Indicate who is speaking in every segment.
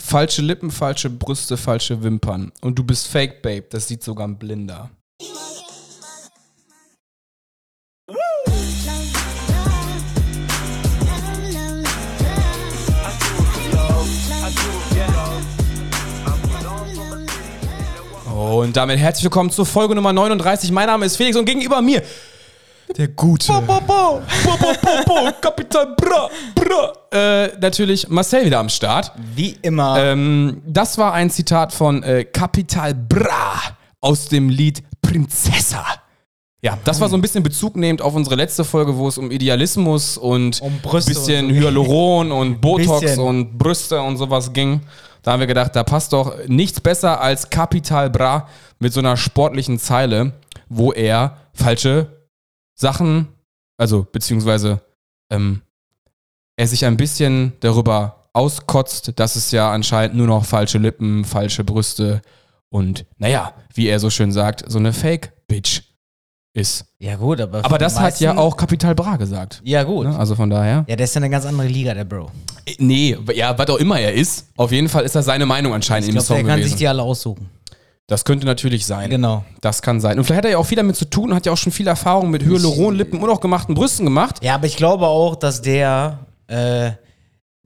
Speaker 1: Falsche Lippen, falsche Brüste, falsche Wimpern. Und du bist Fake Babe, das sieht sogar ein Blinder. Und damit herzlich willkommen zur Folge Nummer 39. Mein Name ist Felix und gegenüber mir der gute Bo, bo, bo, bo, bo, Kapitän Bra, Bra. Äh, natürlich Marcel wieder am Start.
Speaker 2: Wie immer.
Speaker 1: Ähm, das war ein Zitat von äh, Kapital Bra aus dem Lied Prinzessa. Ja, das war so ein bisschen bezugnehmend auf unsere letzte Folge, wo es um Idealismus und
Speaker 2: Um Brüste
Speaker 1: bisschen
Speaker 2: und so.
Speaker 1: Hyaluron und Botox
Speaker 2: Bisschen.
Speaker 1: und Brüste und sowas ging. Da haben wir gedacht, da passt doch nichts besser als Kapital Bra mit so einer sportlichen Zeile, wo er falsche Sachen, also beziehungsweise ähm, er sich ein bisschen darüber auskotzt, dass es ja anscheinend nur noch falsche Lippen, falsche Brüste und naja, wie er so schön sagt, so eine Fake-Bitch ist.
Speaker 2: ja, gut, aber. für
Speaker 1: Aber
Speaker 2: die
Speaker 1: das hat
Speaker 2: meisten-
Speaker 1: ja auch Kapital Bra gesagt.
Speaker 2: Ja, gut.
Speaker 1: Ne? Also von daher.
Speaker 2: Ja, der ist ja eine ganz andere Liga, der Bro.
Speaker 1: Äh, Nee, w- ja, was auch immer er ist, auf jeden Fall ist das seine Meinung anscheinend
Speaker 2: Ich
Speaker 1: im
Speaker 2: glaube, der
Speaker 1: Song
Speaker 2: kann sich
Speaker 1: gewesen.
Speaker 2: die alle aussuchen.
Speaker 1: Das könnte natürlich sein.
Speaker 2: Genau.
Speaker 1: Das kann sein. Und vielleicht hat er ja auch viel damit zu tun, hat ja auch schon viel Erfahrung mit Hyaluronlippen und auch gemachten Brüsten gemacht.
Speaker 2: Ja, aber ich glaube auch, dass der. Äh,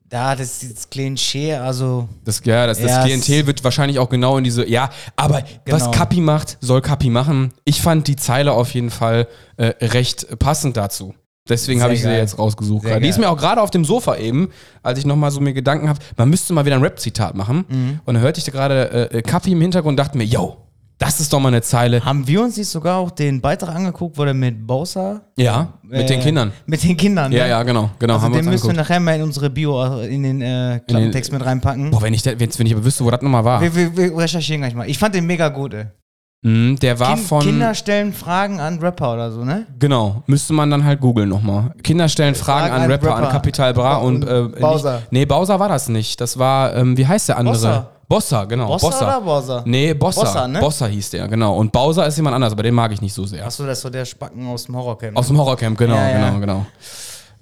Speaker 2: da, das ist dieses Klischee, also.
Speaker 1: Das, ja, das, das
Speaker 2: Ja,
Speaker 1: Klientel wird wahrscheinlich auch genau in diese, ja, aber was
Speaker 2: Genau.
Speaker 1: Kapi macht, soll Kapi machen. Ich fand die Zeile auf jeden Fall äh, recht passend dazu. Deswegen
Speaker 2: Sehr
Speaker 1: habe ich sie
Speaker 2: geil.
Speaker 1: jetzt rausgesucht.
Speaker 2: Sehr
Speaker 1: gerade. Die ist
Speaker 2: geil.
Speaker 1: mir auch gerade auf dem Sofa eben, als ich nochmal so mir Gedanken habe, man müsste mal wieder ein Rap-Zitat machen.
Speaker 2: Mhm.
Speaker 1: Und dann hörte ich da gerade äh, Kapi im Hintergrund und dachte mir, yo, das ist doch mal eine Zeile.
Speaker 2: Haben wir uns nicht sogar auch den Beitrag angeguckt, wo der mit Bowser.
Speaker 1: Ja, mit den
Speaker 2: äh,
Speaker 1: Kindern.
Speaker 2: Mit den Kindern.
Speaker 1: Ja,
Speaker 2: ne?
Speaker 1: ja, genau. genau
Speaker 2: Also
Speaker 1: haben wir
Speaker 2: den
Speaker 1: uns
Speaker 2: müssen wir
Speaker 1: angeguckt.
Speaker 2: nachher mal in unsere Bio, äh, in den äh, Klappentext mit reinpacken.
Speaker 1: Boah, wenn ich, da- wenn's- wenn ich aber wüsste, wo das nochmal war.
Speaker 2: Wir, wir, wir recherchieren gleich mal. Ich fand den mega gut, ey.
Speaker 1: Mhm, der war
Speaker 2: Kind-
Speaker 1: von.
Speaker 2: Kinder stellen Fragen an Rapper oder so, ne?
Speaker 1: Genau, müsste man dann halt googeln nochmal. Kinder
Speaker 2: Äh,
Speaker 1: stellen Fragen, an Rapper, an Capital Bra und,
Speaker 2: und
Speaker 1: äh,
Speaker 2: Bowser.
Speaker 1: Nicht, nee, Bowser war das nicht. Das war, ähm, wie heißt der andere?
Speaker 2: Bossa.
Speaker 1: Bossa, genau.
Speaker 2: Bossa
Speaker 1: Bossa.
Speaker 2: oder Bowser?
Speaker 1: Nee, Bossa. Bossa,
Speaker 2: Bossa, ne?
Speaker 1: hieß der, genau. Und Bowser ist jemand anders, aber den mag ich nicht so sehr.
Speaker 2: Achso, das ist so der Spacken aus dem ne? Horrorcamp.
Speaker 1: Aus dem Horrorcamp, genau,
Speaker 2: Ja, ja.
Speaker 1: genau, genau.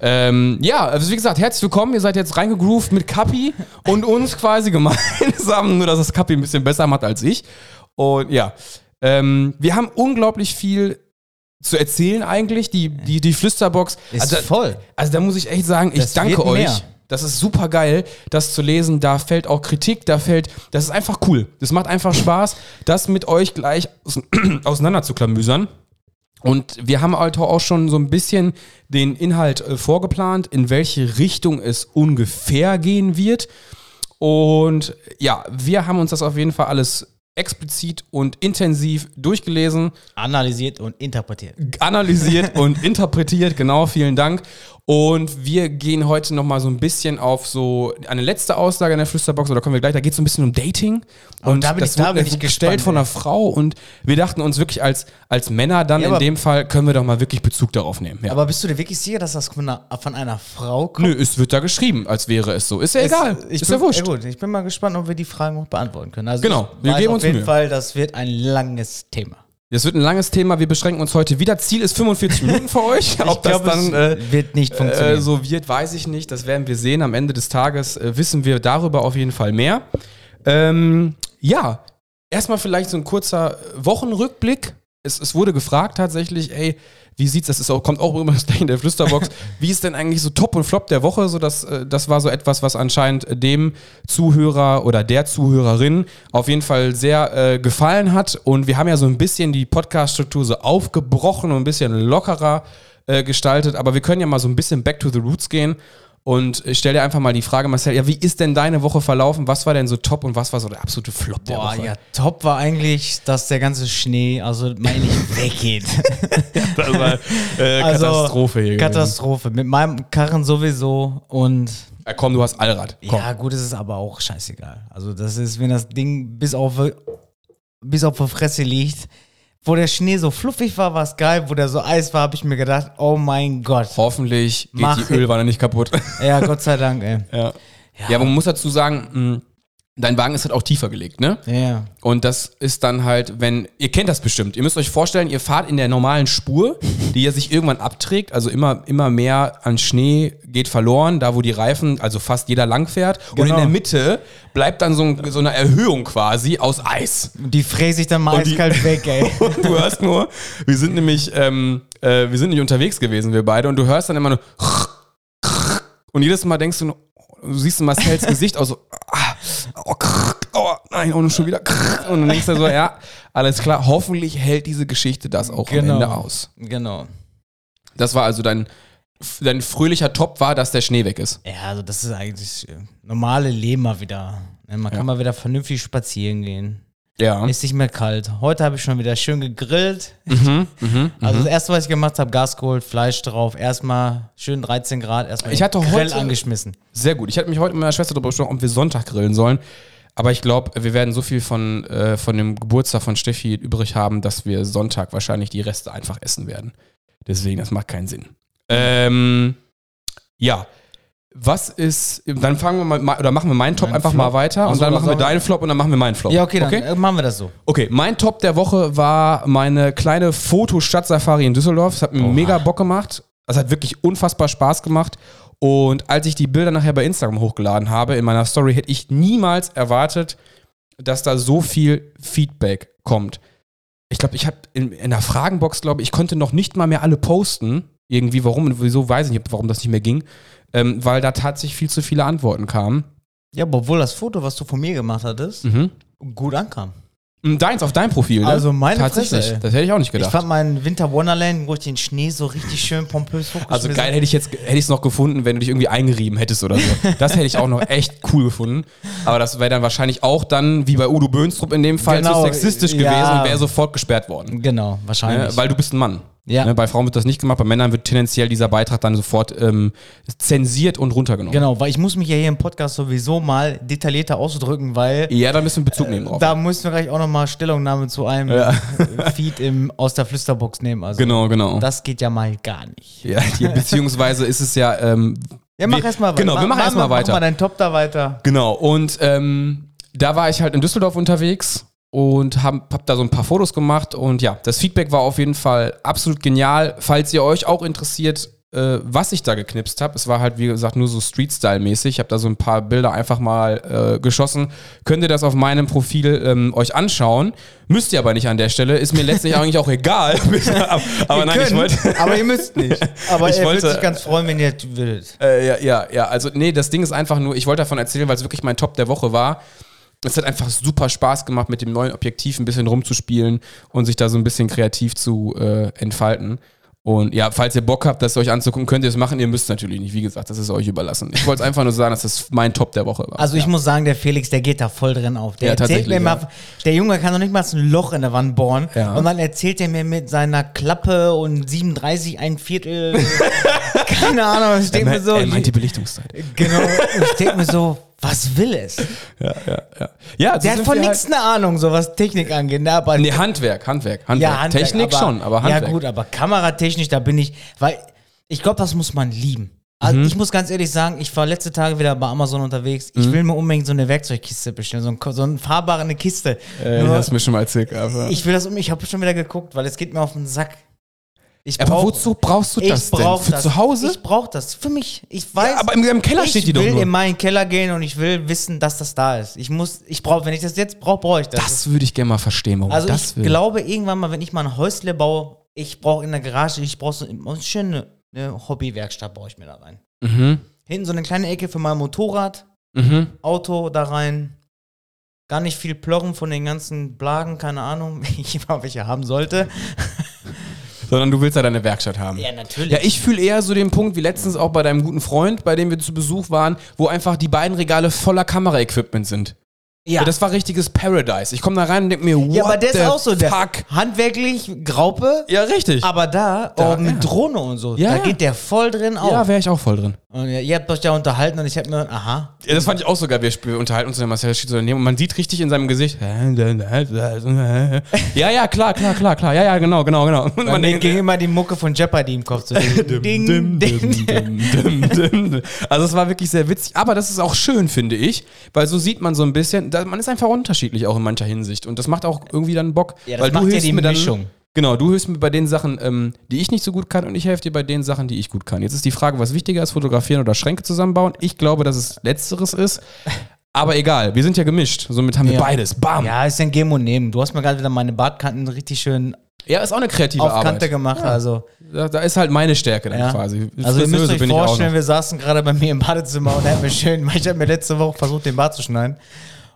Speaker 1: Ähm, ja, also wie gesagt, herzlich willkommen. Ihr seid jetzt reingegroovt mit Kapi und uns quasi gemeinsam, nur dass das Kapi ein bisschen besser macht als ich. Und ja, ähm, wir haben unglaublich viel zu erzählen eigentlich. Die, die, die Flüsterbox
Speaker 2: ist
Speaker 1: also,
Speaker 2: voll.
Speaker 1: also da muss ich echt sagen, ich
Speaker 2: Das
Speaker 1: danke
Speaker 2: wird
Speaker 1: euch.
Speaker 2: mehr.
Speaker 1: Das ist super geil, das zu lesen. Da fällt auch Kritik, da fällt. Das ist einfach cool. Das macht einfach Spaß, das mit euch gleich aus, auseinander zu klamüsern. Und wir haben halt auch schon so ein bisschen den Inhalt äh, vorgeplant, in welche Richtung es ungefähr gehen wird. Und ja, wir haben uns das auf jeden Fall alles explizit und intensiv durchgelesen
Speaker 2: Analysiert und interpretiert.
Speaker 1: analysiert und interpretiert. Genau, vielen Dank. Und wir gehen heute nochmal so ein bisschen auf so eine letzte Aussage in der Flüsterbox, oder kommen wir gleich, da geht es so ein bisschen um Dating. Und
Speaker 2: da bin
Speaker 1: das
Speaker 2: ich- da
Speaker 1: wurde
Speaker 2: bin ich
Speaker 1: gestellt
Speaker 2: gespannt,
Speaker 1: von
Speaker 2: ey.
Speaker 1: einer Frau und wir dachten uns wirklich als, als Männer dann
Speaker 2: Ja,
Speaker 1: in
Speaker 2: aber-
Speaker 1: dem Fall, können wir doch mal wirklich Bezug darauf nehmen. Ja.
Speaker 2: Aber bist du dir wirklich sicher, dass das von einer, von einer Frau kommt?
Speaker 1: Nö, es wird da geschrieben, als wäre es so. Ist ja egal,
Speaker 2: Ich
Speaker 1: ist
Speaker 2: bin,
Speaker 1: ja wurscht.
Speaker 2: Ja gut, ich bin mal gespannt, ob wir die Fragen auch beantworten können. Also
Speaker 1: Genau,
Speaker 2: ich
Speaker 1: wir
Speaker 2: weiß
Speaker 1: geben
Speaker 2: auf
Speaker 1: uns
Speaker 2: jeden
Speaker 1: Mühe.
Speaker 2: Fall, das wird ein langes Thema.
Speaker 1: Das wird ein langes Thema, wir beschränken uns heute wieder. Ziel ist 45 Minuten für euch. Ob das dann äh,
Speaker 2: es wird nicht
Speaker 1: äh,
Speaker 2: funktionieren.
Speaker 1: so wird, weiß ich nicht. Das werden wir sehen. Am Ende des Tages äh, wissen wir darüber auf jeden Fall mehr. Ähm, ja, erstmal vielleicht so ein kurzer Wochenrückblick. Es, es wurde gefragt tatsächlich, ey, wie sieht's, das ist auch, kommt auch immer gleich in der Flüsterbox, wie ist denn eigentlich so Top und Flop der Woche? So, das, äh, das war so etwas, was anscheinend dem Zuhörer oder der Zuhörerin auf jeden Fall sehr äh, gefallen hat. Und wir haben ja so ein bisschen die Podcast-Struktur so aufgebrochen und ein bisschen lockerer äh, gestaltet. Aber wir können ja mal so ein bisschen back to the roots gehen und ich stell dir einfach mal die Frage, Marcel, ja, wie ist denn deine Woche verlaufen? Was war denn so top und was war so der absolute Flop der
Speaker 2: Boah,
Speaker 1: Woche?
Speaker 2: ja, top war eigentlich, dass der ganze Schnee, also meine ich, weggeht.
Speaker 1: Das war äh,
Speaker 2: Also,
Speaker 1: Katastrophe hier. gewesen.
Speaker 2: Katastrophe. Mit meinem Karren sowieso und
Speaker 1: ja, komm, du hast Allrad. Komm.
Speaker 2: Ja, gut, es ist aber auch scheißegal. Also, das ist, wenn das Ding bis auf, bis auf die Fresse liegt, wo der Schnee so fluffig war, war es geil. Wo der so Eis war, habe ich mir gedacht, oh mein Gott.
Speaker 1: Hoffentlich geht
Speaker 2: Mach
Speaker 1: die Ölwanne nicht kaputt.
Speaker 2: Ja, Gott sei Dank, ey.
Speaker 1: ja. ja, aber man muss dazu sagen, mh, Dein Wagen ist halt auch tiefer gelegt, ne?
Speaker 2: Ja, ja.
Speaker 1: Und das ist dann halt, wenn, ihr kennt das bestimmt, ihr müsst euch vorstellen, ihr fahrt in der normalen Spur, die ja sich irgendwann abträgt, also immer, immer mehr an Schnee geht verloren, da wo die Reifen, also fast jeder lang fährt. Und in
Speaker 2: Genau.
Speaker 1: der Mitte bleibt dann so, ein, so eine Erhöhung quasi aus Eis.
Speaker 2: Und Die fräse ich dann mal
Speaker 1: Und die-
Speaker 2: eiskalt weg, ey.
Speaker 1: Und du hörst nur, wir sind nämlich, ähm, äh, wir sind nicht unterwegs gewesen, wir beide, und du hörst dann immer nur und jedes Mal denkst du, nur, du siehst Marcells Gesicht auch so, ah, oh, oh nein, und schon wieder und dann denkst du so, ja, alles klar, hoffentlich hält diese Geschichte das auch
Speaker 2: Genau.
Speaker 1: am Ende aus.
Speaker 2: Genau.
Speaker 1: Das war also dein, dein fröhlicher Top war, dass der Schnee weg ist.
Speaker 2: Ja, also das ist eigentlich äh, normale Leben mal wieder. Ne, Man
Speaker 1: Ja.
Speaker 2: kann mal wieder vernünftig spazieren gehen.
Speaker 1: Ja.
Speaker 2: Ist nicht mehr kalt. Heute habe ich schon wieder schön gegrillt.
Speaker 1: Mhm, mhm.
Speaker 2: Also das erste, was ich gemacht habe, Gas geholt, Fleisch drauf, erstmal schön 13 Grad, erstmal
Speaker 1: Ich
Speaker 2: den
Speaker 1: hatte
Speaker 2: Grill
Speaker 1: heute-
Speaker 2: angeschmissen.
Speaker 1: Sehr gut. Ich hatte mich heute mit meiner Schwester darüber gesprochen, ob wir Sonntag grillen sollen. Aber ich glaube, wir werden so viel von, äh, von dem Geburtstag von Steffi übrig haben, dass wir Sonntag wahrscheinlich die Reste einfach essen werden. Deswegen, das macht keinen Sinn. Ähm, ja. Was ist, dann fangen wir mal- mal, oder machen wir meinen Top
Speaker 2: Mein
Speaker 1: einfach
Speaker 2: Flop?
Speaker 1: mal weiter
Speaker 2: Ach
Speaker 1: und
Speaker 2: so,
Speaker 1: dann
Speaker 2: dann
Speaker 1: machen wir
Speaker 2: sagen wir-
Speaker 1: deinen Flop und dann machen wir meinen Flop.
Speaker 2: Ja, okay, dann äh, machen wir das so.
Speaker 1: Okay, mein Top der Woche war meine kleine Fotostadt-Safari in Düsseldorf. Es hat mir
Speaker 2: Oha.
Speaker 1: mega Bock gemacht. Es hat wirklich unfassbar Spaß gemacht. Und als ich die Bilder nachher bei Instagram hochgeladen habe, in meiner Story, hätte ich niemals erwartet, dass da so viel Feedback kommt. Ich glaube, ich habe in, in der Fragenbox, glaube ich, konnte noch nicht mal mehr alle posten. Irgendwie, warum und wieso, weiß ich nicht, warum das nicht mehr ging. Ähm, weil da tatsächlich viel zu viele Antworten kamen.
Speaker 2: Ja, aber obwohl das Foto, was du von mir gemacht hattest,
Speaker 1: Mhm.
Speaker 2: gut ankam.
Speaker 1: Deins auf deinem Profil, ne?
Speaker 2: Also meine
Speaker 1: Tatsächlich,
Speaker 2: Fresse, ey.
Speaker 1: das hätte ich auch nicht gedacht.
Speaker 2: Ich fand meinen Winter Wonderland, wo ich den Schnee so richtig schön pompös hochgeschmissen
Speaker 1: Also geil hätte ich jetzt hätte ich es noch gefunden, wenn du dich irgendwie eingerieben hättest oder so. Das hätte ich auch noch echt cool gefunden. Aber das wäre dann wahrscheinlich auch dann wie bei Udo Böhnstrup in dem Fall
Speaker 2: Genau,
Speaker 1: zu sexistisch
Speaker 2: ja.
Speaker 1: gewesen und wäre sofort gesperrt worden.
Speaker 2: Genau,
Speaker 1: Ne?
Speaker 2: wahrscheinlich.
Speaker 1: Weil du bist ein Mann.
Speaker 2: Ja.
Speaker 1: Ne? Bei Frauen wird das nicht gemacht, bei Männern wird tendenziell dieser Beitrag dann sofort ähm, zensiert und runtergenommen.
Speaker 2: genau, weil ich muss mich ja hier im Podcast sowieso mal detaillierter ausdrücken, weil
Speaker 1: Ja, da müssen wir Bezug nehmen drauf.
Speaker 2: Genau. da müssen wir gleich auch nochmal Stellungnahme zu einem
Speaker 1: Ja.
Speaker 2: Feed im, aus der Flüsterbox nehmen. Also
Speaker 1: genau, genau.
Speaker 2: das geht ja mal gar nicht.
Speaker 1: ja, die, beziehungsweise ist es ja ähm,
Speaker 2: Ja, mach
Speaker 1: Wir-
Speaker 2: erstmal
Speaker 1: genau, wir machen erst mal weiter.
Speaker 2: Mach mal deinen Top da weiter.
Speaker 1: Genau, und ähm, da war ich halt in Düsseldorf unterwegs und hab, hab da so ein paar Fotos gemacht und ja, das Feedback war auf jeden Fall absolut genial. Falls ihr euch auch interessiert, äh, was ich da geknipst habe, es war halt wie gesagt nur so Street-Style-mäßig, ich habe da so ein paar Bilder einfach mal äh, geschossen, könnt ihr das auf meinem Profil ähm, euch anschauen, müsst ihr aber nicht an der Stelle, ist mir letztlich eigentlich auch egal, aber, aber
Speaker 2: Ihr
Speaker 1: nein, ich
Speaker 2: könnt,
Speaker 1: wollte...
Speaker 2: Aber ihr müsst nicht. Aber
Speaker 1: Ich
Speaker 2: ich er
Speaker 1: wollte-
Speaker 2: würde sich ganz freuen, wenn ihr das würdet.
Speaker 1: Äh, ja, ja, ja. Also, nee, das Ding ist einfach nur, ich wollte davon erzählen, weil es wirklich mein Top der Woche war. Es hat einfach super Spaß gemacht, mit dem neuen Objektiv ein bisschen rumzuspielen und sich da so ein bisschen kreativ zu äh, entfalten. Und ja, falls ihr Bock habt, das euch anzugucken, könnt ihr es machen. Ihr müsst natürlich nicht. Wie gesagt, das ist euch überlassen. Ich wollte einfach nur sagen, dass das mein Top der Woche war.
Speaker 2: Also ich muss sagen, der Felix, der geht da voll drin auf. Der
Speaker 1: Ja,
Speaker 2: erzählt
Speaker 1: tatsächlich,
Speaker 2: mir mal, der Junge kann doch nicht mal so ein Loch in der Wand bohren.
Speaker 1: Ja.
Speaker 2: Und dann erzählt er mir mit seiner Klappe und 37 ein Viertel. keine Ahnung, ich denke mir so.
Speaker 1: er meint die Belichtungszeit.
Speaker 2: genau, ich denke mir so, halt- was will es?
Speaker 1: Ja, ja, ja. ja
Speaker 2: Der hat von nichts eine Ahnung, so was Technik angeht. Ne? Aber
Speaker 1: halt- Nee, Handwerk, Handwerk, Handwerk.
Speaker 2: Ja, Handwerk,
Speaker 1: Technik
Speaker 2: aber,
Speaker 1: schon, aber Handwerk.
Speaker 2: Ja, gut, aber kameratechnisch, da bin ich, weil ich glaube, das muss man lieben. Also
Speaker 1: Mhm.
Speaker 2: ich muss ganz ehrlich sagen, ich war letzte Tage wieder bei Amazon unterwegs.
Speaker 1: Mhm.
Speaker 2: Ich will mir unbedingt so eine Werkzeugkiste bestellen, so, ein, Ko- so eine fahrbare eine Kiste.
Speaker 1: Äh,
Speaker 2: Nur,
Speaker 1: hast du mir schon mal erzählt. Aber,
Speaker 2: ich will das um, ich habe schon wieder geguckt, weil es geht mir auf den Sack. Ich
Speaker 1: aber
Speaker 2: brauch-
Speaker 1: wozu brauchst du
Speaker 2: ich
Speaker 1: das denn?
Speaker 2: brauch
Speaker 1: Für
Speaker 2: das.
Speaker 1: zu Hause?
Speaker 2: Ich brauche das. Für mich. Ich weiß.
Speaker 1: aber im- im Keller steht die doch
Speaker 2: Ich
Speaker 1: nur.
Speaker 2: will in meinen Keller gehen und ich will wissen, dass das da ist. Ich muss, ich brauche, wenn ich das jetzt brauche, brauche ich das.
Speaker 1: Das würde ich gerne mal verstehen, warum
Speaker 2: Also
Speaker 1: Um das
Speaker 2: ich
Speaker 1: will.
Speaker 2: glaube irgendwann mal, wenn ich mal ein Häusle baue, ich brauche in der Garage, ich brauche so eine schöne eine Hobbywerkstatt, baue ich mir da rein.
Speaker 1: mhm.
Speaker 2: Hinten so eine kleine Ecke für mein Motorrad,
Speaker 1: Mhm.
Speaker 2: Auto da rein. Gar nicht viel plörren von den ganzen Blagen, keine Ahnung, wie ich immer welche haben sollte.
Speaker 1: Sondern du willst ja deine Werkstatt haben.
Speaker 2: Ja, natürlich.
Speaker 1: Ja, ich fühle eher so den Punkt, wie letztens auch bei deinem guten Freund, bei dem wir zu Besuch waren, wo einfach die beiden Regale voller Kameraequipment sind.
Speaker 2: Ja.
Speaker 1: Das war richtiges Paradise. Ich komme da rein und denke mir, what
Speaker 2: ja, aber der
Speaker 1: the
Speaker 2: ist auch so der
Speaker 1: fuck?
Speaker 2: handwerklich Graupe,
Speaker 1: Ja, richtig.
Speaker 2: aber da,
Speaker 1: Da,
Speaker 2: oh, mit
Speaker 1: ja.
Speaker 2: Drohne und so,
Speaker 1: Ja,
Speaker 2: da
Speaker 1: ja.
Speaker 2: geht der voll drin auf.
Speaker 1: ja, wäre ich auch voll drin.
Speaker 2: und ihr, ihr habt euch da unterhalten und ich hab mir, aha,
Speaker 1: Ja, das fand ich auch sogar. Wir sp- unterhalten uns und der Marcel steht so daneben und man sieht richtig in seinem Gesicht. Ja, ja, klar, klar, klar, klar. Ja, ja, genau, genau, genau. Und
Speaker 2: bei
Speaker 1: man
Speaker 2: mir
Speaker 1: denkt,
Speaker 2: ging immer die Mucke von Jeopardy im Kopf zu. Ding,
Speaker 1: Dim, dim, dim, dim, dim. Also es war wirklich sehr witzig, aber das ist auch schön, finde ich, weil so sieht man so ein bisschen, da, man ist einfach unterschiedlich auch in mancher Hinsicht und das macht auch irgendwie dann Bock,
Speaker 2: Ja, das
Speaker 1: weil
Speaker 2: macht ja
Speaker 1: hilfst
Speaker 2: die
Speaker 1: mir dann,
Speaker 2: Mischung.
Speaker 1: Genau, du hilfst mir bei den Sachen, ähm, die ich nicht so gut kann und ich helfe dir bei den Sachen, die ich gut kann. Jetzt ist die Frage, was wichtiger ist, fotografieren oder Schränke zusammenbauen. Ich glaube, dass es letzteres ist, aber egal, wir sind ja gemischt, somit haben wir
Speaker 2: Ja.
Speaker 1: beides. Bam! Ja,
Speaker 2: Ja, ist ein Geben und Nehmen. Du hast mir gerade wieder meine Bartkanten richtig schön
Speaker 1: ist auch eine kreative
Speaker 2: auf Kante
Speaker 1: Arbeit.
Speaker 2: gemacht, also.
Speaker 1: Da, da ist halt meine Stärke dann
Speaker 2: Ja.
Speaker 1: quasi.
Speaker 2: Also ihr müsst
Speaker 1: Friseuse
Speaker 2: euch
Speaker 1: bin ich auch
Speaker 2: vorstellen,
Speaker 1: noch.
Speaker 2: wir saßen gerade bei mir im Badezimmer und hatten wir schön, weil ich habe mir letzte Woche versucht, den Bart zu schneiden.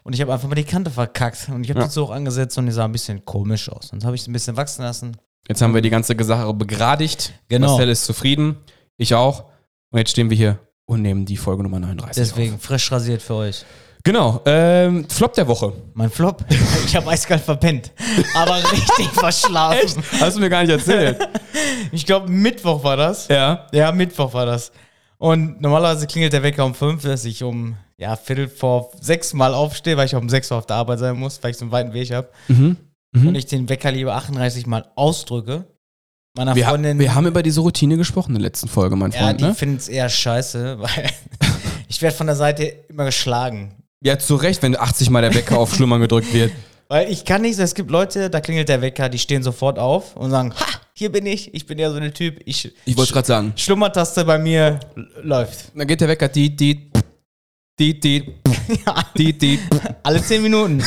Speaker 2: Und ich habe einfach mal die Kante verkackt. Und ich habe
Speaker 1: Ja.
Speaker 2: die so hoch angesetzt und die sah ein bisschen komisch aus. Und habe ich es ein bisschen wachsen lassen.
Speaker 1: Jetzt haben wir die ganze Sache begradigt.
Speaker 2: Genau.
Speaker 1: Marcel ist zufrieden. Ich auch. Und jetzt stehen wir hier und nehmen die Folge Nummer 39.
Speaker 2: Deswegen frisch rasiert für euch.
Speaker 1: Auf. Genau. Ähm, Flop der Woche.
Speaker 2: Mein Flop. Ich habe eiskalt verpennt. Aber richtig verschlafen.
Speaker 1: Hast du mir gar nicht erzählt.
Speaker 2: Ich glaube, Mittwoch war das.
Speaker 1: ja.
Speaker 2: Ja, Mittwoch war das. Und normalerweise klingelt der Wecker um fünf, dass ich um ja, Viertel vor sechs mal aufstehe, weil ich um sechs Uhr auf der Arbeit sein muss, weil ich so einen weiten Weg habe.
Speaker 1: Mhm.
Speaker 2: Und ich den Wecker lieber 38 mal ausdrücke. Meiner
Speaker 1: Wir, ha
Speaker 2: Freundin,
Speaker 1: wir haben über diese Routine gesprochen in der letzten Folge, mein
Speaker 2: ja,
Speaker 1: Freund.
Speaker 2: die
Speaker 1: ne?
Speaker 2: findet es eher scheiße, weil ich werde von der Seite immer geschlagen.
Speaker 1: ja zu Recht, wenn 80 Mal der Wecker auf Schlummern gedrückt wird.
Speaker 2: Weil ich kann nicht, es gibt Leute, da klingelt der Wecker, die stehen sofort auf und sagen, ha, hier bin ich, ich bin ja so ein Typ, ich,
Speaker 1: Ich wollte gerade sagen.
Speaker 2: Schlummertaste bei mir l- läuft.
Speaker 1: Dann geht der Wecker. Die, die, die, die,
Speaker 2: Ja,
Speaker 1: die, die.
Speaker 2: alle zehn Minuten.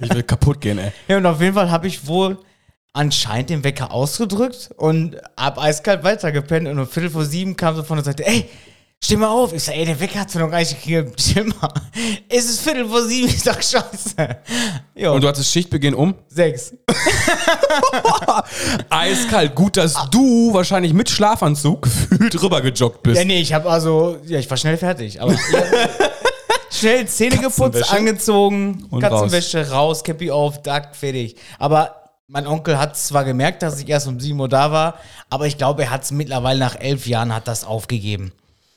Speaker 1: Ich will kaputt gehen, ey.
Speaker 2: Ja, und auf jeden Fall habe ich wohl anscheinend den Wecker ausgedrückt und hab eiskalt weitergepennt und um Viertel vor sieben kam so von der Seite, ey, steh mal auf. Ich sag, ey, der Wecker hat so noch gar nicht gekriegt. Steh mal. Es ist Viertel vor sieben. Ich sag, scheiße. Jo,
Speaker 1: Und du hattest Schichtbeginn um?
Speaker 2: sechs.
Speaker 1: Eiskalt. Gut, dass du wahrscheinlich mit Schlafanzug gefühlt rübergejoggt bist.
Speaker 2: Ja, nee, ich habe also, ja, ich war schnell fertig, aber... Schnell Zähne geputzt,
Speaker 1: Katzenwäsche.
Speaker 2: angezogen,
Speaker 1: Und
Speaker 2: Katzenwäsche raus, Cappy auf, Duck, fertig. Aber mein Onkel hat zwar gemerkt, dass ich erst um 7 Uhr da war, aber ich glaube, er hat es mittlerweile nach elf Jahren hat das aufgegeben.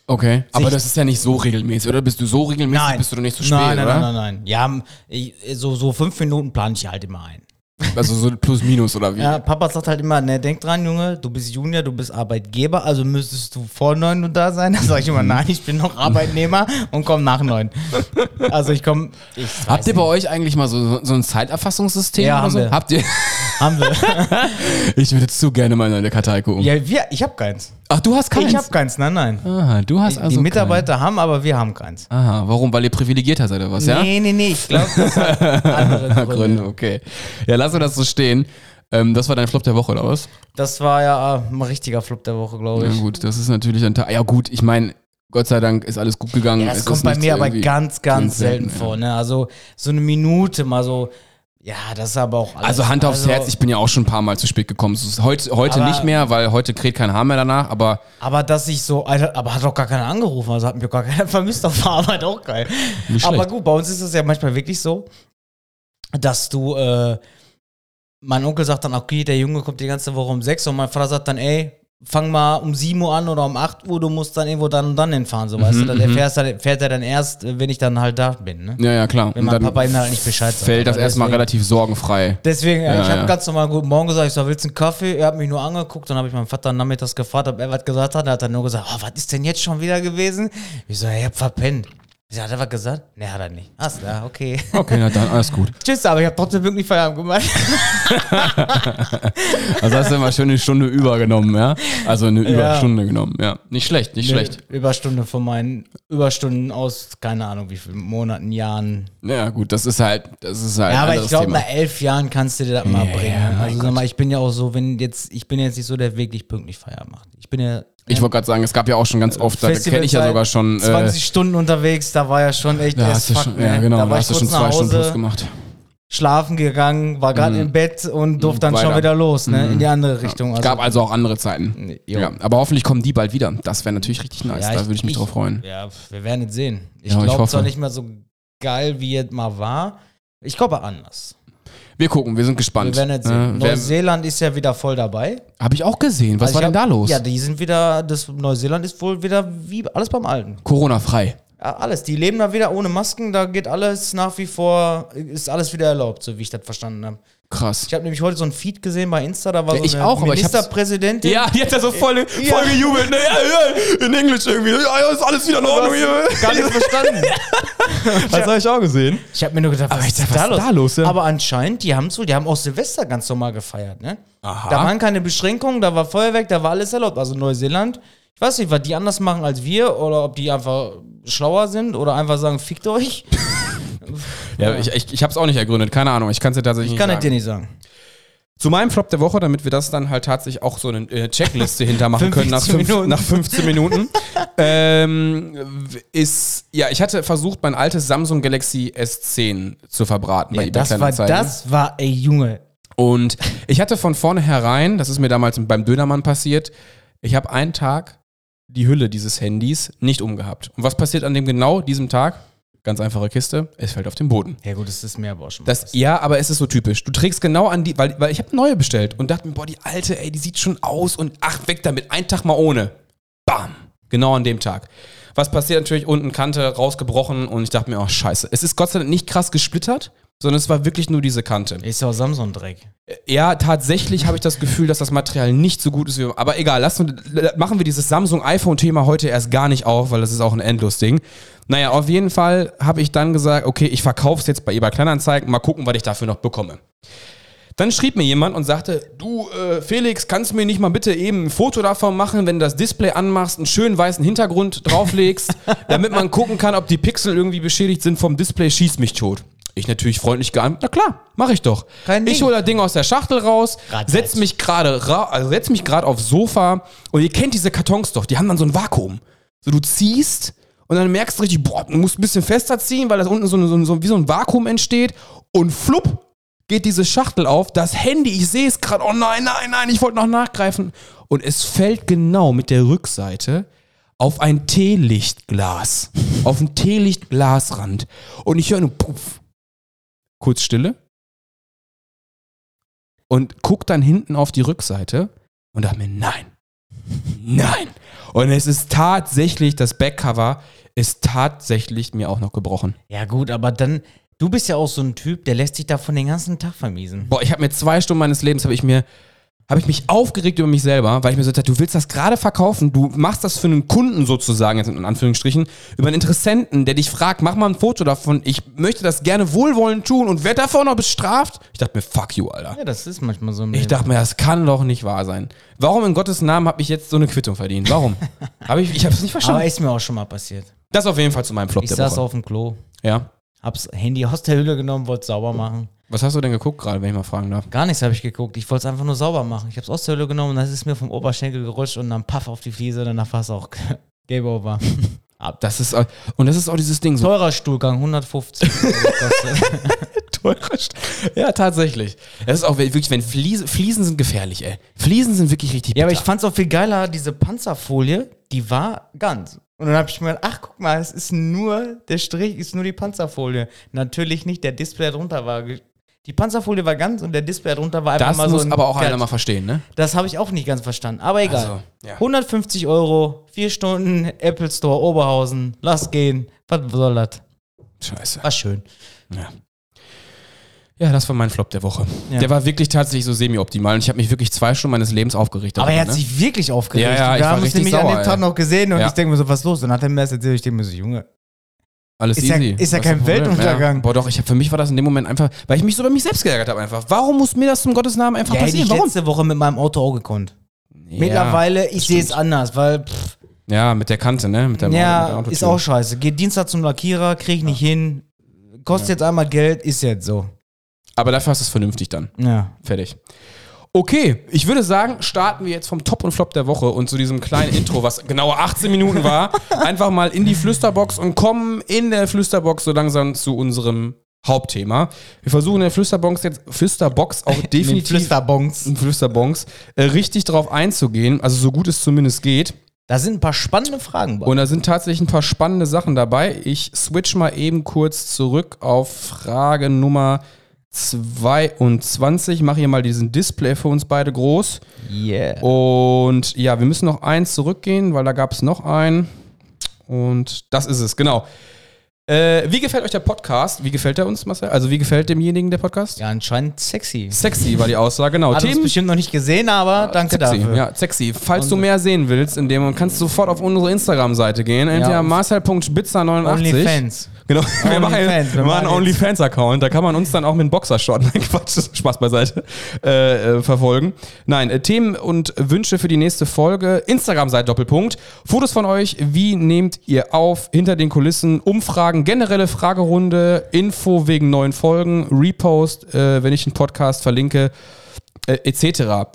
Speaker 1: Okay, aber das ist ja nicht so regelmäßig, oder? Bist du so regelmäßig, bist du doch nicht so spät,
Speaker 2: nein, nein,
Speaker 1: oder?
Speaker 2: nein, nein, nein. Ja, m- ich, so, so fünf Minuten plane ich halt immer ein.
Speaker 1: Also so plus minus, oder wie?
Speaker 2: Ja, Papa sagt halt immer, ne, denk dran, Junge, du bist Junior, du bist Arbeitgeber, also müsstest du vor neun Uhr da sein. Da sage ich immer, nein, ich bin noch Arbeitnehmer und komme nach neun. Also ich komme, ich
Speaker 1: Habt ihr bei euch eigentlich mal so, so ein Zeiterfassungssystem
Speaker 2: Ja,
Speaker 1: oder
Speaker 2: haben
Speaker 1: so?
Speaker 2: wir.
Speaker 1: Habt ihr?
Speaker 2: haben wir.
Speaker 1: Ich würde zu gerne mal in eine Kartei gucken.
Speaker 2: Ja, wir, ich habe keins.
Speaker 1: Ach, du hast keins?
Speaker 2: Ich habe keins, nein, nein.
Speaker 1: Aha, du hast also
Speaker 2: Die Mitarbeiter haben, aber wir haben keins.
Speaker 1: Keinen. Aha, warum? Weil ihr privilegierter seid oder was, ja?
Speaker 2: Nee, nee, nee, ich glaube, das hat andere Gründe.
Speaker 1: Gründe, okay. Ja, lassen wir das so stehen. Ähm, das war dein Flop der Woche, oder was?
Speaker 2: Das war ja äh, ein richtiger Flop der Woche, glaube
Speaker 1: Ja
Speaker 2: ich.
Speaker 1: gut, das ist natürlich ein Tag. Ja gut, ich meine, Gott sei Dank ist alles gut gegangen.
Speaker 2: Ja, das
Speaker 1: Es ist
Speaker 2: kommt bei
Speaker 1: nichts
Speaker 2: mir aber
Speaker 1: irgendwie-
Speaker 2: ganz, ganz selten,
Speaker 1: ja.
Speaker 2: vor. Ne? Also so eine Minute mal so. Ja, das ist aber auch alles.
Speaker 1: Also Hand aufs Herz, ich bin ja auch schon ein paar Mal zu spät gekommen. So ist Heute, heute
Speaker 2: Aber-
Speaker 1: nicht mehr, weil heute kräht kein Haar mehr danach, aber
Speaker 2: aber dass ich so, Alter, aber hat doch gar keiner angerufen, also hat mich auch gar keiner vermisst auf der Arbeit, auch geil.
Speaker 1: nicht
Speaker 2: Aber
Speaker 1: schlecht.
Speaker 2: gut, bei uns ist es ja manchmal wirklich so, dass du, äh, mein Onkel sagt dann, okay, der Junge kommt die ganze Woche um 6 und mein Vater sagt dann, ey, fang mal um 7 Uhr an oder um 8 Uhr, du musst dann irgendwo dann und dann hinfahren, so weißt du.
Speaker 1: Mhm,
Speaker 2: Dann erfährst, er- fährt er dann erst, äh, wenn ich dann halt da bin, ne?
Speaker 1: Ja, ja, klar.
Speaker 2: Wenn mein Papa ihm halt nicht Bescheid sagt.
Speaker 1: fällt das
Speaker 2: Aber
Speaker 1: erstmal
Speaker 2: deswegen-
Speaker 1: relativ sorgenfrei.
Speaker 2: Deswegen, ja,
Speaker 1: Ja,
Speaker 2: ich habe
Speaker 1: ja.
Speaker 2: ganz normal guten Morgen gesagt, ich sag, willst du einen Kaffee? Er hat mich nur angeguckt, dann habe ich meinen Vater nachmittags gefragt, ob er was gesagt hat. Er hat dann nur gesagt, oh, was ist denn jetzt schon wieder gewesen? Ich so, ich hab verpennt. Ich so, hat er was gesagt? Nee, hat er nicht. Hast du, okay.
Speaker 1: Okay, na dann, alles gut.
Speaker 2: Tschüss, aber ich habe trotzdem wirklich Feierabend gemacht.
Speaker 1: Also hast du immer schön eine Stunde übergenommen, ja? Also eine Überstunde genommen, ja. Nicht schlecht, nicht schlecht.
Speaker 2: Eine Überstunde von meinen Überstunden aus, keine Ahnung wie vielen Monaten, Jahren.
Speaker 1: Ja, gut, das ist halt, das ist halt ein
Speaker 2: Ja, aber ich
Speaker 1: anderes
Speaker 2: glaube,
Speaker 1: Thema.
Speaker 2: nach elf Jahren kannst du dir das mal
Speaker 1: Ja,
Speaker 2: bringen.
Speaker 1: mein
Speaker 2: also sag mal, ich bin ja auch so, wenn jetzt, ich bin jetzt nicht so, der wirklich pünktlich Feierabend macht. Ich bin ja.
Speaker 1: Ich wollte gerade sagen, es gab ja auch schon ganz oft, da kenne ich ja
Speaker 2: äh, Festivalzeit,
Speaker 1: sogar schon. Äh,
Speaker 2: 20 Stunden unterwegs, da war ja schon echt
Speaker 1: da
Speaker 2: as
Speaker 1: hast du
Speaker 2: fuck,
Speaker 1: schon,
Speaker 2: ne?
Speaker 1: ja, genau,
Speaker 2: da
Speaker 1: da
Speaker 2: war
Speaker 1: hast
Speaker 2: ich
Speaker 1: du
Speaker 2: kurz
Speaker 1: schon zwei
Speaker 2: nach
Speaker 1: Stunden plus
Speaker 2: Hause,
Speaker 1: gemacht.
Speaker 2: schlafen gegangen, war gerade im Bett und durfte dann schon
Speaker 1: Weiter. Mhm.
Speaker 2: wieder los, ne? In die andere Richtung.
Speaker 1: Es
Speaker 2: Also,
Speaker 1: gab also auch andere Zeiten.
Speaker 2: jo.
Speaker 1: Ja, aber hoffentlich kommen die bald wieder. Das wäre natürlich richtig nice.
Speaker 2: Ja,
Speaker 1: da
Speaker 2: ich-
Speaker 1: würde ich mich
Speaker 2: ich-
Speaker 1: drauf freuen.
Speaker 2: ja, wir werden es sehen. Ich
Speaker 1: Ja, ich
Speaker 2: glaube
Speaker 1: hoffe.
Speaker 2: zwar nicht mehr so geil wie es mal war. Ich glaube anders.
Speaker 1: Wir gucken, wir sind gespannt.
Speaker 2: Wir werden jetzt sehen.
Speaker 1: Äh, wer-
Speaker 2: Neuseeland ist ja wieder voll dabei.
Speaker 1: Hab ich auch gesehen. Was
Speaker 2: Also
Speaker 1: war
Speaker 2: ich
Speaker 1: denn da
Speaker 2: hab-
Speaker 1: los?
Speaker 2: Ja, die sind wieder, das Neuseeland ist wohl wieder wie alles beim Alten.
Speaker 1: Corona-frei.
Speaker 2: Ja, alles. Die leben da wieder ohne Masken, da geht alles nach wie vor, ist alles wieder erlaubt, so wie ich das verstanden habe.
Speaker 1: Krass.
Speaker 2: Ich habe nämlich heute so einen Feed gesehen bei Insta, da war
Speaker 1: Ja,
Speaker 2: so
Speaker 1: ich
Speaker 2: eine
Speaker 1: auch, aber ich hab's-
Speaker 2: Ministerpräsidentin.
Speaker 1: Ja, die hat ja so voll, voll
Speaker 2: Ja.
Speaker 1: gejubelt. Ne? Ja, ja, in Englisch irgendwie. Ja, ja, ist alles wieder in Ordnung hier.
Speaker 2: Gar nicht verstanden.
Speaker 1: Das habe ich auch gesehen.
Speaker 2: Ich habe mir nur gedacht, was,
Speaker 1: ich
Speaker 2: ist,
Speaker 1: dachte,
Speaker 2: da
Speaker 1: was
Speaker 2: los?
Speaker 1: ist da los, ja?
Speaker 2: Aber anscheinend, die haben wohl, die haben auch Silvester ganz normal gefeiert, ne?
Speaker 1: Aha.
Speaker 2: Da waren keine Beschränkungen, da war Feuerwerk, da war alles erlaubt. Also Neuseeland, ich weiß nicht, was die anders machen als wir oder ob die einfach schlauer sind oder einfach sagen, fickt euch.
Speaker 1: Ja, ich, ich, ich habe es auch nicht ergründet. Keine Ahnung. Ich kann es dir tatsächlich
Speaker 2: Kann ich
Speaker 1: nicht
Speaker 2: dir
Speaker 1: sagen.
Speaker 2: nicht sagen.
Speaker 1: Zu meinem Flop der Woche, damit wir das dann halt tatsächlich auch so eine äh, Checkliste hintermachen können nach,
Speaker 2: 15
Speaker 1: fünf,
Speaker 2: Minuten.
Speaker 1: nach 15 Minuten, ähm, w- ist, ja, ich hatte versucht, mein altes Samsung Galaxy S10 zu verbraten
Speaker 2: Ja,
Speaker 1: eBay
Speaker 2: das war,
Speaker 1: Kleinanzeigen.
Speaker 2: das war, ey Junge.
Speaker 1: Und ich hatte von vornherein, das ist mir damals beim Dönermann passiert, ich habe einen Tag die Hülle dieses Handys nicht umgehabt. Und was passiert an dem genau diesem Tag? Ganz einfache Kiste, es fällt auf den Boden.
Speaker 2: Ja gut, das ist mir aber auch schon mal
Speaker 1: Das, ja, aber es ist so typisch. Du trägst genau an die, weil, weil ich habe eine neue bestellt und dachte mir, boah, die alte, ey, die sieht schon aus und ach, weg damit, einen Tag mal ohne. Bam. Genau an dem Tag. Was passiert natürlich unten, Kante rausgebrochen und ich dachte mir, oh scheiße. Es ist Gott sei Dank nicht krass gesplittert, sondern es war wirklich nur diese Kante.
Speaker 2: Ist ja auch Samsung-Dreck.
Speaker 1: Ja, tatsächlich habe ich das Gefühl, dass das Material nicht so gut ist. Wie, aber egal, lass uns, machen wir dieses Samsung-iPhone-Thema heute erst gar nicht auf, weil das ist auch ein Endlos-Ding. Naja, auf jeden Fall habe ich dann gesagt, okay, ich verkaufe es jetzt bei eBay Kleinanzeigen, mal gucken, was ich dafür noch bekomme. Dann schrieb mir jemand und sagte, du äh, Felix, kannst du mir nicht mal bitte eben ein Foto davon machen, wenn du das Display anmachst, einen schönen weißen Hintergrund drauflegst, damit man gucken kann, ob die Pixel irgendwie beschädigt sind vom Display, schieß mich tot. Ich natürlich freundlich geantwortet, na klar, mache ich doch.
Speaker 2: Kein
Speaker 1: ich
Speaker 2: Ding.
Speaker 1: hole das Ding aus der Schachtel raus,
Speaker 2: Grad
Speaker 1: setz
Speaker 2: selbst.
Speaker 1: mich gerade ra also setz mich gerade aufs Sofa und ihr kennt diese Kartons doch, die haben dann so ein Vakuum. So du ziehst und dann merkst du richtig, boah, du musst ein bisschen fester ziehen, weil das unten so, ein- so, ein- so wie so ein Vakuum entsteht und flupp geht diese Schachtel auf, das Handy, ich sehe es gerade, oh nein, nein, nein, ich wollte noch nachgreifen und es fällt genau mit der Rückseite auf ein Teelichtglas, auf ein Teelichtglasrand und ich höre nur puff. Kurz Stille und guck dann hinten auf die Rückseite und dachte mir, nein, nein. Und es ist tatsächlich, das Backcover ist tatsächlich mir auch noch gebrochen.
Speaker 2: Ja gut, aber dann, du bist ja auch so ein Typ, der lässt sich davon den ganzen Tag vermiesen.
Speaker 1: Boah, ich habe mir zwei Stunden meines Lebens, habe ich mir, habe ich mich aufgeregt über mich selber, weil ich mir so dachte, du willst das gerade verkaufen, du machst das für einen Kunden sozusagen, jetzt in Anführungsstrichen, über einen Interessenten, der dich fragt, mach mal ein Foto davon, ich möchte das gerne wohlwollend tun und werde dafür auch noch bestraft. Ich dachte mir, fuck you, Alter.
Speaker 2: Ja, das ist manchmal so ein
Speaker 1: Ich dachte mir, das kann doch nicht wahr sein. Warum in Gottes Namen habe ich jetzt so eine Quittung verdient? Warum? hab ich ich habe es nicht verstanden.
Speaker 2: Aber ist mir auch schon mal passiert.
Speaker 1: das auf jeden Fall zu meinem Flop
Speaker 2: Ich
Speaker 1: der
Speaker 2: saß
Speaker 1: Woche.
Speaker 2: auf dem Klo,
Speaker 1: Ja.
Speaker 2: hab's Handy aus der Hülle genommen, wollte sauber machen.
Speaker 1: Was hast du denn geguckt gerade, wenn ich mal fragen darf?
Speaker 2: Gar nichts habe ich geguckt. Ich wollte es einfach nur sauber machen. Ich habe es aus der Hölle genommen und das ist mir vom Oberschenkel gerutscht und dann paff auf die Fliese und danach war es auch Game Over.
Speaker 1: Das ist au- und das ist auch dieses Ding so
Speaker 2: Teurer Stuhlgang, 150. gekostet.
Speaker 1: teurer. St- Ja, tatsächlich. Das ist auch wirklich, wenn Fliesen, Fliesen sind gefährlich, ey. Fliesen sind wirklich richtig
Speaker 2: ja, aber ich
Speaker 1: bitter.
Speaker 2: fand es auch viel geiler, diese Panzerfolie, die war ganz. Und dann habe ich mir gedacht, ach guck mal, es ist nur, der Strich ist nur die Panzerfolie. Natürlich nicht, der Display drunter war. ge- Die Panzerfolie war ganz und der Display drunter war einfach
Speaker 1: das
Speaker 2: mal
Speaker 1: muss
Speaker 2: so. ein
Speaker 1: aber auch einer
Speaker 2: Gatsch.
Speaker 1: mal verstehen, ne?
Speaker 2: Das habe ich auch nicht ganz verstanden, aber egal.
Speaker 1: Also, ja.
Speaker 2: 150 Euro, 4 Stunden, Apple Store, Oberhausen, lass gehen. Was soll das?
Speaker 1: Scheiße.
Speaker 2: War schön.
Speaker 1: Ja. Ja, das war mein Flop der Woche.
Speaker 2: Ja.
Speaker 1: Der war wirklich tatsächlich so semi-optimal und ich habe mich wirklich zwei Stunden meines Lebens aufgeregt.
Speaker 2: Aber
Speaker 1: darüber,
Speaker 2: er hat
Speaker 1: ne?
Speaker 2: sich wirklich aufgeregt.
Speaker 1: Ja, ja, ich
Speaker 2: wir
Speaker 1: war
Speaker 2: haben uns
Speaker 1: richtig
Speaker 2: nämlich an
Speaker 1: sauer,
Speaker 2: dem Tag
Speaker 1: ey.
Speaker 2: noch gesehen und
Speaker 1: Ja.
Speaker 2: ich denke mir so, was ist los? Und dann hat er mir das erzählt. Ich denke mir so, Junge,
Speaker 1: Alles
Speaker 2: Ist ja-
Speaker 1: easy.
Speaker 2: ist ja
Speaker 1: Was
Speaker 2: kein
Speaker 1: Problem?
Speaker 2: Weltuntergang.
Speaker 1: Ja. Boah, doch, ich hab, für mich war das in dem Moment einfach, weil ich mich so über mich selbst geärgert habe einfach. Warum muss mir das zum Gottes Namen einfach
Speaker 2: ja, hätte
Speaker 1: passieren?
Speaker 2: ich
Speaker 1: Warum?
Speaker 2: letzte Woche mit meinem Auto auch gekonnt.
Speaker 1: Ja,
Speaker 2: Mittlerweile, ich sehe es anders, weil, pff,
Speaker 1: Ja, mit der Kante, ne? Mit der, mit der
Speaker 2: ja,
Speaker 1: Autotür.
Speaker 2: ist auch scheiße. Geht Dienstag zum Lackierer, krieg ich nicht hin, kostet jetzt einmal Geld, ist jetzt so.
Speaker 1: Aber dafür hast du es vernünftig dann.
Speaker 2: Ja.
Speaker 1: Fertig. Okay, ich würde sagen, starten wir jetzt vom Top und Flop der Woche und zu diesem kleinen Intro, was genauer 18 Minuten war, einfach mal in die Flüsterbox und kommen in der Flüsterbox so langsam zu unserem Hauptthema. Wir versuchen in der Flüsterbox jetzt Flüsterbox auch
Speaker 2: Mit
Speaker 1: definitiv
Speaker 2: Flüsterbons.
Speaker 1: und Flüsterbongs, äh, richtig drauf einzugehen, also so gut es zumindest geht.
Speaker 2: Da sind ein paar spannende Fragen bei.
Speaker 1: Und da sind tatsächlich ein paar spannende Sachen dabei. Ich switch mal eben kurz zurück auf Frage Nummer 22. Mach hier mal diesen Display für uns beide groß.
Speaker 2: Yeah.
Speaker 1: Und ja, wir müssen noch eins zurückgehen, weil da gab es noch einen. Und das ist es, genau. Äh, wie gefällt euch der Podcast? Wie gefällt er uns, Marcel? Also, wie gefällt demjenigen der Podcast?
Speaker 2: Ja, Also, anscheinend sexy.
Speaker 1: Sexy war die Aussage, genau.
Speaker 2: Hat uns bestimmt noch nicht gesehen, aber danke
Speaker 1: sexy,
Speaker 2: dafür.
Speaker 1: ja, sexy. Falls du mehr sehen willst, in dem kannst du sofort auf unsere Instagram-Seite gehen. Entweder
Speaker 2: Ja.
Speaker 1: marcel.spitzer89.
Speaker 2: Onlyfans.
Speaker 1: Genau, wir
Speaker 2: Onlyfans,
Speaker 1: machen, wir
Speaker 2: wir
Speaker 1: machen
Speaker 2: machen
Speaker 1: einen
Speaker 2: jetzt-
Speaker 1: OnlyFans-Account, da kann man uns dann auch mit einem Boxershort, nein, Quatsch, das ist Spaß beiseite, äh, äh, verfolgen. Nein, äh, Themen und Wünsche für die nächste Folge, Instagram-Seite Doppelpunkt, Fotos von euch, wie nehmt ihr auf, hinter den Kulissen, Umfragen, generelle Fragerunde, Info wegen neuen Folgen, Repost, äh, wenn ich einen Podcast verlinke, äh, etc.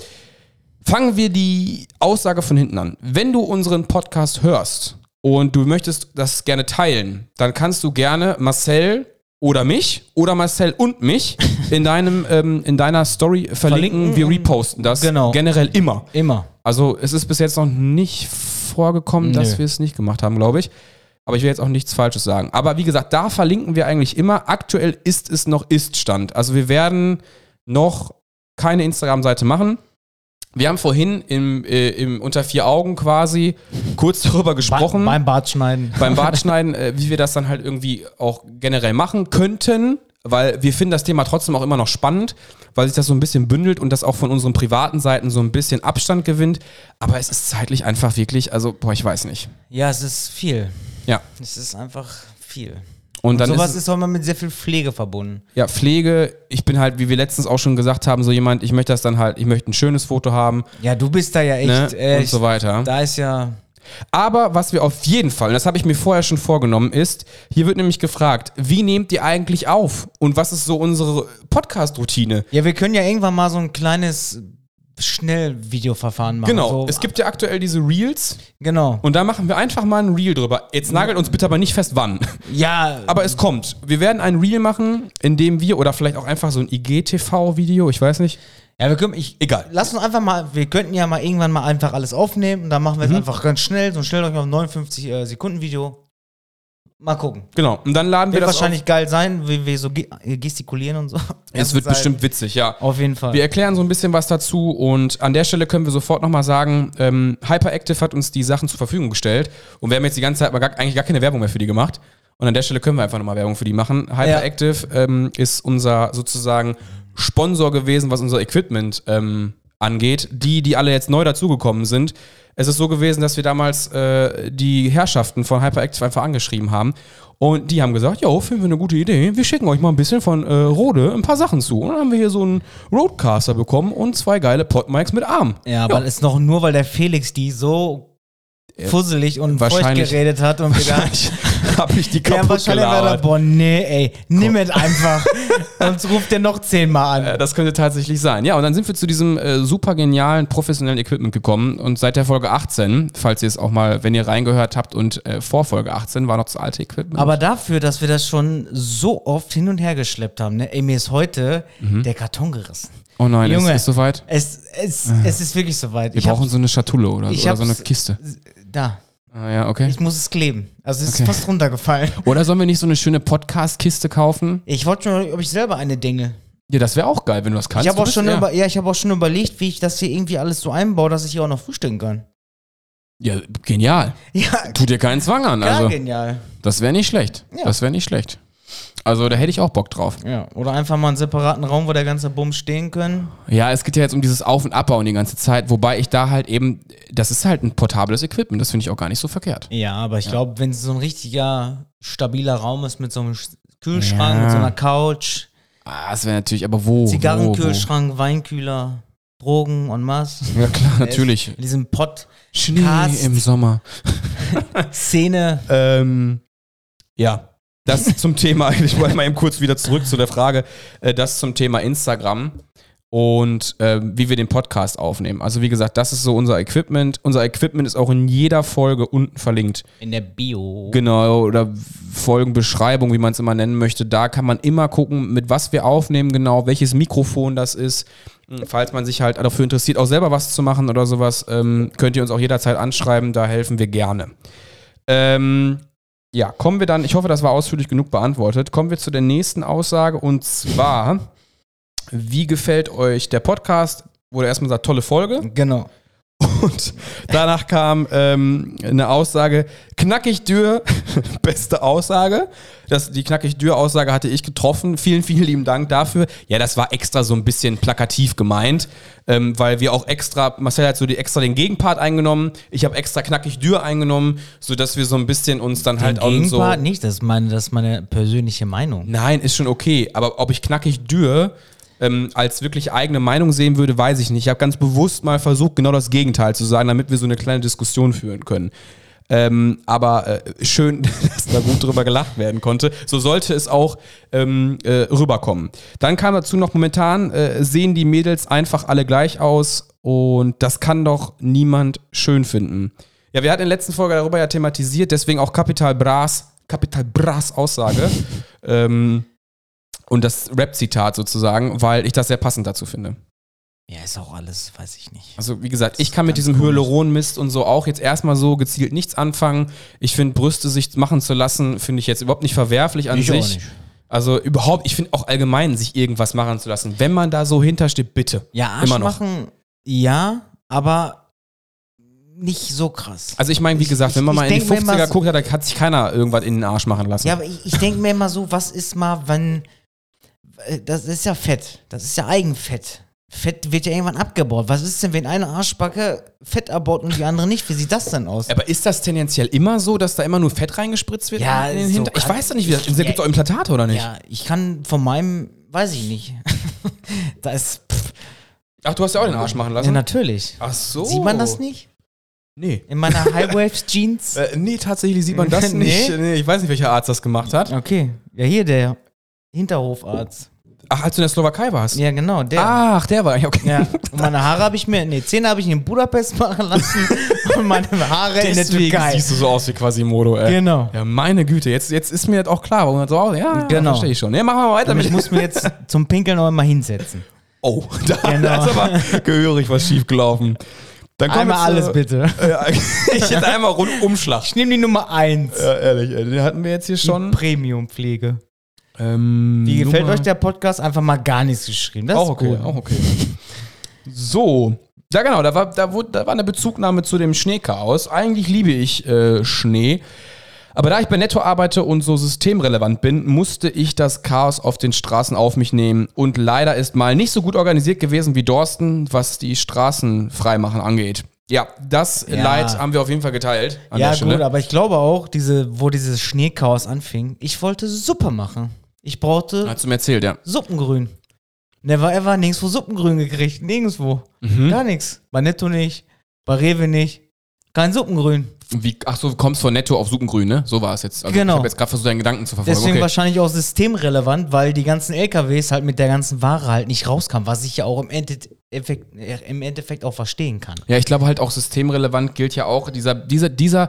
Speaker 1: Fangen wir die Aussage von hinten an. Wenn du unseren Podcast hörst und du möchtest das gerne teilen, dann kannst du gerne Marcel oder mich oder Marcel und mich in, deinem, ähm, in deiner Story verlinken.
Speaker 2: Verlinken
Speaker 1: Wir
Speaker 2: und-
Speaker 1: reposten das
Speaker 2: genau.
Speaker 1: generell immer.
Speaker 2: Immer.
Speaker 1: Also es ist bis jetzt noch nicht vorgekommen, dass
Speaker 2: Nö.
Speaker 1: wir es nicht gemacht haben, glaube ich. Aber ich will jetzt auch nichts Falsches sagen. Aber wie gesagt, da verlinken wir eigentlich immer. Aktuell ist es noch Ist-Stand. Also wir werden noch keine Instagram-Seite machen. Wir haben vorhin im, äh, im Unter vier Augen quasi kurz darüber gesprochen,
Speaker 2: Ba beim Bartschneiden.
Speaker 1: beim Bartschneiden, äh, wie wir das dann halt irgendwie auch generell machen könnten, weil wir finden das Thema trotzdem auch immer noch spannend, weil sich das so ein bisschen bündelt und das auch von unseren privaten Seiten so ein bisschen Abstand gewinnt. Aber es ist zeitlich einfach wirklich, also, boah, ich weiß nicht.
Speaker 2: Ja, es ist viel.
Speaker 1: Ja.
Speaker 2: Es ist einfach viel.
Speaker 1: Und dann
Speaker 2: Sowas
Speaker 1: ist,
Speaker 2: ist auch immer mit sehr viel Pflege verbunden.
Speaker 1: ja, Pflege, ich bin halt, wie wir letztens auch schon gesagt haben, so jemand, ich möchte das dann halt, ich möchte ein schönes Foto haben
Speaker 2: Ja, du bist da ja
Speaker 1: ne,
Speaker 2: echt. echt
Speaker 1: und so weiter.
Speaker 2: Da ist ja.
Speaker 1: Aber was wir auf jeden Fall, und das habe ich mir vorher schon vorgenommen, ist, hier wird nämlich gefragt, wie nehmt ihr eigentlich auf? Und was ist so unsere Podcast-Routine?
Speaker 2: Ja, wir können ja irgendwann mal so ein kleines Schnellvideoverfahren machen.
Speaker 1: Genau,
Speaker 2: So,
Speaker 1: es gibt ja aktuell diese Reels
Speaker 2: Genau.
Speaker 1: und da machen wir einfach mal ein Reel drüber. Jetzt nagelt uns bitte aber nicht fest, wann.
Speaker 2: Ja,
Speaker 1: Aber es kommt. Wir werden ein Reel machen, in dem wir, oder vielleicht auch einfach so ein IGTV-Video, ich weiß nicht.
Speaker 2: ja wir können. Ich,
Speaker 1: Egal.
Speaker 2: Lass uns einfach mal, wir könnten ja mal irgendwann mal einfach alles aufnehmen und dann machen wir
Speaker 1: Mhm.
Speaker 2: es einfach ganz schnell, so ein schnell auf 59 äh, Sekunden Video. Mal gucken.
Speaker 1: Genau, und dann laden wir
Speaker 2: Wird
Speaker 1: das
Speaker 2: wahrscheinlich geil sein, wie wir so ge äh, gestikulieren und so. halt
Speaker 1: auf. Es wird bestimmt witzig, ja.
Speaker 2: Auf jeden Fall.
Speaker 1: Wir erklären so ein bisschen was dazu und an der Stelle können wir sofort nochmal sagen, ähm, Hyperactive hat uns die Sachen zur Verfügung gestellt und wir haben jetzt die ganze Zeit aber gar, eigentlich gar keine Werbung mehr für die gemacht. Und an der Stelle können wir einfach nochmal Werbung für die machen. Hyperactive ähm, ist unser sozusagen Sponsor gewesen, was unser Equipment ähm, angeht. Die, die alle jetzt neu dazugekommen sind. Es ist so gewesen, dass wir damals äh, die Herrschaften von Hyperactive einfach angeschrieben haben. Und die haben gesagt, jo, finden wir eine gute Idee. Wir schicken euch mal ein bisschen von äh, Rode ein paar Sachen zu. Und dann haben wir hier so einen Roadcaster bekommen und zwei geile Podmics mit Arm.
Speaker 2: ja, aber das ist noch nur, weil der Felix die so fusselig und feucht
Speaker 1: wahrscheinlich-
Speaker 2: geredet hat und wir gar nicht.
Speaker 1: Hab ich die
Speaker 2: Ja,
Speaker 1: kaputt
Speaker 2: wahrscheinlich war da,
Speaker 1: gelabert.
Speaker 2: boah, nee, ey, nimm es einfach. Sonst ruft der noch zehnmal an.
Speaker 1: Äh, Das könnte tatsächlich sein. Ja, und dann sind wir zu diesem äh, super genialen professionellen Equipment gekommen. Und seit der Folge 18, falls ihr es auch mal, wenn ihr reingehört habt und äh, vor Folge 18 war noch das alte Equipment.
Speaker 2: Aber dafür, dass wir das schon so oft hin und her geschleppt haben, ne? ey, mir ist heute
Speaker 1: Mhm.
Speaker 2: der Karton gerissen.
Speaker 1: oh nein,
Speaker 2: Junge.
Speaker 1: ist es soweit?
Speaker 2: Es, es, es ist wirklich soweit.
Speaker 1: Wir
Speaker 2: Ich
Speaker 1: brauchen
Speaker 2: hab,
Speaker 1: so eine Schatulle oder,
Speaker 2: ich
Speaker 1: oder so eine
Speaker 2: hab's-
Speaker 1: Kiste.
Speaker 2: da,
Speaker 1: Ah, ja, okay.
Speaker 2: ich muss es kleben. Also es
Speaker 1: Okay.
Speaker 2: ist fast runtergefallen.
Speaker 1: Oder sollen wir nicht so eine schöne Podcast-Kiste kaufen?
Speaker 2: Ich wollte schon, ob ich selber eine dinge.
Speaker 1: Ja, das wäre auch geil, wenn du das kannst.
Speaker 2: Ich habe
Speaker 1: Du
Speaker 2: auch
Speaker 1: bist-
Speaker 2: schon
Speaker 1: ja.
Speaker 2: über, ja, ich habe auch schon überlegt, wie ich das hier irgendwie alles so einbaue, dass ich hier auch noch frühstücken kann.
Speaker 1: Ja, genial.
Speaker 2: Ja,
Speaker 1: Tut dir keinen Zwang an.
Speaker 2: gar
Speaker 1: Also,
Speaker 2: genial.
Speaker 1: das wäre nicht schlecht.
Speaker 2: Ja.
Speaker 1: Das wäre nicht schlecht. Also, da hätte ich auch Bock drauf.
Speaker 2: Ja, oder einfach mal einen separaten Raum, wo der ganze Bumm stehen können.
Speaker 1: Ja, es geht ja jetzt um dieses Auf- und Abbauen die ganze Zeit, wobei ich da halt eben, das ist halt ein portables Equipment, das finde ich auch gar nicht so verkehrt.
Speaker 2: Ja, aber ich glaube, wenn es so ein richtiger stabiler Raum ist mit so einem Sch- Kühlschrank,
Speaker 1: Ja.
Speaker 2: mit so einer Couch,
Speaker 1: Ah, das wäre natürlich, aber wo?
Speaker 2: Zigarrenkühlschrank, Weinkühler, Drogen und Maß.
Speaker 1: Wo, wo? Ja klar, natürlich.
Speaker 2: In diesem Pott-Szene.
Speaker 1: Schnee
Speaker 2: Cast.
Speaker 1: im Sommer. Ähm, ja. Das zum Thema, ich wollte mal eben kurz wieder zurück zu der Frage, äh, das zum Thema Instagram. und ähm, wie wir den Podcast aufnehmen. Also wie gesagt, das ist so unser Equipment. Unser Equipment ist auch in jeder Folge unten verlinkt.
Speaker 2: In der Bio.
Speaker 1: Genau, oder Folgenbeschreibung, wie man es immer nennen möchte. Da kann man immer gucken, mit was wir aufnehmen, genau, welches Mikrofon das ist. Falls man sich halt dafür interessiert, auch selber was zu machen oder sowas, ähm, könnt ihr uns auch jederzeit anschreiben, da helfen wir gerne. Ähm, ja, kommen wir dann, ich hoffe, das war ausführlich genug beantwortet, kommen wir zu der nächsten Aussage und zwar, wie gefällt euch der Podcast? Wurde erstmal gesagt, tolle Folge.
Speaker 2: Genau.
Speaker 1: Und danach kam ähm, eine Aussage, knackig dürr, beste Aussage. Das, die knackig dürr Aussage hatte ich getroffen. Vielen, vielen lieben Dank dafür. Ja, das war extra so ein bisschen plakativ gemeint, ähm, weil wir auch extra, Marcel hat so die, extra den Gegenpart eingenommen, ich habe extra knackig dürr eingenommen, sodass wir so ein bisschen uns dann halt
Speaker 2: Den
Speaker 1: auch so... Ne.
Speaker 2: Gegenpart nicht, das ist, meine, das ist meine persönliche Meinung.
Speaker 1: Nein, ist schon okay. Aber ob ich knackig dürr ähm, als wirklich eigene Meinung sehen würde, weiß ich nicht. Ich habe ganz bewusst mal versucht, genau das Gegenteil zu sagen, damit wir so eine kleine Diskussion führen können. Ähm, aber äh, schön, dass da gut drüber gelacht werden konnte. So sollte es auch ähm, äh, rüberkommen. Dann kam dazu noch momentan, äh, sehen die Mädels einfach alle gleich aus und das kann doch niemand schön finden. Ja, wir hatten in der letzten Folge darüber ja thematisiert, deswegen auch Capital Bras, Capital Bras Aussage. ähm, und das Rap-Zitat sozusagen, weil ich das sehr passend dazu finde.
Speaker 2: Ja, ist auch alles, weiß ich nicht.
Speaker 1: Also wie gesagt, ich kann mit diesem Hyaluron-Mist und so auch jetzt erstmal so gezielt nichts anfangen. Ich finde, Brüste sich machen zu lassen, finde ich jetzt überhaupt nicht verwerflich an
Speaker 2: Ich auch
Speaker 1: sich.
Speaker 2: nicht.
Speaker 1: Also überhaupt, ich finde auch allgemein, sich irgendwas machen zu lassen. Wenn man da so hintersteht, bitte.
Speaker 2: Ja, Arsch
Speaker 1: Immer noch.
Speaker 2: machen, ja, aber nicht so krass.
Speaker 1: Also ich meine, wie
Speaker 2: Ich-
Speaker 1: gesagt,
Speaker 2: ich-
Speaker 1: wenn man
Speaker 2: ich
Speaker 1: mal in die
Speaker 2: denk mir immer
Speaker 1: 50er
Speaker 2: so-
Speaker 1: guckt, hat, hat sich keiner irgendwas in den Arsch machen lassen.
Speaker 2: Ja, aber ich, ich denke mir immer so, was ist mal, wenn. äh, Das ist ja Fett. Das ist ja Eigenfett. Fett wird ja irgendwann abgebaut. Was ist denn, wenn eine Arschbacke Fett abbaut und die andere nicht? Wie sieht das denn aus?
Speaker 1: Aber ist das tendenziell immer so, dass da immer nur Fett reingespritzt wird?
Speaker 2: Ja,
Speaker 1: in den
Speaker 2: so
Speaker 1: Hinter ich
Speaker 2: kann-
Speaker 1: weiß doch nicht, wie das. Da
Speaker 2: Ja.
Speaker 1: gibt es auch Implantate oder nicht?
Speaker 2: Ja, ich kann von meinem, weiß ich nicht. da ist. Pff,
Speaker 1: Ach, du hast ja auch den Arsch machen
Speaker 2: ja,
Speaker 1: lassen.
Speaker 2: natürlich.
Speaker 1: Ach so.
Speaker 2: Sieht man das nicht?
Speaker 1: Nee.
Speaker 2: In meiner High-Waves-Jeans?
Speaker 1: Oh. Äh, nee, tatsächlich sieht man das
Speaker 2: Nee?
Speaker 1: nicht. Nee, ich weiß nicht, welcher Arzt das gemacht hat.
Speaker 2: Okay. Ja, hier der Hinterhofarzt.
Speaker 1: Ach, als du in der Slowakei warst.
Speaker 2: Ja, genau, der.
Speaker 1: Ach, der war okay.
Speaker 2: Ja, und meine Haare habe ich mir, nee, Zähne habe ich in Budapest machen lassen und meine Haare in der
Speaker 1: Deswegen
Speaker 2: Türkei.
Speaker 1: siehst du so aus wie Quasimodo, ey.
Speaker 2: Genau.
Speaker 1: Äh, Ja, meine Güte, jetzt, jetzt ist mir das auch klar, warum das so aussieht. Ja,
Speaker 2: Genau.
Speaker 1: verstehe ich schon. Nee, machen wir mal weiter
Speaker 2: Und ich
Speaker 1: mit.
Speaker 2: muss mir jetzt zum Pinkeln noch mal hinsetzen.
Speaker 1: Oh, da
Speaker 2: Genau.
Speaker 1: ist aber gehörig was schiefgelaufen. Dann kommen
Speaker 2: Einmal
Speaker 1: wir
Speaker 2: alles
Speaker 1: zu-
Speaker 2: bitte.
Speaker 1: Ja, ich hätte einmal Rundumschlag.
Speaker 2: Ich nehme die Nummer 1.
Speaker 1: Ja, ehrlich, ey, den hatten wir jetzt hier schon.
Speaker 2: Premium-Pflege.
Speaker 1: Ähm,
Speaker 2: Wie gefällt
Speaker 1: Nummer-
Speaker 2: euch der Podcast? Einfach mal gar nichts geschrieben. Das
Speaker 1: Auch
Speaker 2: ist
Speaker 1: okay,
Speaker 2: gut.
Speaker 1: auch okay. So. Ja, genau, da war, da, wurde, da war eine Bezugnahme zu dem Schneechaos. Eigentlich liebe ich äh, Schnee. Aber da ich bei Netto arbeite und so systemrelevant bin, musste ich das Chaos auf den Straßen auf mich nehmen. Und leider ist mal nicht so gut organisiert gewesen wie Dorsten, was die Straßen freimachen angeht. Ja, das
Speaker 2: Ja.
Speaker 1: Leid haben wir auf jeden Fall geteilt. an
Speaker 2: ja,
Speaker 1: der Stelle.
Speaker 2: gut, aber ich glaube auch, diese, wo dieses Schneechaos anfing, ich wollte Suppe machen. Ich brauchte
Speaker 1: Hast du mir erzählt, ja.
Speaker 2: Suppengrün. Never ever nirgendwo Suppengrün gekriegt. Nirgendwo. Gar nichts. Bei Netto nicht. Bei Rewe nicht. Kein Suppengrün.
Speaker 1: Wie, ach so, du kommst von Netto auf Suppengrün, ne? So war es jetzt. Also
Speaker 2: Genau.
Speaker 1: Ich habe jetzt gerade versucht, deinen Gedanken zu verfolgen.
Speaker 2: Deswegen
Speaker 1: Okay.
Speaker 2: wahrscheinlich auch systemrelevant, weil die ganzen LKWs halt mit der ganzen Ware halt nicht rauskamen, was ich ja auch im Endeffekt, äh, im Endeffekt auch verstehen kann.
Speaker 1: Ja, ich glaube halt auch systemrelevant gilt ja auch dieser, dieser, dieser,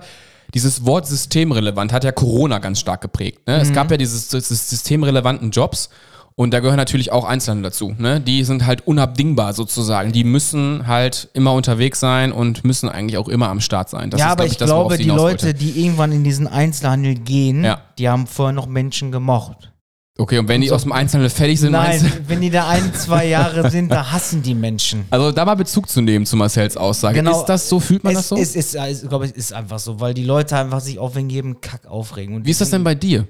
Speaker 1: dieses Wort systemrelevant hat ja Corona ganz stark geprägt. Ne?
Speaker 2: Mhm.
Speaker 1: Es gab ja dieses, dieses systemrelevanten Jobs und da gehören natürlich auch Einzelne dazu. Ne? Die sind halt unabdingbar sozusagen. Die müssen halt immer unterwegs sein und müssen eigentlich auch immer am Start sein. Das
Speaker 2: ja,
Speaker 1: ist,
Speaker 2: aber ich
Speaker 1: das, worauf
Speaker 2: glaube,
Speaker 1: sie
Speaker 2: die
Speaker 1: hinaus
Speaker 2: Leute,
Speaker 1: wollte.
Speaker 2: die irgendwann in diesen Einzelhandel gehen,
Speaker 1: Ja.
Speaker 2: die haben vorher noch Menschen gemocht.
Speaker 1: Okay, und wenn die aus dem Einzelnen fertig sind, meinst du?
Speaker 2: Nein, wenn die da ein, zwei Jahre sind, da hassen die Menschen.
Speaker 1: Also da mal Bezug zu nehmen zu Marcells Aussage.
Speaker 2: Genau.
Speaker 1: Ist das so? Fühlt man
Speaker 2: es,
Speaker 1: das so?
Speaker 2: Es ist, es, glaube ich, ist einfach so, weil die Leute einfach sich auf den jedem Kack aufregen. Und
Speaker 1: Wie ist das denn bei dir?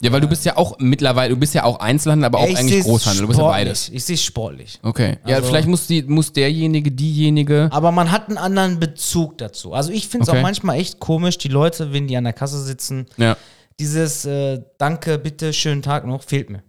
Speaker 1: Ja, weil du bist ja auch mittlerweile, du bist ja auch Einzelhandel, aber auch
Speaker 2: Ich
Speaker 1: eigentlich
Speaker 2: seh's
Speaker 1: Großhandel. Du bist ja
Speaker 2: sportlich.
Speaker 1: beides.
Speaker 2: Ich sehe sportlich.
Speaker 1: Okay. ja,
Speaker 2: Also- Ah.
Speaker 1: vielleicht muss, die, muss derjenige, diejenige.
Speaker 2: Aber man hat einen anderen Bezug dazu. Also ich finde es
Speaker 1: Okay.
Speaker 2: auch manchmal echt komisch, die Leute, wenn die an der Kasse sitzen,
Speaker 1: Ja.
Speaker 2: dieses äh, Danke, bitte, schönen Tag noch, fehlt mir.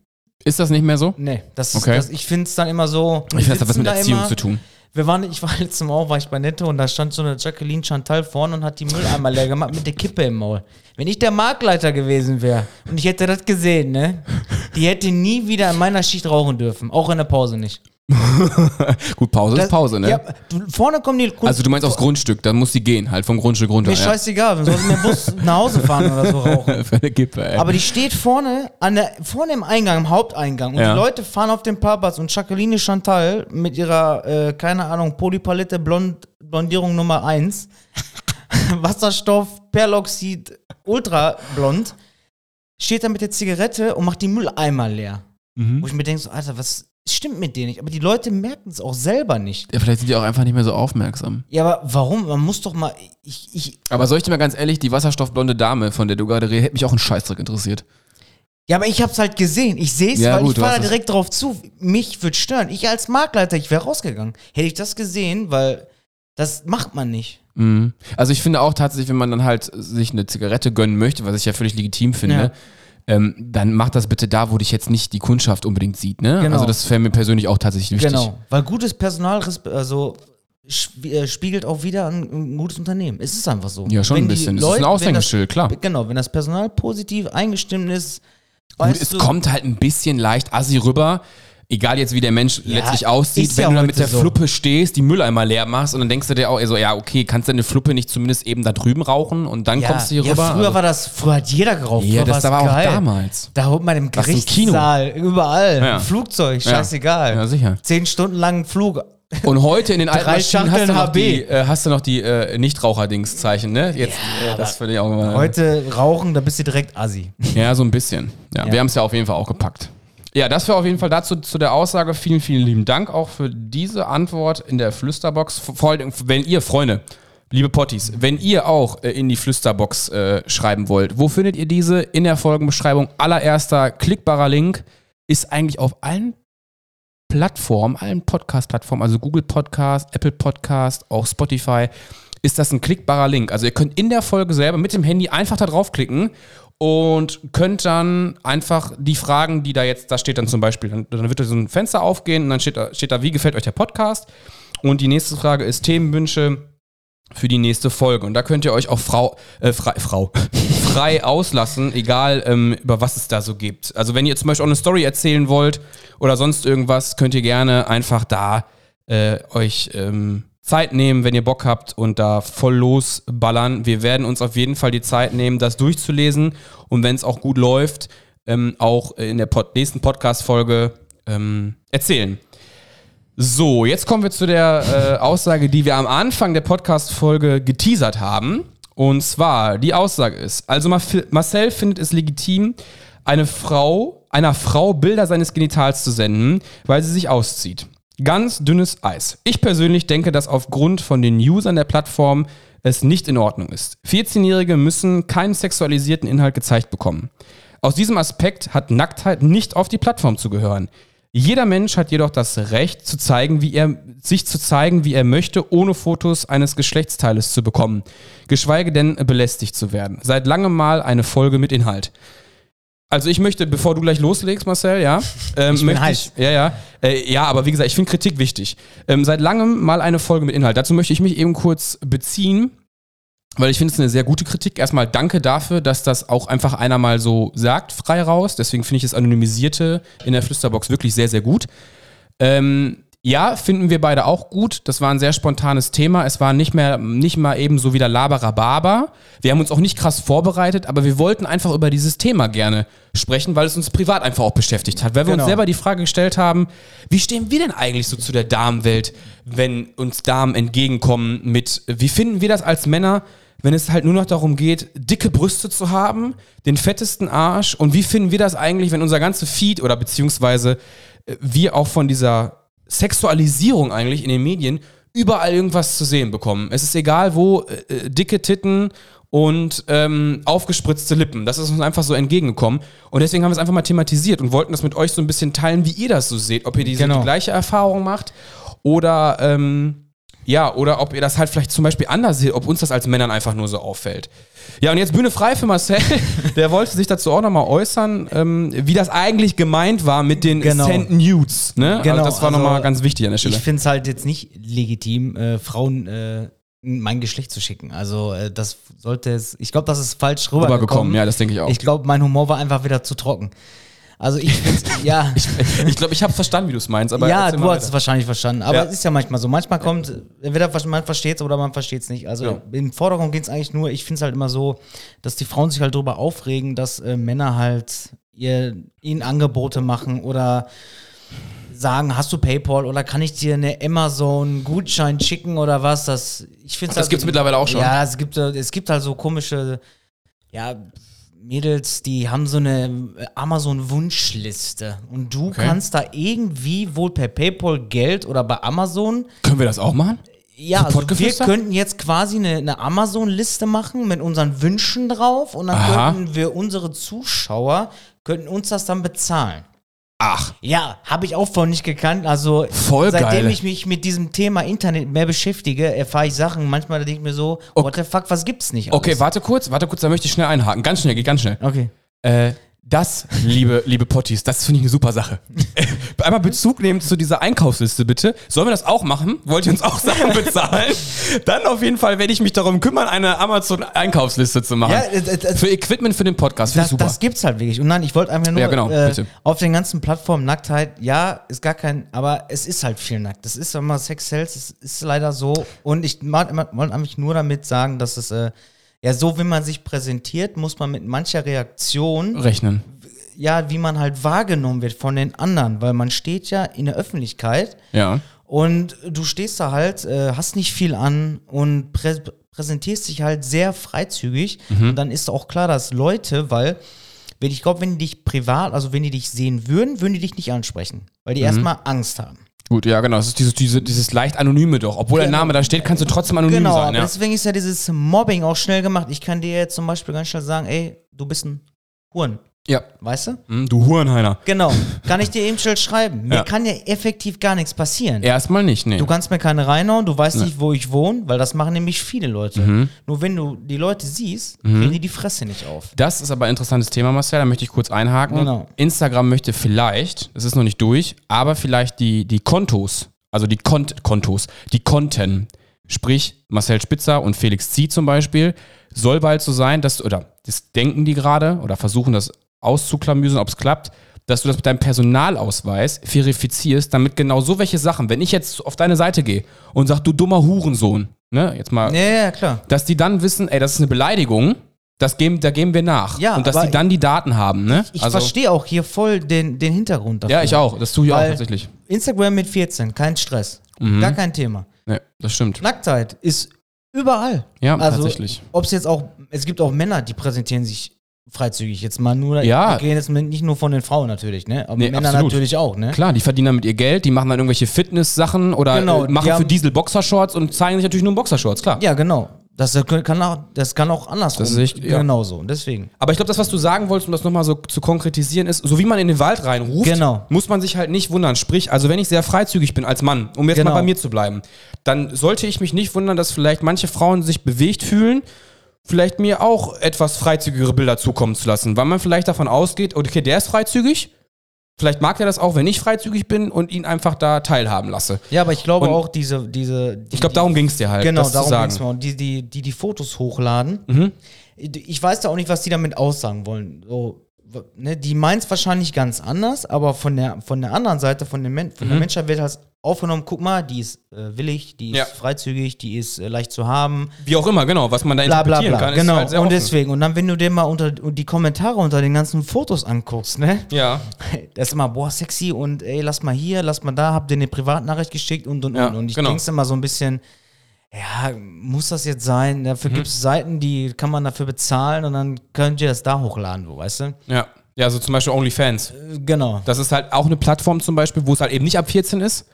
Speaker 1: Ist das nicht mehr so?
Speaker 2: Nee, das ist,
Speaker 1: Okay.
Speaker 2: das, ich finde es dann immer so.
Speaker 1: Ich finde, das hat was
Speaker 2: sitzen
Speaker 1: mit
Speaker 2: da
Speaker 1: Erziehung
Speaker 2: immer-
Speaker 1: zu tun.
Speaker 2: Wir waren, ich war letztes Mal auch, war ich bei Netto und da stand so eine Jacqueline Chantal vorne und hat die Mülleimer leer gemacht mit der Kippe im Maul. Wenn ich der Marktleiter gewesen wäre und ich hätte das gesehen, ne? Die hätte nie wieder in meiner Schicht rauchen dürfen, auch in der Pause nicht.
Speaker 1: Gut, Pause
Speaker 2: Das-
Speaker 1: ist Pause, ne?
Speaker 2: Ja, du- vorne kommen die Kunden.
Speaker 1: Also du meinst aufs Grundstück, dann muss die gehen, halt vom Grundstück runter.
Speaker 2: Mir scheißegal, dann sollst du mit dem Bus nach Hause fahren oder so rauchen.
Speaker 1: ja. Für eine Kippe, ey.
Speaker 2: Aber die steht vorne, an der, vorne im Eingang, im Haupteingang. Und
Speaker 1: Ja.
Speaker 2: die Leute fahren auf den Parkplatz und Jacqueline Chantal mit ihrer, äh, keine Ahnung, Polypalette Blond, Blondierung Nummer 1, Wasserstoff, Perloxid, Ultra Blond, steht da mit der Zigarette und macht die Mülleimer leer.
Speaker 1: Mhm.
Speaker 2: Wo ich mir denke, so, Alter, was stimmt mit denen nicht? Aber die Leute merken es auch selber nicht.
Speaker 1: ja, vielleicht sind die auch einfach nicht mehr so aufmerksam.
Speaker 2: Ja, aber warum? Man muss doch mal. Ich, ich,
Speaker 1: Aber soll ich dir mal ganz ehrlich, die wasserstoffblonde Dame, von der du gerade redest, hätte mich auch ein Scheißdreck interessiert.
Speaker 2: Ja, aber ich hab's halt gesehen. Ich seh's,
Speaker 1: Ja,
Speaker 2: weil
Speaker 1: gut,
Speaker 2: ich
Speaker 1: du
Speaker 2: fahre
Speaker 1: hast
Speaker 2: da
Speaker 1: es-
Speaker 2: direkt drauf zu. Mich würde stören. Ich als Marktleiter, ich wäre rausgegangen. Hätte ich das gesehen, weil das macht man nicht.
Speaker 1: Mhm. Also ich finde auch tatsächlich, wenn man dann halt sich eine Zigarette gönnen möchte, was ich ja völlig legitim finde,
Speaker 2: Ja.
Speaker 1: ähm, dann mach das bitte da, wo dich jetzt nicht die Kundschaft unbedingt sieht. Ne?
Speaker 2: Genau.
Speaker 1: Also das wäre mir persönlich auch tatsächlich wichtig.
Speaker 2: Genau. Weil gutes Personal resp- also sp- äh, spiegelt auch wieder ein, ein gutes Unternehmen. Es ist einfach so.
Speaker 1: Ja, schon
Speaker 2: Wenn
Speaker 1: ein
Speaker 2: die
Speaker 1: bisschen. Es
Speaker 2: Leute-
Speaker 1: ist ein
Speaker 2: wenn
Speaker 1: Aushängeschild, klar.
Speaker 2: Das, genau, wenn das Personal positiv eingestimmt ist,
Speaker 1: Gut,
Speaker 2: weißt
Speaker 1: es
Speaker 2: du-
Speaker 1: kommt halt ein bisschen leicht assi rüber. Egal jetzt, wie der Mensch letztlich aussieht,
Speaker 2: ist
Speaker 1: wenn
Speaker 2: ja
Speaker 1: du dann
Speaker 2: heute
Speaker 1: mit der
Speaker 2: so.
Speaker 1: Fluppe stehst, die Mülleimer leer machst und dann denkst du dir auch, ey, so, ja, okay, kannst du deine Fluppe nicht zumindest eben da drüben rauchen und dann
Speaker 2: ja,
Speaker 1: kommst du hier
Speaker 2: ja,
Speaker 1: rüber? also
Speaker 2: Früher war das, früher hat jeder geraucht.
Speaker 1: ja,
Speaker 2: Früher
Speaker 1: das
Speaker 2: war's
Speaker 1: war
Speaker 2: geil.
Speaker 1: auch damals.
Speaker 2: Da holt man im
Speaker 1: Das im Kino.
Speaker 2: Gerichtssaal, überall,
Speaker 1: Ja.
Speaker 2: im Flugzeug, scheißegal.
Speaker 1: Ja, sicher.
Speaker 2: Zehn Stunden langen Flug.
Speaker 1: Und heute in den alten
Speaker 2: Drei
Speaker 1: Maschinen hast
Speaker 2: Schachteln
Speaker 1: du noch
Speaker 2: HB.
Speaker 1: die, äh, hast du noch die äh, Nichtraucher-Dings-Zeichen, ne? Jetzt, äh, das finde ich auch immer.
Speaker 2: Heute rauchen, da bist du direkt Assi.
Speaker 1: Ja, so ein bisschen. Ja,
Speaker 2: Ja.
Speaker 1: Wir haben es ja auf jeden Fall auch gepackt. Ja, das war auf jeden Fall dazu zu der Aussage. Vielen, vielen lieben Dank auch für diese Antwort in der Flüsterbox. Vor allem, wenn ihr, Freunde, liebe Potties, wenn ihr auch äh, in die Flüsterbox äh, schreiben wollt, wo findet ihr diese? In der Folgenbeschreibung. Allererster klickbarer Link ist eigentlich auf allen Plattformen, allen Podcast-Plattformen, also Google Podcast, Apple Podcast, auch Spotify, ist das ein klickbarer Link. Also ihr könnt in der Folge selber mit dem Handy einfach da draufklicken und könnt dann einfach die Fragen, die da jetzt, da steht dann zum Beispiel, dann, dann wird da so ein Fenster aufgehen und dann steht da, steht da, wie gefällt euch der Podcast? Und die nächste Frage ist Themenwünsche für die nächste Folge. Und da könnt ihr euch auch Frau, äh, frei, Frau, frei auslassen, egal ähm, über was es da so gibt. Also wenn ihr zum Beispiel auch eine Story erzählen wollt oder sonst irgendwas, könnt ihr gerne einfach da äh, euch ähm, Zeit nehmen, wenn ihr Bock habt und da voll losballern. Wir werden uns auf jeden Fall die Zeit nehmen, das durchzulesen und wenn es auch gut läuft, ähm, auch in der Pod nächsten Podcast-Folge ähm, erzählen. So, jetzt kommen wir zu der äh, Aussage, die wir am Anfang der Podcast-Folge geteasert haben. Und zwar, die Aussage ist, also Maf- Marcel findet es legitim, eine Frau, einer Frau Bilder seines Genitals zu senden, weil sie sich auszieht. Ganz dünnes Eis. Ich persönlich denke, dass aufgrund von den Usern der Plattform es nicht in Ordnung ist. 14-Jährige müssen keinen sexualisierten Inhalt gezeigt bekommen. Aus diesem Aspekt hat Nacktheit nicht auf die Plattform zu gehören. Jeder Mensch hat jedoch das Recht, zu zeigen, wie er, sich zu zeigen, wie er möchte, ohne Fotos eines Geschlechtsteiles zu bekommen, geschweige denn belästigt zu werden. Seit langem mal eine Folge mit Inhalt. Also ich möchte, bevor du gleich loslegst, Marcel, ja, ähm,
Speaker 2: bin
Speaker 1: möchte
Speaker 2: heiß.
Speaker 1: ich, ja, ja, äh, ja, aber wie gesagt, ich finde Kritik wichtig. Ähm, seit langem mal eine Folge mit Inhalt. Dazu möchte ich mich eben kurz beziehen, weil ich finde es ist eine sehr gute Kritik. Erstmal danke dafür, dass das auch einfach einer mal so sagt, frei raus. Deswegen finde ich das Anonymisierte in der Flüsterbox wirklich sehr, sehr gut. Ähm, ja, finden wir beide auch gut. Das war ein sehr spontanes Thema. Es war nicht mehr, nicht mal eben so wieder Laberababa. Wir haben uns auch nicht krass vorbereitet, aber wir wollten einfach über dieses Thema gerne sprechen, weil es uns privat einfach auch beschäftigt hat. Weil wir
Speaker 2: Genau.
Speaker 1: uns selber die Frage gestellt haben, wie stehen wir denn eigentlich so zu der Damenwelt, wenn uns Damen entgegenkommen mit, wie finden wir das als Männer, wenn es halt nur noch darum geht, dicke Brüste zu haben, den fettesten Arsch und wie finden wir das eigentlich, wenn unser ganze Feed oder beziehungsweise wir auch von dieser Sexualisierung eigentlich in den Medien überall irgendwas zu sehen bekommen. Es ist egal, wo äh, äh, dicke Titten und ähm, aufgespritzte Lippen. Das ist uns einfach so entgegengekommen. Und deswegen haben wir es einfach mal thematisiert und wollten das mit euch so ein bisschen teilen, wie ihr das so seht. Ob ihr diese,
Speaker 2: Genau.
Speaker 1: die gleiche Erfahrung macht oder, ähm, ja, oder ob ihr das halt vielleicht zum Beispiel anders seht, ob uns das als Männern einfach nur so auffällt. Ja, und jetzt Bühne frei für Marcel. Der wollte sich dazu auch nochmal äußern, ähm, wie das eigentlich gemeint war mit den
Speaker 2: Genau.
Speaker 1: Send Nudes. Ne?
Speaker 2: Genau,
Speaker 1: Also das war
Speaker 2: also
Speaker 1: nochmal ganz wichtig an der Stelle.
Speaker 2: Ich finde es halt jetzt nicht legitim, äh, Frauen äh, mein Geschlecht zu schicken. Also äh, das sollte es, ich glaube, das ist falsch rübergekommen.
Speaker 1: Rübergekommen, ja, das denke ich auch.
Speaker 2: Ich glaube, mein Humor war einfach wieder zu trocken. Also ich find's, ja.
Speaker 1: Ich glaube, ich habe verstanden, wie du es meinst. Aber
Speaker 2: ja,
Speaker 1: erzähl
Speaker 2: du
Speaker 1: mal
Speaker 2: hast es
Speaker 1: weiter.
Speaker 2: wahrscheinlich verstanden. Aber
Speaker 1: Ja.
Speaker 2: es ist ja manchmal so. Manchmal kommt, entweder vers- man versteht es oder man versteht es nicht. Also
Speaker 1: Ja.
Speaker 2: im Vordergrund geht es eigentlich nur, ich finde es halt immer so, dass die Frauen sich halt darüber aufregen, dass äh, Männer halt ihr, ihnen Angebote machen oder sagen, hast du Paypal oder kann ich dir eine Amazon-Gutschein schicken oder was? Das, ich find's
Speaker 1: Das
Speaker 2: halt-
Speaker 1: gibt's mittlerweile auch schon.
Speaker 2: Ja, es gibt, äh, es gibt halt so komische, ja, Mädels, die haben so eine äh, Amazon-Wunschliste und du
Speaker 1: Okay.
Speaker 2: kannst da irgendwie wohl per PayPal Geld oder bei Amazon.
Speaker 1: Können wir das auch machen?
Speaker 2: Ja,
Speaker 1: So
Speaker 2: also wir
Speaker 1: Pottgeflüster?
Speaker 2: könnten jetzt quasi eine, eine Amazon-Liste machen mit unseren Wünschen drauf und dann
Speaker 1: Aha.
Speaker 2: könnten wir unsere Zuschauer, könnten uns das dann bezahlen.
Speaker 1: Ach,
Speaker 2: Ja, habe ich auch vorhin nicht gekannt. Also
Speaker 1: Voll
Speaker 2: seitdem
Speaker 1: geil.
Speaker 2: ich mich mit diesem Thema Internet mehr beschäftige, erfahre ich Sachen. Manchmal denke ich mir so, what the fuck, was gibt's nicht?
Speaker 1: okay, warte kurz, warte kurz, da möchte ich schnell einhaken. Ganz schnell, geht ganz schnell.
Speaker 2: Okay.
Speaker 1: Äh, das, liebe, liebe Potties, das finde ich eine super Sache. Äh, Einmal Bezug nehmen zu dieser Einkaufsliste, bitte. Sollen wir das auch machen? Wollt ihr uns auch Sachen bezahlen? Dann auf jeden Fall werde ich mich darum kümmern, eine Amazon-Einkaufsliste zu machen.
Speaker 2: Ja, äh, äh, äh,
Speaker 1: Für Equipment für den Podcast, finde ich
Speaker 2: das,
Speaker 1: super.
Speaker 2: das gibt's halt wirklich. Und nein, ich wollte einfach nur
Speaker 1: Ja, genau,
Speaker 2: äh,
Speaker 1: bitte.
Speaker 2: auf den ganzen Plattformen Nacktheit, ja, ist gar kein, aber es ist halt viel nackt. Das ist immer Sex Sales, das ist leider so. Und ich mag immer- wollte eigentlich nur damit sagen, dass es, äh, ja, so wie man sich präsentiert, muss man mit mancher Reaktion
Speaker 1: Rechnen.
Speaker 2: ja, wie man halt wahrgenommen wird von den anderen, weil man steht ja in der Öffentlichkeit
Speaker 1: Ja.
Speaker 2: und du stehst da halt, äh, hast nicht viel an und prä präsentierst dich halt sehr freizügig.
Speaker 1: Mhm.
Speaker 2: Und dann ist auch klar, dass Leute, weil, wenn ich glaube, wenn die dich privat, also wenn die dich sehen würden, würden die dich nicht ansprechen, weil die
Speaker 1: Mhm.
Speaker 2: erstmal Angst haben.
Speaker 1: Gut, ja, genau. Das ist dieses, diese, dieses leicht Anonyme doch. Obwohl der Name da steht, kannst du trotzdem anonym
Speaker 2: Genau,
Speaker 1: sein.
Speaker 2: aber
Speaker 1: Ja.
Speaker 2: deswegen ist ja dieses Mobbing auch schnell gemacht. Ich kann dir jetzt zum Beispiel ganz schnell sagen, ey, du bist ein Huren,
Speaker 1: ja.
Speaker 2: weißt du?
Speaker 1: Hm, du Hurenheiner.
Speaker 2: Genau, kann ich dir eben schnell schreiben. Mir
Speaker 1: Ja.
Speaker 2: kann ja effektiv gar nichts passieren.
Speaker 1: Erstmal nicht, nee.
Speaker 2: Du kannst mir keine reinhauen, du weißt nicht, wo ich wohne, weil das machen nämlich viele Leute.
Speaker 1: Mhm.
Speaker 2: Nur wenn du die Leute siehst, kriegen die die Fresse nicht auf.
Speaker 1: Das ist aber ein interessantes Thema, Marcel. Da möchte ich kurz einhaken.
Speaker 2: Genau.
Speaker 1: Instagram möchte vielleicht, das ist noch nicht durch, aber vielleicht die, die Kontos, also die Kont Kontos, die Konten, sprich Marcel Spitzer und Felix Zieh zum Beispiel, soll bald so sein, dass, du- oder das denken die gerade oder versuchen das auszuklamüsen, ob es klappt, dass du das mit deinem Personalausweis verifizierst, damit genau so welche Sachen, wenn ich jetzt auf deine Seite gehe und sag, du dummer Hurensohn, ne, jetzt mal
Speaker 2: Ja, ja, klar.
Speaker 1: dass die dann wissen, ey, das ist eine Beleidigung, das geben, da geben wir nach.
Speaker 2: Ja,
Speaker 1: und dass
Speaker 2: aber
Speaker 1: die dann die Daten haben, ne?
Speaker 2: Ich verstehe auch hier voll den, den Hintergrund dafür.
Speaker 1: Ja, ich auch. Das tue ich auch
Speaker 2: Weil-
Speaker 1: tatsächlich.
Speaker 2: Instagram mit 14, kein Stress.
Speaker 1: Mhm.
Speaker 2: Gar kein Thema.
Speaker 1: Ne, das stimmt.
Speaker 2: Nacktheit ist überall.
Speaker 1: Ja,
Speaker 2: also,
Speaker 1: tatsächlich.
Speaker 2: Ob es jetzt auch, es gibt auch Männer, die präsentieren sich freizügig. Jetzt mal nur,
Speaker 1: Ja.
Speaker 2: wir gehen jetzt mit- nicht nur von den Frauen natürlich, ne? Aber
Speaker 1: Nee,
Speaker 2: Männer
Speaker 1: absolut.
Speaker 2: natürlich auch, ne?
Speaker 1: Klar, die verdienen damit ihr Geld, die machen dann irgendwelche Fitness-Sachen oder
Speaker 2: Genau,
Speaker 1: äh,
Speaker 2: die
Speaker 1: machen für
Speaker 2: haben-
Speaker 1: Diesel Boxershorts und zeigen sich natürlich nur in Boxershorts, klar.
Speaker 2: Ja, genau. Das kann auch, das kann auch andersrum.
Speaker 1: Das ist echt- ja.
Speaker 2: Genauso. Und deswegen.
Speaker 1: Aber ich glaube, das, was du sagen wolltest, um das nochmal so zu konkretisieren, ist, so wie man in den Wald reinruft,
Speaker 2: Genau.
Speaker 1: muss man sich halt nicht wundern. Sprich, also wenn ich sehr freizügig bin als Mann, um jetzt
Speaker 2: Genau.
Speaker 1: mal bei mir zu bleiben, dann sollte ich mich nicht wundern, dass vielleicht manche Frauen sich bewegt fühlen, vielleicht mir auch etwas freizügigere Bilder zukommen zu lassen, weil man vielleicht davon ausgeht, oh, okay, der ist freizügig, vielleicht mag er das auch, wenn ich freizügig bin und ihn einfach da teilhaben lasse.
Speaker 2: Ja, aber ich glaube
Speaker 1: Und-
Speaker 2: auch diese, diese. Die,
Speaker 1: Ich glaube, darum ging es dir halt,
Speaker 2: Genau,
Speaker 1: das
Speaker 2: darum
Speaker 1: zu
Speaker 2: ging es
Speaker 1: sagen. Mhm.
Speaker 2: mir. Und die, die, die die Fotos hochladen, ich weiß da auch nicht, was die damit aussagen wollen. So, w- ne, die meint es wahrscheinlich ganz anders, aber von der, von der anderen Seite, von, dem Men von
Speaker 1: Mhm.
Speaker 2: der Menschheit wird halt aufgenommen, guck mal, die ist äh, willig, die ist
Speaker 1: Ja.
Speaker 2: freizügig, die ist äh, leicht zu haben,
Speaker 1: Wie auch immer, genau, was man da
Speaker 2: bla bla
Speaker 1: interpretieren
Speaker 2: bla.
Speaker 1: kann,
Speaker 2: genau,
Speaker 1: halt sehr
Speaker 2: und
Speaker 1: offen.
Speaker 2: deswegen. Und dann, wenn du dir mal unter und die Kommentare unter den ganzen Fotos anguckst, ne?
Speaker 1: Ja,
Speaker 2: Das ist immer, boah, sexy und ey, lass mal hier, lass mal da, hab dir eine Privatnachricht geschickt und und
Speaker 1: Ja,
Speaker 2: und. Und ich
Speaker 1: genau.
Speaker 2: denk's immer so ein bisschen, ja, muss das jetzt sein? Dafür gibt's Seiten, die kann man dafür bezahlen und dann könnt ihr das da hochladen, wo, weißt du?
Speaker 1: ja. Ja, so zum Beispiel OnlyFans.
Speaker 2: Äh, Genau.
Speaker 1: Das ist halt auch eine Plattform zum Beispiel, wo es halt eben nicht ab 14 ist,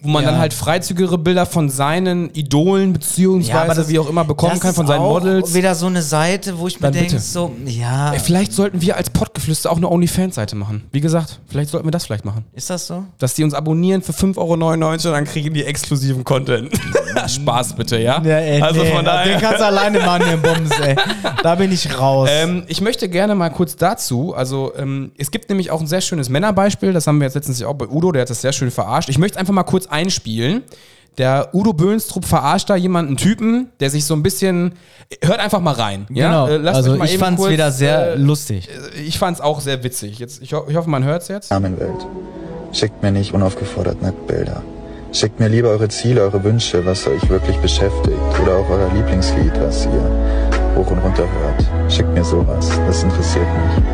Speaker 1: wo man
Speaker 2: Ja.
Speaker 1: dann halt freizügigere Bilder von seinen Idolen beziehungsweise wie auch immer bekommen
Speaker 2: das
Speaker 1: kann,
Speaker 2: ist
Speaker 1: von seinen
Speaker 2: auch
Speaker 1: Models.
Speaker 2: wieder so eine Seite, wo ich mir
Speaker 1: Dann
Speaker 2: denke,
Speaker 1: bitte.
Speaker 2: so, ja,
Speaker 1: Ey, Vielleicht sollten wir als Podgeflüster auch eine OnlyFans-Seite machen. Wie gesagt, vielleicht sollten wir das vielleicht machen.
Speaker 2: ist das so?
Speaker 1: Dass die uns abonnieren für 5,99 Euro und dann kriegen die exklusiven Content. Spaß bitte, ja? also von daher.
Speaker 2: kannst du alleine machen, den Bums, ey. Da bin ich raus.
Speaker 1: Ähm, ich möchte gerne mal kurz dazu, also ähm, es gibt nämlich auch ein sehr schönes Männerbeispiel, das haben wir jetzt letztens auch bei Udo, der hat das sehr schön verarscht. Ich möchte es einfach mal kurz einspielen, Der Udo Böhnstrup verarscht da jemanden Typen, der sich so ein bisschen. Hört einfach mal rein. Ja?
Speaker 2: Genau.
Speaker 1: Äh, lasst euch
Speaker 2: also
Speaker 1: mal
Speaker 2: ich
Speaker 1: eben
Speaker 2: fand's
Speaker 1: kurz,
Speaker 2: wieder sehr
Speaker 1: äh,
Speaker 2: lustig.
Speaker 1: Ich fand's auch sehr witzig. Jetzt, ich, ho ich hoffe, man hört's jetzt.
Speaker 3: Damenwelt. Schickt mir nicht unaufgefordert Nacktbilder. Schickt mir lieber eure Ziele, eure Wünsche, was euch wirklich beschäftigt. Oder auch euer Lieblingslied, was ihr hoch und runter hört. Schickt mir sowas, das interessiert mich.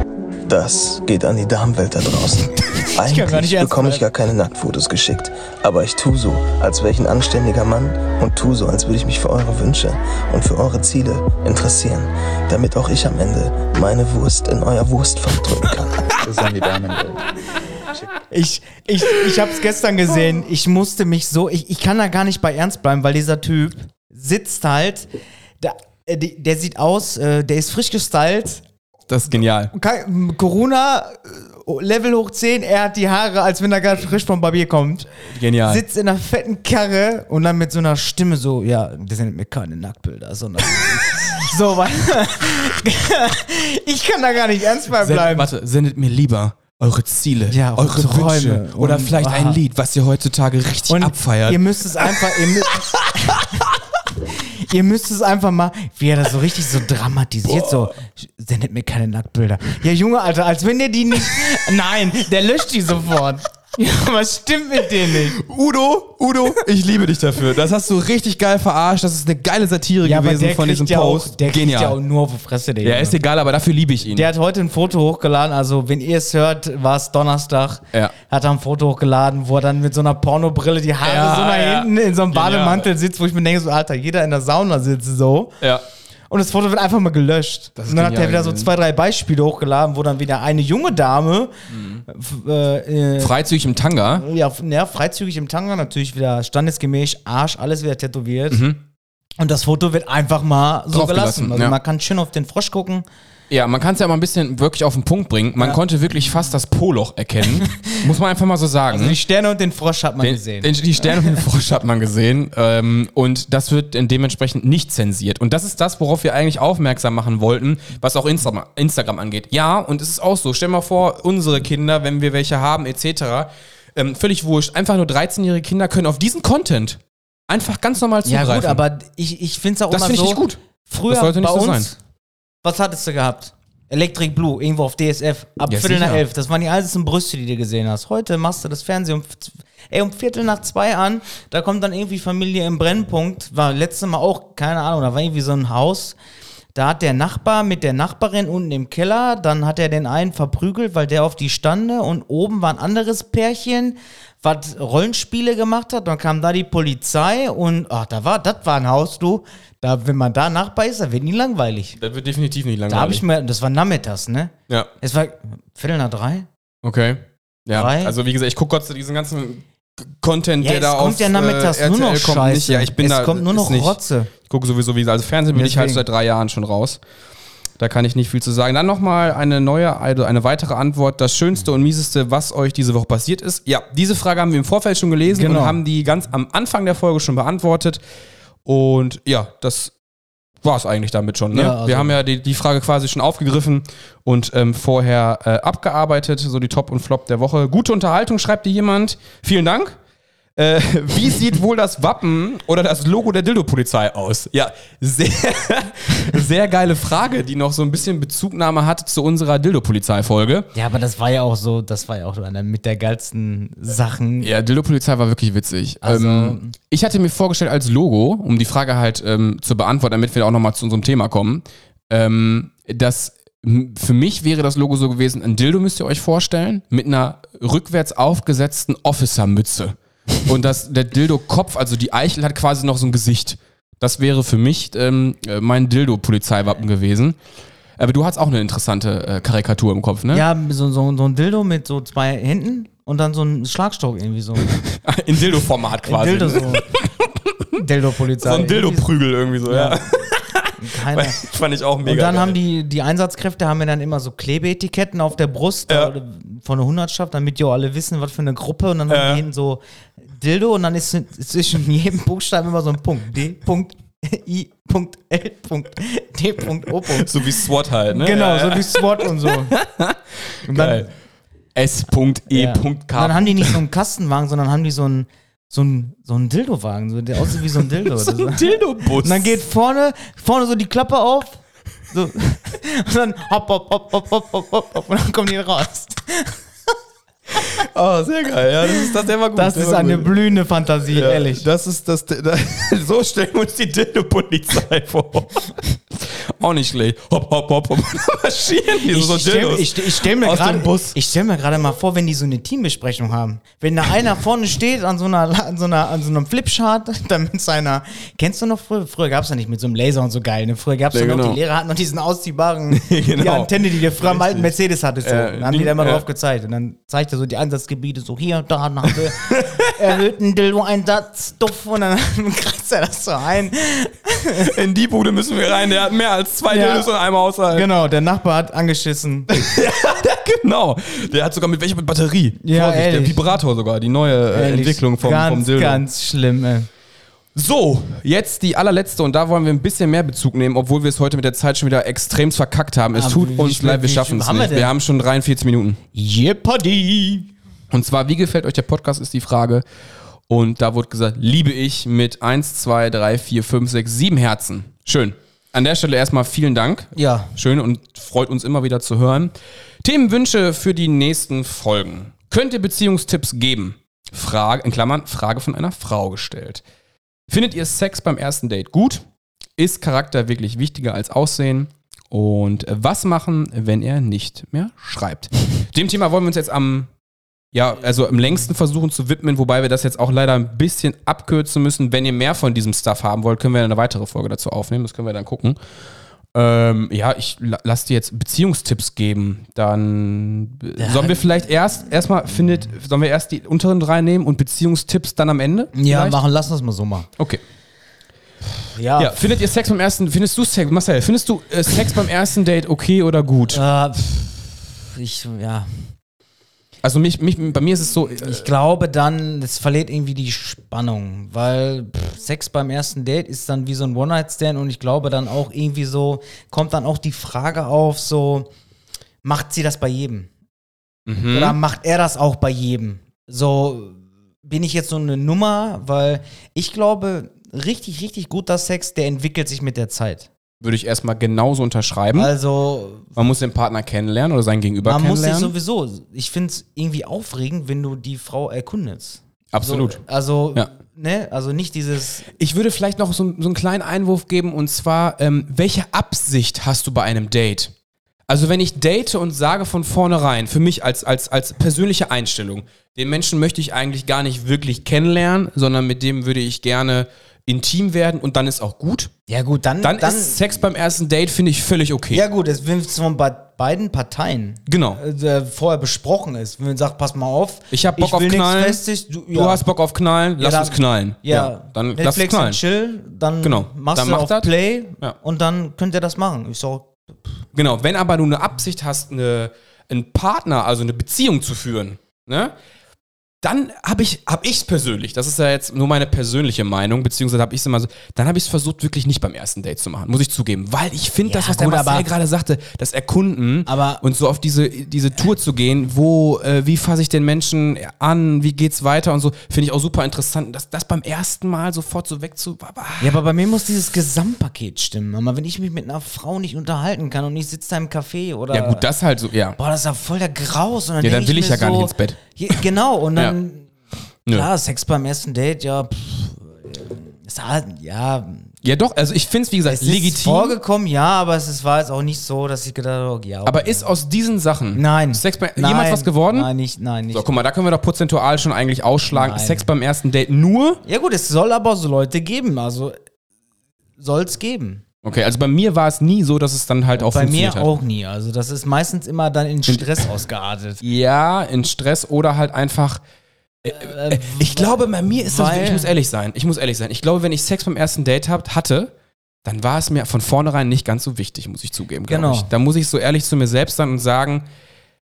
Speaker 4: Das geht an die Damenwelt da draußen. Eigentlich
Speaker 2: ernst
Speaker 4: bekomme ich gar keine Nacktfotos geschickt. Aber ich tu so, als wäre ich ein anständiger Mann und tu so, als würde ich mich für eure Wünsche und für eure Ziele interessieren, damit auch ich am Ende meine Wurst in euer Wurstfach drücken kann.
Speaker 3: Das ist an die Damenwelt.
Speaker 2: Ich, ich, ich hab's gestern gesehen. Ich musste mich so. Ich, ich kann da gar nicht bei ernst bleiben, weil dieser Typ sitzt halt. Da, äh, die- der sieht aus, äh, der ist frisch gestylt.
Speaker 1: Das ist genial.
Speaker 2: Kein- Corona äh, Level hoch 10. Er hat die Haare, als wenn er gerade frisch vom Barbier kommt.
Speaker 1: Genial.
Speaker 2: Sitzt in einer fetten Karre und dann mit so einer Stimme so: Ja, das sind mir keine Nacktbilder, sondern. so, weil. ich kann da gar nicht ernst bei
Speaker 1: Sendet,
Speaker 2: bleiben.
Speaker 1: warte, sendet mir lieber eure Ziele,
Speaker 2: Ja,
Speaker 1: eure
Speaker 2: Träume
Speaker 1: Wünsche oder
Speaker 2: und-
Speaker 1: vielleicht
Speaker 2: aha.
Speaker 1: ein Lied, was ihr heutzutage richtig
Speaker 2: Und
Speaker 1: abfeiert.
Speaker 2: Ihr müsst es einfach. Ihr, mü- ihr müsst es einfach mal, wie er das so richtig so dramatisiert, so, sendet mir keine Nacktbilder. Ja, Junge, Alter, als wenn ihr die nicht. Nein, der löscht die sofort. Ja, was stimmt mit dir nicht?
Speaker 1: Udo, Udo, ich liebe dich dafür. Das hast du richtig geil verarscht. Das ist eine geile Satire gewesen von diesem
Speaker 2: ja
Speaker 1: Post.
Speaker 2: Auch, der kriegt ja auch
Speaker 1: Genial.
Speaker 2: nur auf die Fresse, der
Speaker 1: Ja,
Speaker 2: Junge.
Speaker 1: ist egal, aber dafür liebe ich ihn.
Speaker 2: Der hat heute ein Foto hochgeladen, also wenn ihr es hört, war es Donnerstag.
Speaker 1: Ja.
Speaker 2: Hat er ein Foto hochgeladen, wo er dann mit so einer Pornobrille die Haare
Speaker 1: Ja,
Speaker 2: so nach
Speaker 1: ja.
Speaker 2: hinten in so einem
Speaker 1: Genial.
Speaker 2: Bademantel sitzt, wo ich mir denke, so Alter, jeder in der Sauna sitzt so.
Speaker 1: ja.
Speaker 2: Und das Foto wird einfach mal gelöscht.
Speaker 1: Das ist
Speaker 2: und dann hat er
Speaker 1: genial ne?
Speaker 2: wieder so
Speaker 1: gewesen.
Speaker 2: zwei, drei Beispiele hochgeladen, wo dann wieder eine junge Dame, f- äh, äh,
Speaker 1: Freizügig im Tanga.
Speaker 2: ja, f- ja, freizügig im Tanga natürlich wieder standesgemäß, Arsch, alles wieder tätowiert. Und das Foto wird einfach mal so
Speaker 1: Mhm. Draufgelassen,
Speaker 2: gelassen. Also
Speaker 1: ja.
Speaker 2: man kann schön auf den Frosch gucken.
Speaker 1: Ja, man kann es ja mal ein bisschen wirklich auf den Punkt bringen. Man konnte wirklich fast das Poloch erkennen. Muss man einfach mal so sagen.
Speaker 2: Die Sterne und den Frosch hat man
Speaker 1: Mhm. Den,
Speaker 2: gesehen.
Speaker 1: Den, Äh, die Sterne und den Frosch hat man gesehen. Ähm, und das wird in- dementsprechend nicht zensiert. Und das ist das, worauf wir eigentlich aufmerksam machen wollten, was auch Insta Instagram angeht. Ja, und es ist auch so. Stell mal vor, unsere Kinder, wenn wir welche haben, etc., ähm, völlig wurscht, einfach nur 13-jährige Kinder können auf diesen Content einfach ganz normal
Speaker 2: ja
Speaker 1: zugreifen.
Speaker 2: gut, aber ich, ich finde es auch
Speaker 1: das
Speaker 2: immer
Speaker 1: finde ich
Speaker 2: so.
Speaker 1: nicht gut.
Speaker 2: Früher
Speaker 1: Das sollte nicht
Speaker 2: bei
Speaker 1: so
Speaker 2: uns, was hattest du gehabt? Electric Blue, irgendwo auf DSF, ab
Speaker 1: Ja,
Speaker 2: Viertel nach
Speaker 1: sicher.
Speaker 2: elf. Das waren die einzigen Brüste, die du gesehen hast. Heute machst du das Fernsehen um, z- ey, um Viertel nach zwei an, da kommt dann irgendwie Familie im Brennpunkt. War letztes Mal auch, keine Ahnung, da war irgendwie so ein Haus. Da hat der Nachbar mit der Nachbarin unten im Keller, dann hat er den einen verprügelt, weil der auf die stande und oben war ein anderes Pärchen, was Rollenspiele gemacht hat, dann kam da die Polizei und ach, da war, das war ein Haus, du. Da, wenn man da Nachbar ist, da wird nie langweilig.
Speaker 1: Das wird definitiv nicht langweilig.
Speaker 2: Da habe ich mir, das war nachmittags, ne?
Speaker 1: ja,
Speaker 2: Es war Viertel nach drei.
Speaker 1: okay. Ja,
Speaker 2: Drei.
Speaker 1: also wie gesagt, ich gucke Gott sei Dank diesen ganzen K- Content,
Speaker 2: Ja,
Speaker 1: der
Speaker 2: es
Speaker 1: da
Speaker 2: kommt
Speaker 1: auf
Speaker 2: ja nachmittags
Speaker 1: äh,
Speaker 2: nur noch
Speaker 1: RTL kommt
Speaker 2: Scheiße.
Speaker 1: Nicht. Ja, ich bin
Speaker 2: es
Speaker 1: da,
Speaker 2: kommt nur
Speaker 1: ist
Speaker 2: noch
Speaker 1: nicht-
Speaker 2: Rotze.
Speaker 1: Ich gucke sowieso, wie gesagt, also Fernsehen bin ich halt
Speaker 2: Deswegen.
Speaker 1: seit drei Jahren schon raus. Da kann ich nicht viel zu sagen. Dann nochmal eine neue, also eine weitere Antwort. Das Schönste und Mieseste, was euch diese Woche passiert ist. Ja, diese Frage haben wir im Vorfeld schon gelesen
Speaker 2: Genau.
Speaker 1: und haben die ganz am Anfang der Folge schon beantwortet. Und ja, das war es eigentlich damit schon. Ne?
Speaker 2: Ja, also-
Speaker 1: wir haben ja die, die Frage quasi schon aufgegriffen und ähm, vorher äh, abgearbeitet. So die Top und Flop der Woche. Gute Unterhaltung, schreibt dir jemand. Vielen Dank. Äh, wie sieht wohl das Wappen oder das Logo der Dildo-Polizei aus? Ja, sehr, sehr geile Frage, die noch so ein bisschen Bezugnahme hat zu unserer Dildo-Polizei-Folge.
Speaker 2: Ja, aber das war ja auch so, das war ja auch so einer mit der geilsten Sachen.
Speaker 1: Ja, Dildo-Polizei war wirklich witzig.
Speaker 2: Also-
Speaker 1: ähm, ich hatte mir vorgestellt als Logo, um die Frage halt ähm, zu beantworten, damit wir auch nochmal zu unserem Thema kommen, ähm, dass m- für mich wäre das Logo so gewesen, ein Dildo müsst ihr euch vorstellen, mit einer rückwärts aufgesetzten Officer-Mütze. Und das, der Dildo-Kopf, also die Eichel hat quasi noch so ein Gesicht. Das wäre für mich ähm, äh, mein Dildo-Polizeiwappen gewesen. Aber du hast auch eine interessante äh, Karikatur im Kopf, ne?
Speaker 2: Ja, so, so, so ein Dildo mit so zwei Händen und dann so ein Schlagstock irgendwie so. Ein
Speaker 1: In Dildo-Format quasi.
Speaker 2: Dildo so. Dildo-Polizei.
Speaker 1: So ein Dildo-Prügel irgendwie so, ja.
Speaker 2: Keiner.
Speaker 1: Fand ich auch mega.
Speaker 2: Und dann
Speaker 1: geil.
Speaker 2: haben die, die Einsatzkräfte haben mir dann immer so Klebeetiketten auf der Brust
Speaker 1: Ja.
Speaker 2: äh, von der Hundertschaft, damit die auch alle wissen, was für eine Gruppe. Und dann haben die hinten so Dildo und dann ist zwischen jedem Buchstaben immer so ein Punkt. D. Punkt. I. Punkt. L. Punkt. D. Punkt. O. Punkt.
Speaker 1: so wie SWAT halt, ne?
Speaker 2: Genau,
Speaker 1: ja,
Speaker 2: so wie SWAT und so. Und dann,
Speaker 1: geil. E, S.E.K.
Speaker 2: Ja. Und Dann haben die nicht so einen Kastenwagen, sondern haben die so einen so ein, so ein Dildo-Wagen, so, der aussieht wie so ein Dildo. oder so.
Speaker 1: Dildo-Bus.
Speaker 2: Und dann geht vorne, vorne so die Klappe auf. So. Und dann hopp, hopp, hopp, hopp, hopp, hopp, hopp, hopp. Und dann kommen die raus.
Speaker 1: Oh, sehr geil. Ja, das, ist, das, der war gut.
Speaker 2: Das
Speaker 1: der
Speaker 2: ist
Speaker 1: war
Speaker 2: eine
Speaker 1: gut.
Speaker 2: blühende Fantasie,
Speaker 1: Ja,
Speaker 2: ehrlich.
Speaker 1: Das ist das. das so stellen wir uns die Dildo-Polizei vor. Auch nicht schlecht. Hopp, hopp, hopp, hopp. Marschieren die so
Speaker 2: ich stelle
Speaker 1: Dildos.
Speaker 2: ich, ich stell mir
Speaker 1: Aus dem
Speaker 2: gerade
Speaker 1: Bus.
Speaker 2: ich stell mir gerade mal vor, wenn die so eine Teambesprechung haben. Wenn da einer vorne steht an so einer an so einer an so einem Flipchart, dann mit seiner kennst du noch früher früher gab's ja nicht mit so einem Laser und so geil, ne? Früher gab's
Speaker 1: Ja,
Speaker 2: ja, noch
Speaker 1: genau.
Speaker 2: die Lehrer hatten noch diesen ausziehbaren die
Speaker 1: genau.
Speaker 2: Antenne, die der früher am alten Mercedes hatte, so.
Speaker 1: Äh,
Speaker 2: dann haben die
Speaker 1: Ding,
Speaker 2: da immer
Speaker 1: äh.
Speaker 2: drauf gezeigt und dann zeigt er so die Einsatzgebiete so hier, da haben wir erhöhten Dildo Einsatz, duff und dann kratzt er das so ein.
Speaker 1: In die Bude müssen wir rein. Der hat mehr als zwei
Speaker 2: Ja.
Speaker 1: Dildos in einem Haushalt.
Speaker 2: Genau, der Nachbar hat angeschissen.
Speaker 1: Genau. Der hat sogar mit welcher mit Batterie.
Speaker 2: Ja,
Speaker 1: der
Speaker 2: ehrlich.
Speaker 1: Vibrator sogar, die neue äh,
Speaker 2: Ehrlich,
Speaker 1: Entwicklung vom,
Speaker 2: ganz,
Speaker 1: vom Dildo.
Speaker 2: Ganz schlimm, ey.
Speaker 1: So, jetzt die allerletzte und da wollen wir ein bisschen mehr Bezug nehmen, obwohl wir es heute mit der Zeit schon wieder extrem verkackt haben. Es
Speaker 2: Aber
Speaker 1: tut
Speaker 2: wie
Speaker 1: uns
Speaker 2: spät-
Speaker 1: leid, wir
Speaker 2: wie
Speaker 1: schaffen es
Speaker 2: haben wir
Speaker 1: nicht. Wir,
Speaker 2: denn?
Speaker 1: haben schon 43 Minuten.
Speaker 2: Jeopardy!
Speaker 1: Und zwar, wie gefällt euch der Podcast, ist die Frage. Und da wurde gesagt, liebe ich mit 1, 2, 3, 4, 5, 6, 7 Herzen. Schön. An der Stelle erstmal vielen Dank.
Speaker 2: Ja.
Speaker 1: Schön und freut uns immer wieder zu hören. Themenwünsche für die nächsten Folgen. Könnt ihr Beziehungstipps geben? Frage, in Klammern, Frage von einer Frau gestellt. Findet ihr Sex beim ersten Date gut? Ist Charakter wirklich wichtiger als Aussehen? Und was machen, wenn er nicht mehr schreibt? Dem Thema wollen wir uns jetzt am, ja, also am längsten versuchen zu widmen, wobei wir das jetzt auch leider ein bisschen abkürzen müssen. Wenn ihr mehr von diesem Stuff haben wollt, können wir eine weitere Folge dazu aufnehmen. Das können wir dann gucken. Ähm, ja, ich la lass dir jetzt Beziehungstipps geben. Dann äh, sollen wir vielleicht erst erstmal findet, sollen wir erst die unteren drei nehmen und Beziehungstipps dann am Ende?
Speaker 2: Ja,
Speaker 1: vielleicht?
Speaker 2: machen, lassen wir es mal so machen.
Speaker 1: Okay.
Speaker 2: Ja.
Speaker 1: Ja, findet ihr Sex beim ersten, findest du Sex, Marcel, findest du äh, Sex beim ersten Date okay oder gut?
Speaker 2: Äh, pff, ich, ja.
Speaker 1: Also mich, mich, bei mir ist es so, äh,
Speaker 2: Ich glaube dann, es verliert irgendwie die Spannung, weil pff, Sex beim ersten Date ist dann wie so ein One-Night-Stand und ich glaube dann auch irgendwie so, kommt dann auch die Frage auf, so, macht sie das bei jedem?
Speaker 1: Mhm.
Speaker 2: Oder macht er das auch bei jedem? So, bin ich jetzt so eine Nummer, weil ich glaube, richtig, richtig guter Sex, der entwickelt sich mit der Zeit.
Speaker 1: würde ich erstmal genauso unterschreiben.
Speaker 2: Also,
Speaker 1: man muss den Partner kennenlernen oder sein Gegenüber
Speaker 2: man muss sich
Speaker 1: kennenlernen.
Speaker 2: sowieso, ich finde es irgendwie aufregend, wenn du die Frau erkundest.
Speaker 1: Absolut.
Speaker 2: So, also,
Speaker 1: Ja.
Speaker 2: ne, also nicht dieses,
Speaker 1: Ich würde vielleicht noch so, so einen kleinen Einwurf geben und zwar, ähm, welche Absicht hast du bei einem Date? Also wenn ich date und sage von vornherein, für mich als, als, als persönliche Einstellung, den Menschen möchte ich eigentlich gar nicht wirklich kennenlernen, sondern mit dem würde ich gerne intim werden und dann ist auch gut.
Speaker 2: ja gut, dann,
Speaker 1: Dann, ist Sex beim ersten Date, finde ich, völlig okay.
Speaker 2: ja gut, es wenn es von be beiden Parteien
Speaker 1: Genau.
Speaker 2: äh, äh, vorher besprochen ist, wenn man sagt, pass mal auf,
Speaker 1: Ich hab Bock auf
Speaker 2: will nix
Speaker 1: Knallen.
Speaker 2: Festes, du,
Speaker 1: Du
Speaker 2: ja.
Speaker 1: hast Bock auf Knallen, lass
Speaker 2: Ja,
Speaker 1: uns knallen.
Speaker 2: Ja,
Speaker 1: Dann lass uns
Speaker 2: Netflix und
Speaker 1: knallen.
Speaker 2: chill, dann
Speaker 1: Genau.
Speaker 2: machst
Speaker 1: Dann
Speaker 2: du
Speaker 1: macht
Speaker 2: auf
Speaker 1: das.
Speaker 2: Play
Speaker 1: Ja.
Speaker 2: und dann könnt ihr das machen. Ich so,
Speaker 1: Genau, wenn aber du eine Absicht hast, eine, einen Partner, also eine Beziehung zu führen, ne? Dann habe ich habe ich persönlich, das ist ja jetzt nur meine persönliche Meinung, beziehungsweise habe ich es immer so, dann habe ich es versucht wirklich nicht beim ersten Date zu machen, muss ich zugeben, weil ich finde
Speaker 2: Ja,
Speaker 1: das, was der
Speaker 2: gut,
Speaker 1: Marcel
Speaker 2: aber-
Speaker 1: gerade sagte, das Erkunden
Speaker 2: Aber-
Speaker 1: und so auf diese diese Tour zu gehen, wo äh, wie fasse ich den Menschen an, wie geht's weiter und so, finde ich auch super interessant, das das beim ersten Mal sofort so wegzu,
Speaker 2: Ja, aber bei mir muss dieses Gesamtpaket stimmen. Aber wenn ich mich mit einer Frau nicht unterhalten kann und ich sitze da im Café oder.
Speaker 1: ja gut, das halt so, ja,
Speaker 2: Boah, das ist ja voll der Graus. Und dann
Speaker 1: Ja,
Speaker 2: denk
Speaker 1: dann will ich
Speaker 2: mir
Speaker 1: ja gar
Speaker 2: so,
Speaker 1: nicht ins Bett.
Speaker 2: Je, genau, und dann.
Speaker 1: Nö.
Speaker 2: Klar, Sex beim ersten Date, ja. Pff, ist halt, ja.
Speaker 1: ja doch, also ich finde es wie gesagt
Speaker 2: Es ist
Speaker 1: legitim.
Speaker 2: vorgekommen, ja, aber es ist, war jetzt auch nicht so, dass ich gedacht habe, oh, ja.
Speaker 1: Aber ist aus diesen Sachen
Speaker 2: Nein.
Speaker 1: Sex bei,
Speaker 2: nein.
Speaker 1: jemals was geworden?
Speaker 2: Nein, nicht, nein, nicht.
Speaker 1: So, guck mal, da können wir doch prozentual schon eigentlich ausschlagen.
Speaker 2: Nein.
Speaker 1: Sex beim ersten Date nur.
Speaker 2: ja, gut, es soll aber so Leute geben. Also, soll es geben.
Speaker 1: Okay, also bei mir war es nie so, dass es dann halt auch
Speaker 2: Bei mir
Speaker 1: funktioniert hat.
Speaker 2: auch nie. Also, das ist meistens immer dann in Stress ausgeartet.
Speaker 1: Ja, in Stress oder halt einfach. Äh, äh, ich glaube, bei mir ist das.
Speaker 2: weil-
Speaker 1: Ich muss ehrlich sein. Ich muss ehrlich sein. Ich glaube, wenn ich Sex beim ersten Date hab, hatte, dann war es mir von vornherein nicht ganz so wichtig, muss ich zugeben. glaub
Speaker 2: Genau.
Speaker 1: Ich. Da muss ich so ehrlich zu mir selbst sein und sagen,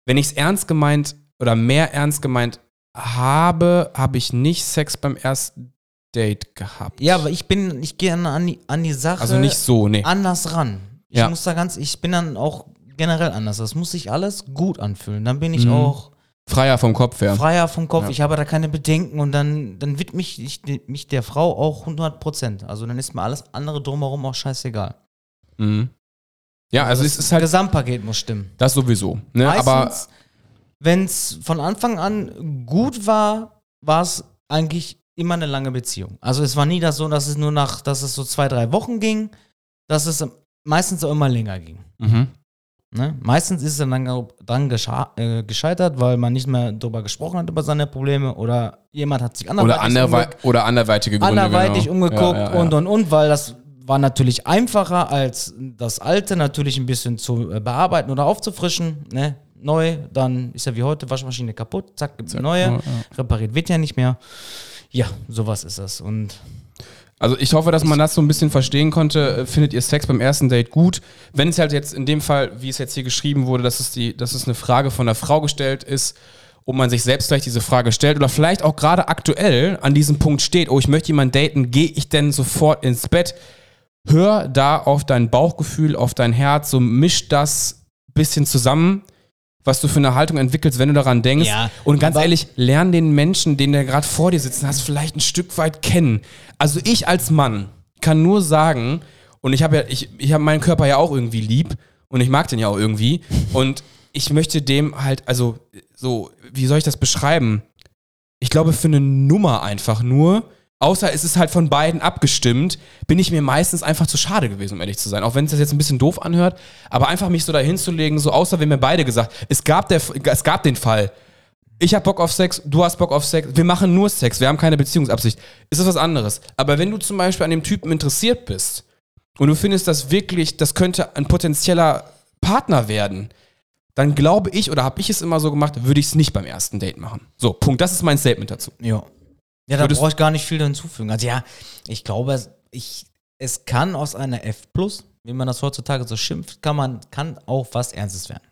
Speaker 1: wenn ich es ernst gemeint oder mehr ernst gemeint habe, habe ich nicht Sex beim ersten Date gehabt.
Speaker 2: Ja, aber ich bin, ich gehe an, an, die- an die Sache
Speaker 1: Also nicht so, nee.
Speaker 2: anders ran. Ich
Speaker 1: Ja.
Speaker 2: muss da ganz, ich bin dann auch generell anders. Das muss sich alles gut anfühlen. Dann bin ich auch
Speaker 1: Freier vom Kopf her.
Speaker 2: freier vom Kopf,
Speaker 1: Mhm. Ja.
Speaker 2: ich habe da keine Bedenken und dann, dann widme ich, ich mich der Frau auch 100%. Also dann ist mir alles andere drumherum auch scheißegal.
Speaker 1: Mhm. Ja, also es ist halt
Speaker 2: Gesamtpaket muss stimmen.
Speaker 1: das sowieso. Ne? Aber
Speaker 2: wenn es von Anfang an gut war, war es eigentlich immer eine lange Beziehung. Also es war nie das so, dass es nur nach, dass es so zwei, drei Wochen ging, dass es meistens auch immer länger ging.
Speaker 1: mhm.
Speaker 2: Ne? Meistens ist es dann dran gescha- äh, gescheitert, weil man nicht mehr darüber gesprochen hat, über seine Probleme oder jemand hat sich
Speaker 1: oder, anderwei
Speaker 2: umge-
Speaker 1: oder anderweitige Gründe.
Speaker 2: anderweitig
Speaker 1: genau.
Speaker 2: umgeguckt
Speaker 1: Ja, ja, ja.
Speaker 2: und und und, weil das war natürlich einfacher als das alte, natürlich ein bisschen zu äh, bearbeiten oder aufzufrischen. Ne? Neu, dann ist ja wie heute, Waschmaschine kaputt, zack, gibt's eine neue,
Speaker 1: ja,
Speaker 2: repariert wird ja nicht mehr. Ja, sowas ist das. Und
Speaker 1: Also ich hoffe, dass man das so ein bisschen verstehen konnte. Äh, Findet ihr Sex beim ersten Date gut? Wenn es halt jetzt in dem Fall, wie es jetzt hier geschrieben wurde, dass es, die, dass es eine Frage von der Frau gestellt ist, ob man sich selbst gleich diese Frage stellt oder vielleicht auch gerade aktuell an diesem Punkt steht, oh, ich möchte jemanden daten, gehe ich denn sofort ins Bett? Hör da auf dein Bauchgefühl, auf dein Herz, so misch das bisschen zusammen, was du für eine Haltung entwickelst, wenn du daran denkst.
Speaker 2: Ja,
Speaker 1: Und ganz
Speaker 2: aber-
Speaker 1: ehrlich, lern den Menschen, den der gerade vor dir sitzen hast, vielleicht ein Stück weit kennen. Also ich als Mann kann nur sagen, und ich habe ja, ich, ich habe meinen Körper ja auch irgendwie lieb und ich mag den ja auch irgendwie. Und ich möchte dem halt, also so, wie soll ich das beschreiben? Ich glaube, für eine Nummer einfach nur, außer es ist halt von beiden abgestimmt, bin ich mir meistens einfach zu schade gewesen, um ehrlich zu sein. Auch wenn es das jetzt ein bisschen doof anhört, aber einfach mich so dahin zu legen, so außer wenn mir beide gesagt, es gab, der, es gab den Fall, ich hab Bock auf Sex, du hast Bock auf Sex, wir machen nur Sex, wir haben keine Beziehungsabsicht, ist das was anderes. Aber wenn du zum Beispiel an dem Typen interessiert bist und du findest das wirklich, das könnte ein potenzieller Partner werden, dann glaube ich oder habe ich es immer so gemacht, würde ich es nicht beim ersten Date machen. So, Punkt. Das ist mein Statement dazu.
Speaker 2: ja. Ja, da
Speaker 1: Würdest-
Speaker 2: brauche ich gar nicht viel hinzufügen. Also ja, ich glaube, es, ich, es kann aus einer F plus, wie man das heutzutage so schimpft, kann man, kann auch was Ernstes werden.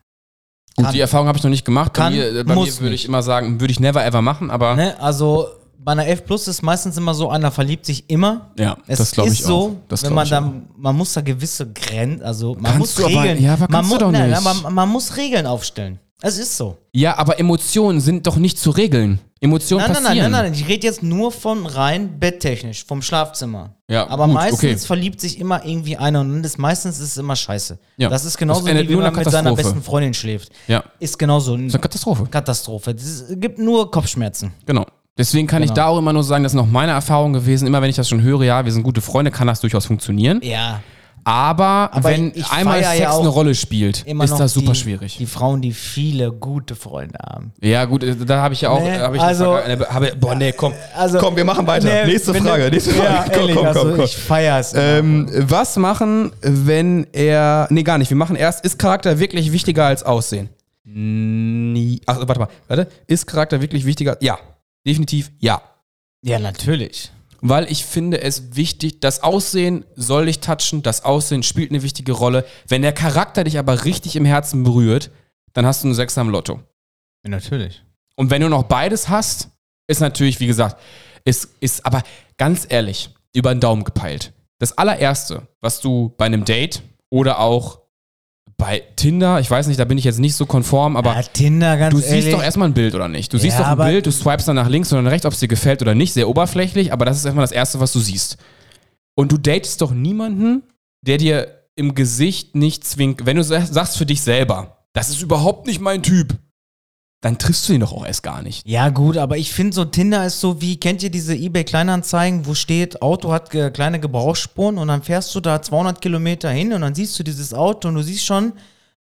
Speaker 1: Gut,
Speaker 2: Kann.
Speaker 1: die Erfahrung habe ich noch nicht gemacht.
Speaker 2: Kann,
Speaker 1: bei mir, äh, bei
Speaker 2: muss
Speaker 1: mir würde
Speaker 2: nicht.
Speaker 1: ich immer sagen, würde ich never ever machen, aber
Speaker 2: Ne? Also bei einer F plus ist meistens immer so, einer verliebt sich immer.
Speaker 1: ja,
Speaker 2: Es
Speaker 1: das glaube
Speaker 2: ist
Speaker 1: ich auch.
Speaker 2: so,
Speaker 1: Das
Speaker 2: wenn
Speaker 1: glaub
Speaker 2: man
Speaker 1: ich auch.
Speaker 2: dann, man muss da gewisse Grenzen, also man
Speaker 1: Kannst
Speaker 2: muss
Speaker 1: du aber-
Speaker 2: Regeln,
Speaker 1: ja, aber
Speaker 2: man,
Speaker 1: kannst du doch
Speaker 2: nein,
Speaker 1: nicht.
Speaker 2: aber man muss Regeln aufstellen. Es ist so.
Speaker 1: Ja, aber Emotionen sind doch nicht zu regeln. Emotionen
Speaker 2: Nein, nein,
Speaker 1: passieren.
Speaker 2: nein, nein, nein, ich rede jetzt nur von rein betttechnisch, vom Schlafzimmer.
Speaker 1: Ja,
Speaker 2: aber
Speaker 1: gut,
Speaker 2: meistens
Speaker 1: okay.
Speaker 2: verliebt sich immer irgendwie einer und dann ist meistens ist es immer scheiße.
Speaker 1: Ja,
Speaker 2: Das ist genauso
Speaker 1: das endet
Speaker 2: wie wenn
Speaker 1: nur
Speaker 2: man
Speaker 1: in
Speaker 2: mit
Speaker 1: einer
Speaker 2: seiner
Speaker 1: Katastrophe.
Speaker 2: besten Freundin schläft.
Speaker 1: Ja,
Speaker 2: Ist genauso
Speaker 1: das ist eine
Speaker 2: eine
Speaker 1: Katastrophe.
Speaker 2: Katastrophe. Es gibt nur Kopfschmerzen.
Speaker 1: Genau. Deswegen kann ich
Speaker 2: Genau.
Speaker 1: da auch immer nur sagen, das ist noch meine Erfahrung gewesen. Immer wenn ich das schon höre, ja, wir sind gute Freunde, kann das durchaus funktionieren.
Speaker 2: Ja,
Speaker 1: Aber,
Speaker 2: Aber
Speaker 1: wenn
Speaker 2: ich- ich
Speaker 1: einmal
Speaker 2: feier
Speaker 1: Sex
Speaker 2: ja auch
Speaker 1: eine Rolle spielt,
Speaker 2: immer
Speaker 1: ist
Speaker 2: noch
Speaker 1: das super
Speaker 2: die,
Speaker 1: schwierig.
Speaker 2: Die Frauen, die viele gute Freunde haben.
Speaker 1: ja, gut, äh, da habe ich ja auch.
Speaker 2: Nee,
Speaker 1: hab ich
Speaker 2: also-
Speaker 1: eine, Verga- eine- habe- boah, nee, komm.
Speaker 2: Also,
Speaker 5: Komm, wir machen weiter. Nächste
Speaker 2: wenn
Speaker 5: Frage,
Speaker 2: du-
Speaker 5: nächste
Speaker 2: Ja,
Speaker 5: Frage. Komm,
Speaker 2: ehrlich,
Speaker 5: komm,
Speaker 2: also
Speaker 5: komm, komm.
Speaker 2: Ich feier's.
Speaker 1: Ähm, was machen, wenn er. Nee, gar nicht. Wir machen erst, ist Charakter wirklich wichtiger als Aussehen? Nie. Ach, warte mal. Warte. Ist Charakter wirklich wichtiger? Ja. Definitiv ja.
Speaker 2: ja, natürlich.
Speaker 1: weil ich finde es wichtig, das Aussehen soll dich touchen, das Aussehen spielt eine wichtige Rolle. Wenn der Charakter dich aber richtig im Herzen berührt, dann hast du einen Sechser im Lotto.
Speaker 2: Ja, natürlich.
Speaker 1: Und wenn du noch beides hast, ist natürlich, wie gesagt, ist, ist aber ganz ehrlich, über den Daumen gepeilt. Das allererste, was du bei einem Date oder auch bei Tinder, ich weiß nicht, da bin ich jetzt nicht so konform, aber
Speaker 2: ja, Tinder, ganz
Speaker 1: Du
Speaker 2: Also ehrlich.
Speaker 1: siehst doch erstmal ein Bild, oder nicht? Du siehst
Speaker 2: Ja,
Speaker 1: doch ein
Speaker 2: aber-
Speaker 1: Bild, du swipest dann nach links oder nach rechts, ob es dir gefällt oder nicht, sehr oberflächlich, aber das ist erstmal das Erste, was du siehst. Und du datest doch niemanden, der dir im Gesicht nicht zwingt. Wenn du sa- sagst für dich selber, das ist überhaupt nicht mein Typ, dann triffst du ihn doch auch erst gar nicht.
Speaker 2: Ja, gut, aber ich finde so, Tinder ist so wie, kennt ihr diese eBay-Kleinanzeigen, wo steht, Auto hat ge kleine Gebrauchsspuren und dann fährst du da 200 Kilometer hin und dann siehst du dieses Auto und du siehst schon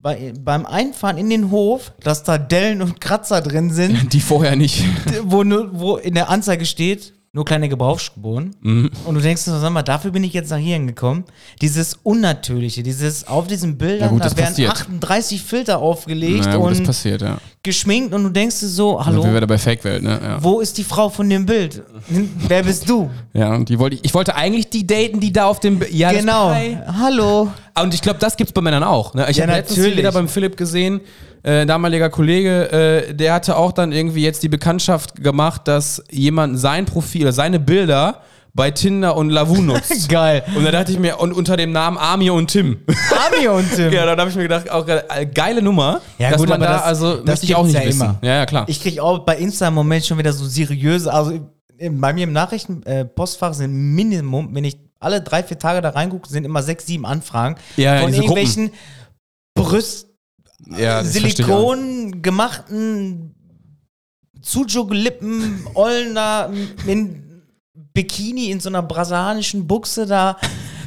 Speaker 2: bei, beim Einfahren in den Hof, dass da Dellen und Kratzer drin sind,
Speaker 1: Die vorher nicht.
Speaker 2: wo, nur, wo in der Anzeige steht, nur kleine Gebrauchsspuren.
Speaker 1: Mhm.
Speaker 2: Und du denkst, dir so, sag mal, dafür bin ich jetzt nach hierhin gekommen. Dieses Unnatürliche, dieses auf diesen Bildern,
Speaker 1: gut, das
Speaker 2: da werden
Speaker 1: passiert.
Speaker 2: 38 Filter aufgelegt
Speaker 1: Naja, gut, das
Speaker 2: und
Speaker 1: passiert, ja.
Speaker 2: geschminkt und du denkst dir so, hallo,
Speaker 1: Hallo? Wir wieder bei Fake-Welt, ne?
Speaker 2: wo ist die Frau von dem Bild? Hm, Wer bist du?
Speaker 1: Ja, ja und die wollte ich, ich wollte eigentlich die daten, die da auf dem. Bi- Ja, das-
Speaker 2: genau.
Speaker 1: Hi.
Speaker 2: Hallo.
Speaker 1: Ah, Und ich glaube, das gibt's bei Männern auch. Ne? Ich
Speaker 2: Ja,
Speaker 1: habe letztens
Speaker 2: natürlich.
Speaker 1: wieder beim Philipp gesehen, äh, damaliger Kollege, äh, der hatte auch dann irgendwie jetzt die Bekanntschaft gemacht, dass jemand sein Profil oder seine Bilder bei Tinder und Lavu nutzt.
Speaker 2: Geil.
Speaker 1: Und da dachte ich mir, und unter dem Namen Amir und Tim.
Speaker 2: Ami und Tim.
Speaker 1: ja, dann habe ich mir gedacht, auch äh, geile Nummer.
Speaker 2: Ja,
Speaker 1: dass
Speaker 2: gut,
Speaker 1: man
Speaker 2: aber
Speaker 1: da,
Speaker 2: das-
Speaker 1: also,
Speaker 2: das
Speaker 1: möchte ich auch
Speaker 2: gibt's
Speaker 1: nicht
Speaker 2: ja
Speaker 1: wissen.
Speaker 2: immer.
Speaker 1: Ja, ja, klar.
Speaker 2: Ich kriege auch bei Insta im Moment schon wieder so seriöse, also in, bei mir im Nachrichten, äh, Postfach sind Minimum, wenn ich alle drei, vier Tage da reingucke, sind immer sechs, sieben Anfragen
Speaker 1: Ja, ja,
Speaker 2: von
Speaker 1: diese
Speaker 2: irgendwelchen Brüst,
Speaker 1: ja, das verstehe ich auch.
Speaker 2: Silikon gemachten Zujuk-Lippen, Ollen da in Bikini in so einer brasilianischen Buchse da.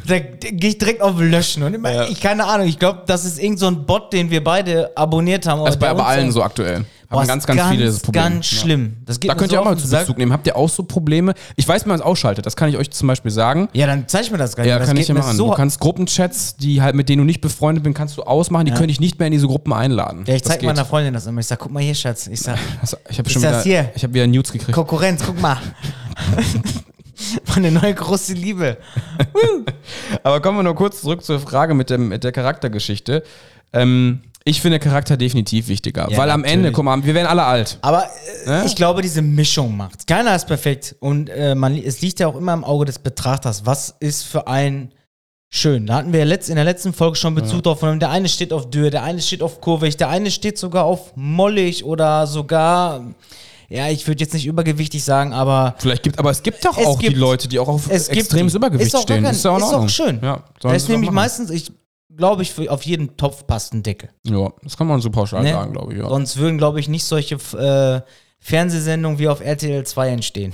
Speaker 2: Da gehe ich direkt auf Löschen. Und immer,
Speaker 1: Ja.
Speaker 2: ich keine Ahnung, ich glaube, das ist irgend so ein Bot, den wir beide abonniert haben.
Speaker 1: Das ist Also
Speaker 2: oder
Speaker 1: bei
Speaker 2: der
Speaker 1: aber
Speaker 2: uns
Speaker 1: allen
Speaker 2: irgendwie-
Speaker 1: so aktuell.
Speaker 2: Boah,
Speaker 1: Haben
Speaker 2: ist
Speaker 1: ganz, ganz, viele das Problem.
Speaker 2: Ganz
Speaker 1: Ja.
Speaker 2: schlimm. Das geht
Speaker 1: Da
Speaker 2: mir
Speaker 1: könnt
Speaker 2: so
Speaker 1: ihr auch
Speaker 2: auf
Speaker 1: mal
Speaker 2: den
Speaker 1: zu
Speaker 2: Sack.
Speaker 1: Bezug nehmen. Habt ihr auch so Probleme? Ich weiß, wie man es ausschaltet. Das kann ich euch zum Beispiel sagen.
Speaker 2: Ja, dann zeig mir das gleich.
Speaker 1: Ja,
Speaker 2: das
Speaker 1: kann ich
Speaker 2: geht
Speaker 1: ja
Speaker 2: mir
Speaker 1: machen.
Speaker 2: So
Speaker 1: du kannst Gruppenchats, die halt mit denen du nicht befreundet bist, kannst du ausmachen. Die
Speaker 2: Ja.
Speaker 1: könnte ich nicht mehr in diese Gruppen einladen.
Speaker 2: ja, ich
Speaker 1: Das
Speaker 2: zeig
Speaker 1: geht.
Speaker 2: meiner Freundin das immer. Ich sag, guck mal hier, Schatz. Ich sag,
Speaker 1: Das- Ich habe schon
Speaker 2: Ist
Speaker 1: wieder,
Speaker 2: das hier?
Speaker 1: ich habe wieder Nudes gekriegt.
Speaker 2: Konkurrenz, guck mal. Meine neue große Liebe.
Speaker 1: Aber kommen wir nur kurz zurück zur Frage mit, dem, mit der Charaktergeschichte. Ähm, ich finde Charakter definitiv wichtiger,
Speaker 2: Ja,
Speaker 1: weil am
Speaker 2: natürlich.
Speaker 1: Ende, guck mal, wir werden alle alt.
Speaker 2: Aber äh,
Speaker 1: Ne?
Speaker 2: ich glaube, diese Mischung macht. Keiner ist perfekt. Und äh, man, li- es liegt ja auch immer im Auge des Betrachters. Was ist für einen schön? Da hatten wir ja letzt, in der letzten Folge schon Bezug drauf. genommen. Der eine steht auf Dürr, der eine steht auf kurvig, der eine steht sogar auf mollig oder sogar, ja, ich würde jetzt nicht übergewichtig sagen, aber
Speaker 1: Vielleicht gibt, aber es gibt doch
Speaker 2: Es
Speaker 1: auch
Speaker 2: gibt-
Speaker 1: die Leute, die auch auf
Speaker 2: es gibt
Speaker 1: extremes
Speaker 2: die.
Speaker 1: Übergewicht
Speaker 2: Ist auch gar
Speaker 1: stehen.
Speaker 2: kein-
Speaker 1: Das ja in
Speaker 2: ist auch
Speaker 1: Ordnung.
Speaker 2: schön.
Speaker 1: Ja,
Speaker 2: da
Speaker 1: sollen
Speaker 2: ist
Speaker 1: sie doch
Speaker 2: nämlich
Speaker 1: machen.
Speaker 2: meistens, ich glaube, ich für, auf jeden Topf passt ein Deckel.
Speaker 1: Ja, das kann man so pauschal
Speaker 2: Ne?
Speaker 1: sagen, glaube ich. Ja.
Speaker 2: Sonst würden, glaube ich, nicht solche f- äh, Fernsehsendungen wie auf RTL 2 entstehen.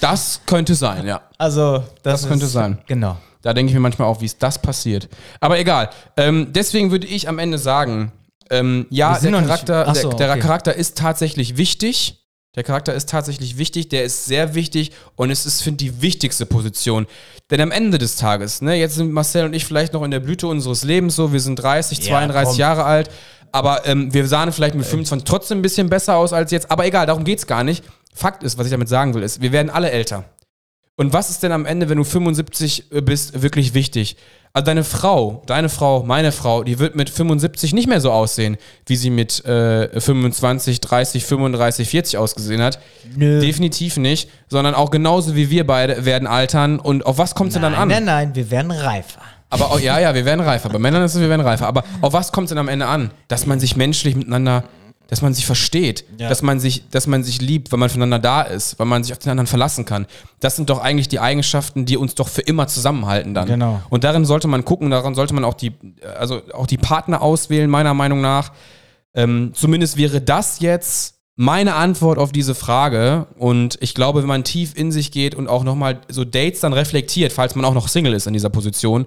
Speaker 1: Das könnte sein, ja.
Speaker 2: Also, das,
Speaker 1: Das könnte
Speaker 2: ist-
Speaker 1: sein.
Speaker 2: Genau.
Speaker 1: Da denke ich mir manchmal auch, wie ist das passiert. Aber egal. Ähm, deswegen würde ich am Ende sagen, ähm, ja,
Speaker 2: Wir sind
Speaker 1: der
Speaker 2: noch nicht-
Speaker 1: Charakter,
Speaker 2: Ach so,
Speaker 1: der, der
Speaker 2: okay.
Speaker 1: Charakter ist tatsächlich wichtig. Der Charakter ist tatsächlich wichtig, der ist sehr wichtig und es ist, finde ich, die wichtigste Position. Denn am Ende des Tages, ne, jetzt sind Marcel und ich vielleicht noch in der Blüte unseres Lebens so, wir sind 30,
Speaker 2: Ja,
Speaker 1: 32
Speaker 2: komm. Äh.
Speaker 1: Jahre alt, aber ähm, wir sahen vielleicht mit 25 trotzdem ein bisschen besser aus als jetzt, aber egal, darum geht's gar nicht. Fakt ist, was ich damit sagen will, ist, wir werden alle älter. Und was ist denn am Ende, wenn du 75 bist, wirklich wichtig? Also deine Frau, deine Frau, meine Frau, die wird mit 75 nicht mehr so aussehen, wie sie mit äh, 25, 30, 35, 40 ausgesehen hat.
Speaker 2: Nö.
Speaker 1: Definitiv nicht, sondern auch genauso wie wir beide werden altern. Und auf was kommt es denn dann
Speaker 2: Nein,
Speaker 1: an?
Speaker 2: nein, nein, wir werden reifer.
Speaker 1: Aber auch, ja, ja, wir werden reifer. Bei Männern ist es, wir werden reifer. Aber auf was kommt es denn am Ende an? Dass man sich menschlich miteinander, dass man sich versteht,
Speaker 2: Ja.
Speaker 1: dass, man sich, dass man sich liebt, weil man füreinander da ist, weil man sich auf den anderen verlassen kann. Das sind doch eigentlich die Eigenschaften, die uns doch für immer zusammenhalten dann.
Speaker 2: Genau.
Speaker 1: Und darin sollte man gucken, daran sollte man auch die, also auch die Partner auswählen, meiner Meinung nach. Ähm, zumindest wäre das jetzt meine Antwort auf diese Frage. Und ich glaube, wenn man tief in sich geht und auch nochmal so Dates dann reflektiert, falls man auch noch Single ist in dieser Position,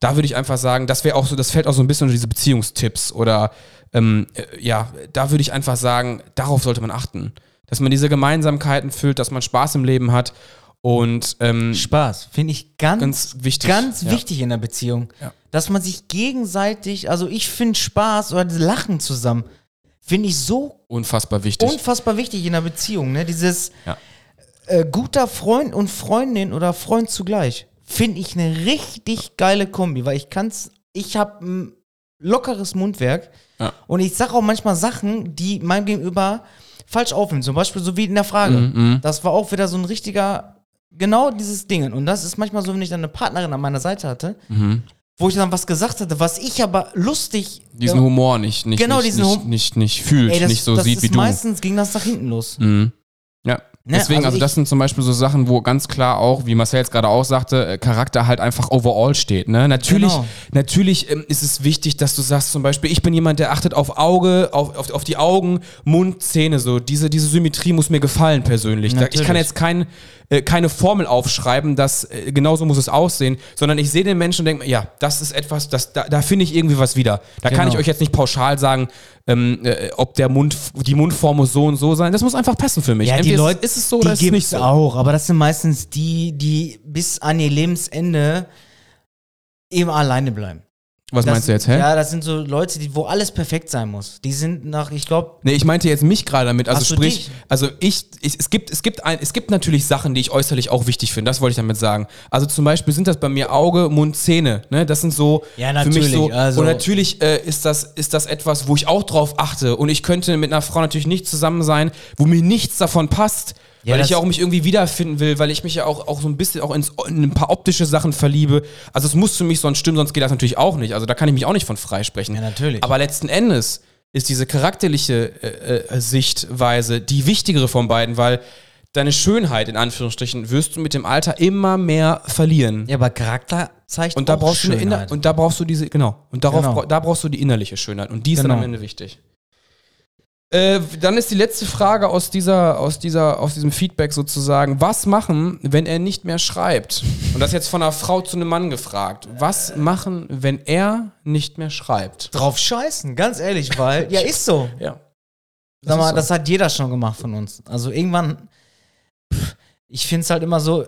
Speaker 1: da würde ich einfach sagen, das wäre auch so, das fällt auch so ein bisschen unter diese Beziehungstipps oder ähm, äh, ja, da würde ich einfach sagen, darauf sollte man achten. Dass man diese Gemeinsamkeiten fühlt, dass man Spaß im Leben hat und ähm,
Speaker 2: Spaß, finde ich
Speaker 1: Ganz
Speaker 2: ganz, ganz
Speaker 1: wichtig,
Speaker 2: wichtig. Ganz
Speaker 1: ja.
Speaker 2: wichtig in der Beziehung.
Speaker 1: Ja.
Speaker 2: Dass man sich gegenseitig, also ich finde Spaß oder das Lachen zusammen, finde ich so
Speaker 1: unfassbar wichtig.
Speaker 2: unfassbar wichtig in der Beziehung. Ne? Dieses
Speaker 1: Ja.
Speaker 2: äh, guter Freund und Freundin oder Freund zugleich, finde ich eine richtig geile Kombi, weil ich kann's, ich habe ein lockeres Mundwerk
Speaker 1: Ja.
Speaker 2: und ich sage auch manchmal Sachen, die meinem Gegenüber falsch aufnehmen. Zum Beispiel so wie in der Frage.
Speaker 1: Mhm,
Speaker 2: Das war auch wieder so ein richtiger, genau dieses Ding. Und das ist manchmal so, wenn ich dann eine Partnerin an meiner Seite hatte,
Speaker 1: Mhm.
Speaker 2: wo ich dann was gesagt hatte, was ich aber lustig.
Speaker 1: diesen
Speaker 2: äh,
Speaker 1: Humor nicht, nicht,
Speaker 2: Genau,
Speaker 1: nicht,
Speaker 2: diesen
Speaker 1: nicht,
Speaker 2: Hum-
Speaker 1: nicht, nicht fühlt,
Speaker 2: ey, das,
Speaker 1: nicht so
Speaker 2: das
Speaker 1: sieht
Speaker 2: ist
Speaker 1: wie du.
Speaker 2: meistens ging das nach hinten los.
Speaker 1: Mhm. Ja.
Speaker 2: Ne,
Speaker 1: Deswegen, also,
Speaker 2: also ich-
Speaker 1: das sind zum Beispiel so Sachen, wo ganz klar auch, wie Marcel jetzt gerade auch sagte, äh, Charakter halt einfach overall steht. Ne? Natürlich,
Speaker 2: Genau.
Speaker 1: natürlich ähm, ist es wichtig, dass du sagst, zum Beispiel, ich bin jemand, der achtet auf Auge, auf, auf, auf die Augen, Mund, Zähne, so. Diese, diese Symmetrie muss mir gefallen persönlich. Da, ich kann
Speaker 2: Natürlich.
Speaker 1: jetzt kein, äh, keine Formel aufschreiben, dass äh, genauso muss es aussehen, sondern ich sehe den Menschen und denke mir, ja, das ist etwas, das, da, da finde ich irgendwie was wieder. Da kann
Speaker 2: Genau.
Speaker 1: ich euch jetzt nicht pauschal sagen, ähm, äh, ob der Mund, die Mundform muss so und so sein. Das muss einfach passen für mich.
Speaker 2: Ja, die
Speaker 1: Entweder
Speaker 2: Leute,
Speaker 1: ist es so oder
Speaker 2: die
Speaker 1: ist es
Speaker 2: gibt's
Speaker 1: nicht so.
Speaker 2: auch, aber das sind meistens die, die bis an ihr Lebensende eben alleine bleiben.
Speaker 1: Was
Speaker 2: Das-
Speaker 1: meinst du jetzt, hä?
Speaker 2: Ja, das sind so Leute, die, wo alles perfekt sein muss. Die sind nach, ich glaube,
Speaker 1: Nee, ich meinte jetzt mich gerade damit. Also
Speaker 2: Ach so,
Speaker 1: sprich,
Speaker 2: dich.
Speaker 1: also ich, ich es gibt, es gibt ein, es gibt natürlich Sachen, die ich äußerlich auch wichtig finde. Das wollte ich damit sagen. Also zum Beispiel sind das bei mir Auge, Mund, Zähne. Ne, das sind so
Speaker 2: Ja,
Speaker 1: für mich
Speaker 2: natürlich,
Speaker 1: so.
Speaker 2: also-
Speaker 1: und natürlich äh, ist das, ist das etwas, wo ich auch drauf achte. Und ich könnte mit einer Frau natürlich nicht zusammen sein, wo mir nichts davon passt.
Speaker 2: Ja,
Speaker 1: weil
Speaker 2: das-
Speaker 1: ich ja auch mich irgendwie wiederfinden will, weil ich mich ja auch, auch so ein bisschen auch ins, in ein paar optische Sachen verliebe. Also es muss für mich sonst stimmen, sonst geht das natürlich auch nicht. Also da kann ich mich auch nicht von freisprechen.
Speaker 2: Ja, natürlich.
Speaker 1: Aber letzten Endes ist diese charakterliche äh, äh, Sichtweise die wichtigere von beiden, weil deine Schönheit in Anführungsstrichen wirst du mit dem Alter immer mehr verlieren.
Speaker 2: Ja, aber Charakter zeigt
Speaker 1: Und da
Speaker 2: auch
Speaker 1: brauchst du eine inner
Speaker 2: Schönheit.
Speaker 1: und da brauchst du diese genau und darauf
Speaker 2: Genau.
Speaker 1: bra- da brauchst du die innerliche Schönheit und die ist dann
Speaker 2: Genau.
Speaker 1: am Ende wichtig. Äh, dann ist die letzte Frage aus dieser aus dieser aus diesem Feedback sozusagen: Was machen, wenn er nicht mehr schreibt? Und das jetzt von einer Frau zu einem Mann gefragt: Was machen, wenn er nicht mehr schreibt?
Speaker 2: drauf scheißen, ganz ehrlich, weil ja ist so.
Speaker 1: Ja.
Speaker 2: Sag
Speaker 1: ist
Speaker 2: mal,
Speaker 1: so.
Speaker 2: das hat jeder schon gemacht von uns. Also irgendwann, pff, ich finde es halt immer so,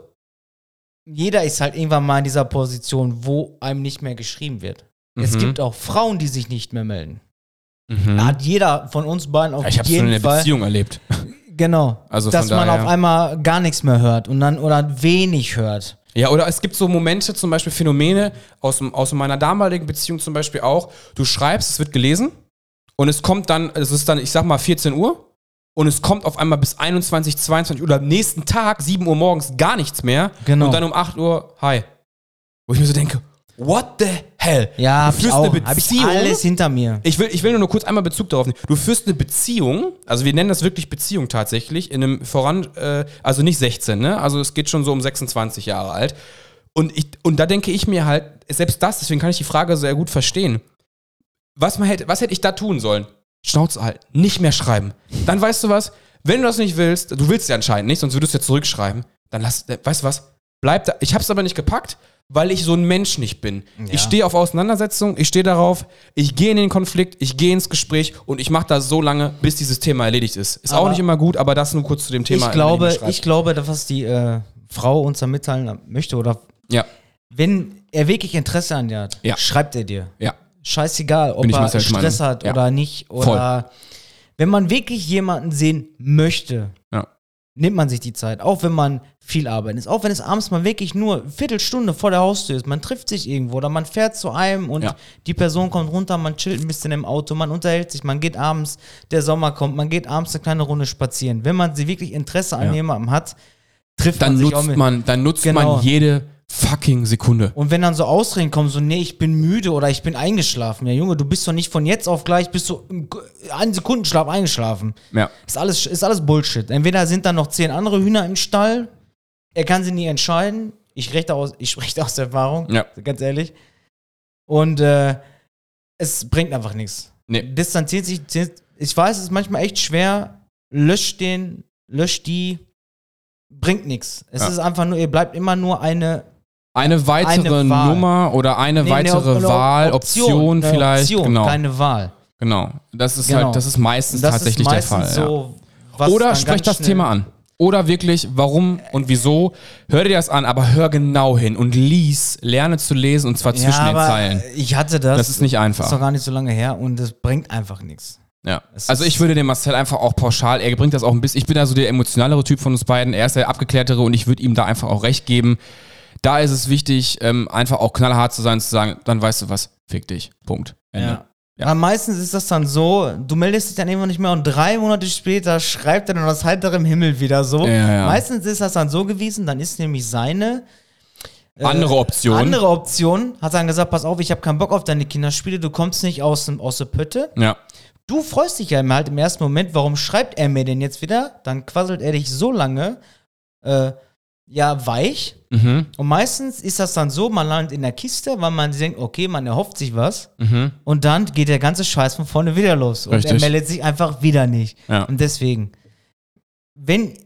Speaker 2: jeder ist halt irgendwann mal in dieser Position, wo einem nicht mehr geschrieben wird. Es
Speaker 1: Mhm.
Speaker 2: gibt auch Frauen, die sich nicht mehr melden. Da
Speaker 1: Mhm.
Speaker 2: hat jeder von uns beiden auf
Speaker 1: Ich habe schon in
Speaker 2: jeden
Speaker 1: der
Speaker 2: Fall.
Speaker 1: Beziehung erlebt.
Speaker 2: Genau.
Speaker 1: Also
Speaker 2: dass
Speaker 1: von
Speaker 2: man
Speaker 1: daher-
Speaker 2: auf einmal gar nichts mehr hört und dann oder wenig hört.
Speaker 1: Ja, oder es gibt so Momente, zum Beispiel Phänomene aus, dem- aus meiner damaligen Beziehung zum Beispiel auch. Du schreibst, es wird gelesen und es kommt dann, es ist dann, ich sag mal, 14 Uhr und es kommt auf einmal bis 21, 22 Uhr oder am nächsten Tag, 7 Uhr morgens, gar nichts mehr.
Speaker 2: Genau.
Speaker 1: Und dann um 8 Uhr, hi. Wo ich mir so denke, what the hell?
Speaker 2: Ja, hab
Speaker 1: du
Speaker 2: ich
Speaker 1: führst
Speaker 2: auch.
Speaker 1: eine
Speaker 2: Hab ich
Speaker 1: Beziehung.
Speaker 2: alles hinter mir.
Speaker 1: Ich will, ich will nur noch kurz einmal Bezug darauf nehmen. Du führst eine Beziehung, also wir nennen das wirklich Beziehung tatsächlich, in einem voran, äh, also nicht 16, ne? Also es geht schon so um 26 Jahre alt. Und, ich, und da denke ich mir halt, selbst das, deswegen kann ich die Frage sehr gut verstehen. Was, man hätte, was hätte ich da tun sollen? Schnauze halten, nicht mehr schreiben. Dann weißt du was, wenn du das nicht willst, du willst ja anscheinend nicht, sonst würdest du ja zurückschreiben, dann lass, äh, weißt du was, bleib da. Ich hab's aber nicht gepackt, weil ich so ein Mensch nicht bin. Ich stehe auf Auseinandersetzung, ich stehe darauf, ich gehe in den Konflikt, ich gehe ins Gespräch und ich mache das so lange, bis dieses Thema erledigt ist. Ist auch
Speaker 2: Aber-
Speaker 1: nicht immer gut, aber das nur kurz zu dem Thema.
Speaker 2: ich glaube,
Speaker 1: wenn
Speaker 2: ich
Speaker 1: nicht
Speaker 2: glaube, dass was die äh, Frau uns da mitteilen möchte oder
Speaker 1: mehr schreibe.
Speaker 2: wenn er wirklich Interesse an dir hat,
Speaker 1: Ja.
Speaker 2: schreibt er dir.
Speaker 1: Ja, ja.
Speaker 2: Scheißegal, ob
Speaker 1: Bin ich
Speaker 2: er
Speaker 1: Marcel Schmeiner.
Speaker 2: Stress hat
Speaker 1: Ja.
Speaker 2: oder nicht. Oder wenn man wirklich jemanden sehen möchte,
Speaker 1: Ja.
Speaker 2: nimmt man sich die Zeit. Auch wenn man viel arbeiten ist. Auch wenn es abends mal wirklich nur eine Viertelstunde vor der Haustür ist. Man trifft sich irgendwo oder man fährt zu einem und
Speaker 1: Ja.
Speaker 2: die Person kommt runter, man chillt ein bisschen im Auto, man unterhält sich, man geht abends, der Sommer kommt, man geht abends eine kleine Runde spazieren. Wenn man sie wirklich Interesse an
Speaker 1: Ja.
Speaker 2: jemandem hat, trifft
Speaker 1: Dann
Speaker 2: man sich auch
Speaker 1: nutzt
Speaker 2: mit.
Speaker 1: man, dann nutzt
Speaker 2: Genau.
Speaker 1: man jede fucking Sekunde.
Speaker 2: Und wenn dann so Ausreden kommen, so, nee, ich bin müde oder ich bin eingeschlafen. Ja, Junge, du bist doch nicht von jetzt auf gleich, bist du im G- einen Sekundenschlaf eingeschlafen.
Speaker 1: Ja.
Speaker 2: Ist alles, ist alles Bullshit. Entweder sind dann noch zehn andere Hühner im Stall, er kann sie nie entscheiden. Ich, rechte aus, ich spreche da aus Erfahrung,
Speaker 1: Ja.
Speaker 2: ganz ehrlich. Und äh, es bringt einfach nichts.
Speaker 1: Nee.
Speaker 2: Distanziert sich, ich weiß, es ist manchmal echt schwer, löscht den, löscht die, bringt nichts. Es
Speaker 1: Ja.
Speaker 2: ist einfach nur, ihr bleibt immer nur eine
Speaker 1: Eine weitere
Speaker 2: Eine Wahl.
Speaker 1: Nummer oder eine
Speaker 2: Nee,
Speaker 1: weitere
Speaker 2: eine Op- eine
Speaker 1: Wahl, Option,
Speaker 2: eine
Speaker 1: vielleicht.
Speaker 2: Option,
Speaker 1: genau.
Speaker 2: Keine Wahl.
Speaker 1: genau. Das ist
Speaker 2: Genau.
Speaker 1: halt, das ist meistens tatsächlich der Fall. ja.
Speaker 2: so, was
Speaker 1: Oder
Speaker 2: dann
Speaker 1: sprecht das
Speaker 2: ganz schnell-
Speaker 1: Thema an. Oder wirklich, warum und wieso. Hör dir das an, aber hör genau hin und lies, lerne zu lesen und zwar
Speaker 2: ja,
Speaker 1: zwischen den
Speaker 2: aber
Speaker 1: Zeilen.
Speaker 2: Ich hatte das.
Speaker 1: Das ist nicht einfach.
Speaker 2: Ist doch gar nicht so lange her und es bringt einfach nichts.
Speaker 1: Ja.
Speaker 2: Es
Speaker 1: Also
Speaker 2: ist-
Speaker 1: ich würde dem Marcel einfach auch pauschal, er bringt das auch ein bisschen, ich bin also der emotionalere Typ von uns beiden, er ist der abgeklärtere und ich würde ihm da einfach auch recht geben. Da ist es wichtig, ähm, einfach auch knallhart zu sein, zu sagen, dann weißt du was, fick dich. Punkt. Ende.
Speaker 2: Ja.
Speaker 1: Ja.
Speaker 2: Aber meistens ist das dann so, du meldest dich dann irgendwann nicht mehr und drei Monate später schreibt er dann aus heiterem Himmel wieder so.
Speaker 1: Ja, ja.
Speaker 2: Meistens ist das dann so gewesen, dann ist nämlich seine äh,
Speaker 1: Andere Option.
Speaker 2: andere Option, hat dann gesagt, pass auf, ich habe keinen Bock auf deine Kinderspiele, du kommst nicht aus, dem- aus der Pötte.
Speaker 1: Ja.
Speaker 2: Du freust dich ja im- halt im ersten Moment, warum schreibt er mir denn jetzt wieder? Dann quasselt er dich so lange, äh, ja, weich.
Speaker 1: Mhm.
Speaker 2: Und meistens ist das dann so, man landet in der Kiste, weil man denkt, okay, man erhofft sich was.
Speaker 1: Mhm.
Speaker 2: Und dann geht der ganze Scheiß von vorne wieder los. Und er
Speaker 1: Richtig.
Speaker 2: meldet sich einfach wieder nicht.
Speaker 1: Ja.
Speaker 2: Und deswegen, wenn,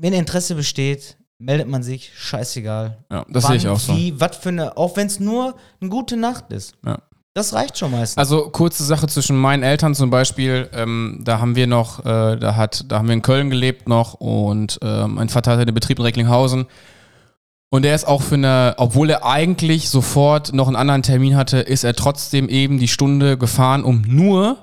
Speaker 2: wenn Interesse besteht, meldet man sich, scheißegal.
Speaker 1: ja. Das sehe ich
Speaker 2: Wann,
Speaker 1: auch so.
Speaker 2: Wie, was für eine, auch wenn es nur eine gute Nacht ist.
Speaker 1: Ja.
Speaker 2: Das reicht schon meistens.
Speaker 1: Also kurze Sache zwischen meinen Eltern zum Beispiel, ähm, da haben wir noch, äh, da hat, da haben wir in Köln gelebt noch und ähm, mein Vater hatte den Betrieb in Recklinghausen. Und er ist auch für eine, obwohl er eigentlich sofort noch einen anderen Termin hatte, ist er trotzdem eben die Stunde gefahren, um nur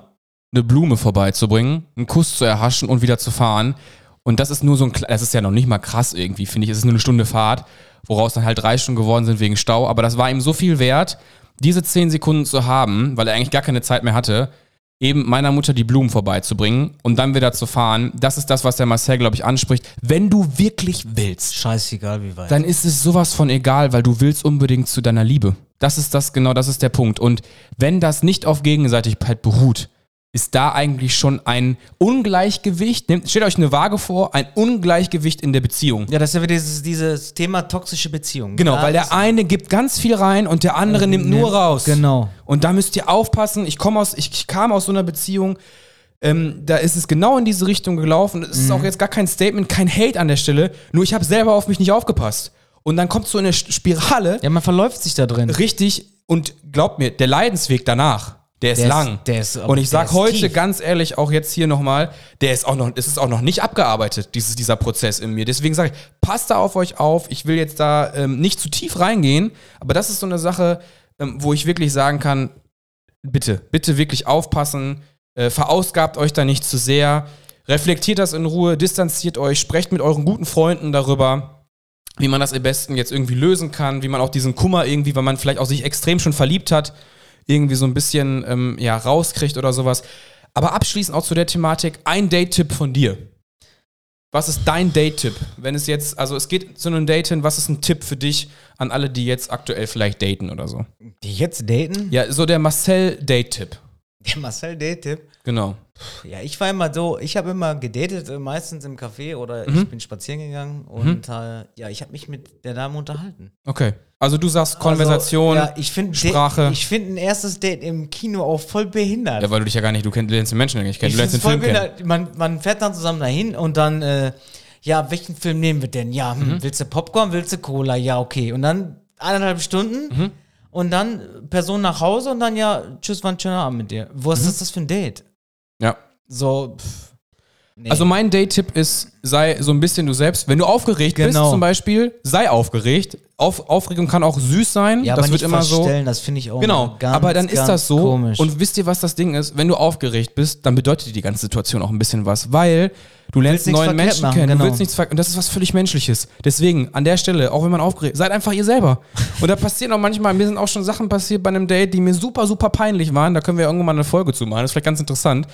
Speaker 1: eine Blume vorbeizubringen, einen Kuss zu erhaschen und wieder zu fahren. Und das ist nur so ein, kle- das ist ja noch nicht mal krass irgendwie, finde ich. Es ist nur eine Stunde Fahrt, woraus dann halt drei Stunden geworden sind wegen Stau. Aber das war ihm so viel wert, diese zehn Sekunden zu haben, weil er eigentlich gar keine Zeit mehr hatte, eben meiner Mutter die Blumen vorbeizubringen und dann wieder zu fahren. Das ist das, was der Marcel, glaube ich, anspricht. Wenn du wirklich willst,
Speaker 2: Scheißegal, wie weit.
Speaker 1: dann ist es sowas von egal, weil du willst unbedingt zu deiner Liebe. Das ist das, genau das ist der Punkt. Und wenn das nicht auf Gegenseitigkeit beruht, ist da eigentlich schon ein Ungleichgewicht, nehmt, stellt euch eine Waage vor, ein Ungleichgewicht in der Beziehung.
Speaker 2: ja, das ist ja wieder dieses, dieses Thema toxische Beziehung.
Speaker 1: Genau,
Speaker 2: Ja,
Speaker 1: weil
Speaker 2: das-
Speaker 1: der eine gibt ganz viel rein und der andere nimmt nur
Speaker 2: nimmt-
Speaker 1: raus.
Speaker 2: genau.
Speaker 1: Und da müsst ihr aufpassen. Ich komme aus, ich, ich kam aus so einer Beziehung. Ähm, da ist es genau in diese Richtung gelaufen. Es
Speaker 2: Mhm.
Speaker 1: ist auch jetzt gar kein Statement, kein Hate an der Stelle. Nur ich habe selber auf mich nicht aufgepasst. Und dann kommt so eine Sch- Spirale.
Speaker 2: Ja, man verläuft sich da drin.
Speaker 1: Richtig. Und glaubt mir, der Leidensweg danach, der ist
Speaker 2: Der ist-
Speaker 1: lang.
Speaker 2: der ist-
Speaker 1: und ich
Speaker 2: der
Speaker 1: sag
Speaker 2: ist
Speaker 1: heute
Speaker 2: tief.
Speaker 1: ganz ehrlich, auch jetzt hier nochmal, der ist auch noch, es ist auch noch nicht abgearbeitet, dieses, dieser Prozess in mir. Deswegen sage ich, passt da auf euch auf. Ich will jetzt da ähm, nicht zu tief reingehen, aber das ist so eine Sache, ähm, wo ich wirklich sagen kann, bitte, bitte wirklich aufpassen, äh, verausgabt euch da nicht zu sehr, reflektiert das in Ruhe, distanziert euch, sprecht mit euren guten Freunden darüber wie man das am besten jetzt irgendwie lösen kann, wie man auch diesen Kummer irgendwie, weil man vielleicht auch sich extrem schon verliebt hat, irgendwie so ein bisschen ähm, ja, rauskriegt oder sowas. Aber abschließend auch zu der Thematik, ein Date-Tipp von dir. Was ist dein Date-Tipp? Wenn es jetzt, also es geht zu einem Date hin, was ist ein Tipp für dich an alle, die jetzt aktuell vielleicht daten oder so?
Speaker 2: Die jetzt daten?
Speaker 1: Ja, so der Marcel-Date-Tipp.
Speaker 2: Der Marcel datet.
Speaker 1: Genau.
Speaker 2: Ja, ich war immer so, ich habe immer gedatet, äh, meistens im Café oder
Speaker 1: Mhm.
Speaker 2: ich bin spazieren gegangen und äh, ja, ich habe mich mit der Dame unterhalten.
Speaker 1: Okay. Also du sagst Konversation,
Speaker 2: Also, ja, ich find,
Speaker 1: Sprache.
Speaker 2: Ich finde ein erstes Date im Kino auch voll behindert.
Speaker 1: Ja, weil du dich ja gar nicht, du kennst, lernst den Menschen ja nicht kennen,
Speaker 2: ich
Speaker 1: du lernst den
Speaker 2: find's voll
Speaker 1: Film kennen.
Speaker 2: behindert. Man, man fährt dann zusammen dahin und dann, äh, ja, welchen Film nehmen wir denn? Ja,
Speaker 1: Mhm.
Speaker 2: hm, willst du Popcorn, willst du Cola? Ja, okay. Und dann eineinhalb Stunden
Speaker 1: Mhm.
Speaker 2: und dann Person nach Hause und dann, ja, tschüss, war ein schöner Abend mit dir. Was
Speaker 1: Mhm.
Speaker 2: ist das für ein Date?
Speaker 1: Ja.
Speaker 2: So, pff, nee.
Speaker 1: Also mein Date-Tipp ist, sei so ein bisschen du selbst. Wenn du aufgeregt bist
Speaker 2: Genau.
Speaker 1: zum Beispiel, sei aufgeregt. Auf, Aufregung kann auch süß sein.
Speaker 2: Ja,
Speaker 1: das
Speaker 2: aber
Speaker 1: wird
Speaker 2: nicht
Speaker 1: immer so.
Speaker 2: verstellen, das finde ich auch
Speaker 1: Genau,
Speaker 2: immer ganz,
Speaker 1: aber dann ist
Speaker 2: ganz
Speaker 1: das so.
Speaker 2: Komisch.
Speaker 1: Und wisst ihr, was das Ding ist? Wenn du aufgeregt bist, dann bedeutet die ganze Situation auch ein bisschen was, weil du lernst
Speaker 2: willst nichts
Speaker 1: neuen
Speaker 2: verkehrt
Speaker 1: Menschen
Speaker 2: machen,
Speaker 1: kennen. Du
Speaker 2: genau.
Speaker 1: willst nichts verk- und das ist was völlig Menschliches. Deswegen, an der Stelle, auch wenn man aufgeregt, seid einfach ihr selber. Und da passieren auch manchmal, mir sind auch schon Sachen passiert bei einem Date, die mir super, super peinlich waren. Da können wir irgendwann mal eine Folge zu machen. Das ist vielleicht ganz interessant.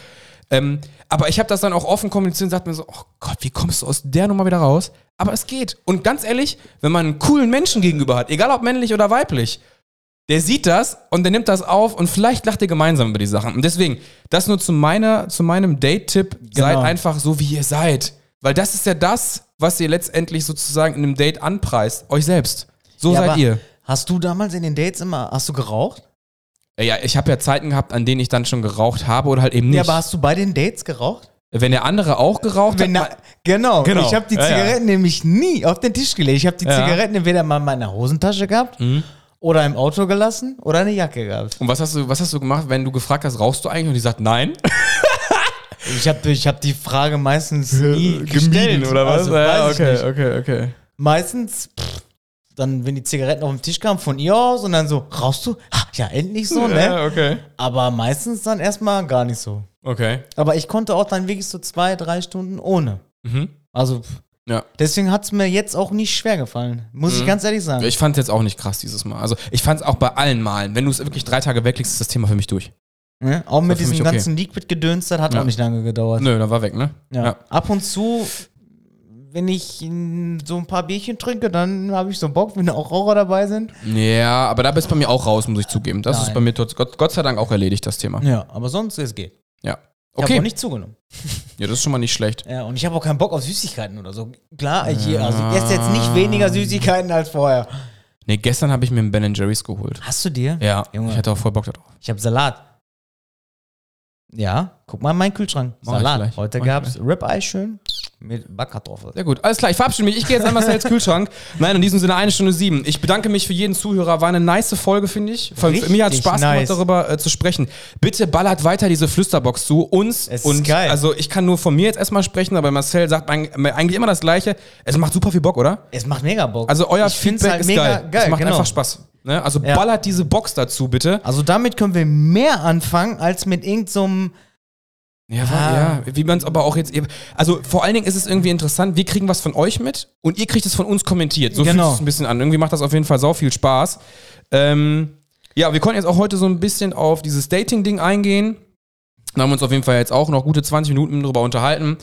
Speaker 1: Ähm, aber ich habe das dann auch offen kommuniziert und sagt mir so, oh Gott, wie kommst du aus der Nummer wieder raus? Aber es geht. Und ganz ehrlich, wenn man einen coolen Menschen gegenüber hat, egal ob männlich oder weiblich, der sieht das und der nimmt das auf und vielleicht lacht ihr gemeinsam über die Sachen. Und deswegen, das nur zu, meiner, zu meinem Date-Tipp, seid
Speaker 2: Genau.
Speaker 1: einfach so, wie ihr seid. Weil das ist ja das, was ihr letztendlich sozusagen in einem Date anpreist, euch selbst. So
Speaker 2: Ja,
Speaker 1: seid
Speaker 2: aber
Speaker 1: ihr.
Speaker 2: Hast du damals in den Dates immer, hast du geraucht?
Speaker 1: Ja, ich habe ja Zeiten gehabt, an denen ich dann schon geraucht habe oder halt eben nicht.
Speaker 2: Ja, aber hast du bei den Dates geraucht?
Speaker 1: Wenn der andere auch geraucht
Speaker 2: Wenn
Speaker 1: hat,
Speaker 2: na, genau.
Speaker 1: Genau.
Speaker 2: Ich habe die
Speaker 1: Ja, ja.
Speaker 2: Zigaretten nämlich nie auf den Tisch gelegt. Ich habe die
Speaker 1: Ja. Mhm.
Speaker 2: Zigaretten entweder mal in meiner Hosentasche gehabt oder im Auto gelassen oder eine Jacke gehabt.
Speaker 1: Und was hast du, was hast du gemacht, wenn du gefragt hast, rauchst du eigentlich? Und die sagt nein.
Speaker 2: Ich habe ich hab die Frage meistens nie gestellt. Also, weiß ich nicht.
Speaker 1: okay, okay.
Speaker 2: Meistens, pff, dann, wenn die Zigaretten auf den Tisch kamen, von ihr aus und dann so, rauchst du? Ha, ja, endlich so, ne?
Speaker 1: Ja, okay.
Speaker 2: Aber meistens dann erstmal gar nicht so.
Speaker 1: Okay.
Speaker 2: Aber ich konnte auch dann wirklich so zwei, drei Stunden ohne.
Speaker 1: Mhm.
Speaker 2: Also, pff,
Speaker 1: Ja. Mhm.
Speaker 2: deswegen hat es mir jetzt auch nicht schwer gefallen. Muss ich ganz ehrlich sagen.
Speaker 1: Ich fand es jetzt auch nicht krass dieses Mal. Also ich fand es auch bei allen Malen. Wenn du es wirklich drei Tage weglegst, ist das Thema für mich durch.
Speaker 2: ne? Auch mit
Speaker 1: für
Speaker 2: diesem
Speaker 1: mich okay.
Speaker 2: ganzen Liquid-Gedöns, das hat
Speaker 1: Ja.
Speaker 2: auch nicht lange gedauert.
Speaker 1: Nö, dann war weg, ne?
Speaker 2: Ja. Ab und zu, wenn ich mm, so ein paar Bierchen trinke, dann habe ich so Bock, wenn da auch Raucher dabei sind.
Speaker 1: Ja. ja, aber da bist du bei mir auch raus, muss ich zugeben. Das ist
Speaker 2: Nein.
Speaker 1: bei mir trotz Gott, Gott sei Dank auch erledigt, das Thema.
Speaker 2: Ja, aber sonst, es geht.
Speaker 1: Ja.
Speaker 2: Ich habe
Speaker 1: Okay.
Speaker 2: auch nicht zugenommen.
Speaker 1: Ja, das ist schon mal nicht schlecht.
Speaker 2: Ja, und ich habe auch keinen Bock auf Süßigkeiten oder so. Klar, ich, also ich esse jetzt nicht weniger Süßigkeiten als vorher.
Speaker 1: Nee, gestern habe ich mir einen Ben Jerry's geholt.
Speaker 2: Hast du dir?
Speaker 1: Ja,
Speaker 2: Junge.
Speaker 1: ich hatte auch voll Bock darauf.
Speaker 2: Ich habe Salat. Ja, guck mal in meinen Kühlschrank.
Speaker 1: Mach ich
Speaker 2: Salat.
Speaker 1: gleich.
Speaker 2: Heute
Speaker 1: Mach ich
Speaker 2: gab's Ribeye schön mit Backkartoffel.
Speaker 1: Sehr gut. Alles klar, ich verabschiede mich. Ich gehe jetzt einmal ins Kühlschrank. Nein, in diesem Sinne eine Stunde sieben. Ich bedanke mich für jeden Zuhörer. War eine nice Folge, finde ich. Für, für
Speaker 2: Richtig
Speaker 1: mich hat es Spaß
Speaker 2: nice.
Speaker 1: gemacht, darüber äh, zu sprechen. Bitte ballert weiter diese Flüsterbox zu uns.
Speaker 2: Es ist
Speaker 1: und
Speaker 2: geil.
Speaker 1: Also ich kann nur von mir jetzt erstmal sprechen, aber Marcel sagt eig- eigentlich immer das Gleiche. Es macht super viel Bock, oder?
Speaker 2: Es macht mega Bock.
Speaker 1: Also euer
Speaker 2: Ich find's
Speaker 1: Feedback
Speaker 2: halt
Speaker 1: ist
Speaker 2: mega
Speaker 1: geil.
Speaker 2: geil,
Speaker 1: Es macht
Speaker 2: genau.
Speaker 1: einfach Spaß. Ne? Also
Speaker 2: Ja.
Speaker 1: ballert diese Box dazu, bitte.
Speaker 2: Also damit können wir mehr anfangen als mit irgendeinem.
Speaker 1: Ja,
Speaker 2: Ah.
Speaker 1: ja. wie man es aber auch jetzt eben. Also vor allen Dingen ist es irgendwie interessant, wir kriegen was von euch mit und ihr kriegt es von uns kommentiert. So
Speaker 2: Genau.
Speaker 1: fühlt es ein bisschen an. Irgendwie macht das auf jeden Fall sau viel Spaß. Ähm, ja, wir konnten jetzt auch heute so ein bisschen auf dieses Dating-Ding eingehen. Da haben wir uns auf jeden Fall jetzt auch noch gute 20 Minuten drüber unterhalten.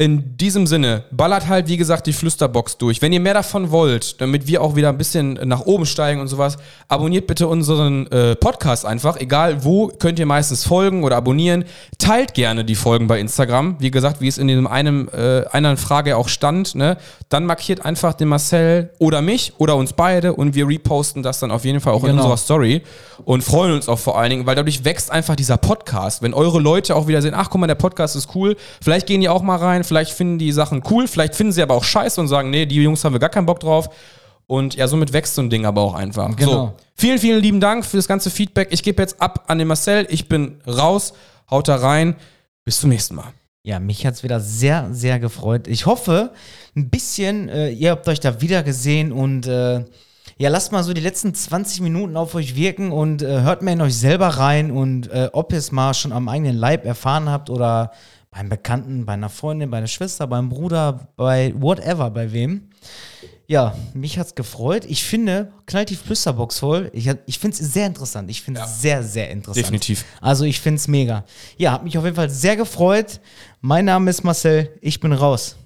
Speaker 1: In diesem Sinne, ballert halt, wie gesagt, die Flüsterbox durch. Wenn ihr mehr davon wollt, damit wir auch wieder ein bisschen nach oben steigen und sowas, abonniert bitte unseren äh, Podcast einfach. Egal wo, könnt ihr meistens folgen oder abonnieren. Teilt gerne die Folgen bei Instagram. Wie gesagt, wie es in dem einem, äh, einer Frage auch stand. Ne? Dann markiert einfach den Marcel oder mich oder uns beide und wir reposten das dann auf jeden Fall auch in
Speaker 2: Genau.
Speaker 1: unserer Story und freuen uns auch vor allen Dingen, weil dadurch wächst einfach dieser Podcast. Wenn eure Leute auch wieder sehen, ach guck mal, der Podcast ist cool, vielleicht gehen die auch mal rein, vielleicht finden die Sachen cool, vielleicht finden sie aber auch scheiße und sagen, nee, die Jungs haben wir gar keinen Bock drauf. Und ja, somit wächst so ein Ding aber auch einfach.
Speaker 2: Genau.
Speaker 1: So, vielen, vielen lieben Dank für das ganze Feedback. Ich gebe jetzt ab an den Marcel. Ich bin raus. Haut da rein. Bis zum nächsten Mal.
Speaker 2: Ja, mich hat's wieder sehr, sehr gefreut. Ich hoffe, ein bisschen, äh, ihr habt euch da wieder gesehen und äh, ja, lasst mal so die letzten 20 Minuten auf euch wirken und äh, hört mal in euch selber rein und äh, ob ihr es mal schon am eigenen Leib erfahren habt oder beim Bekannten, bei einer Freundin, bei einer Schwester, beim Bruder, bei whatever, bei wem. Ja, mich hat's gefreut. Ich finde, knallt die Flüsterbox voll. Ich, hab- ich find's sehr interessant. Ich find's sehr, sehr interessant.
Speaker 1: Definitiv.
Speaker 2: Also ich find's mega. Ja, hat mich auf jeden Fall sehr gefreut. Mein Name ist Marcel. Ich bin raus.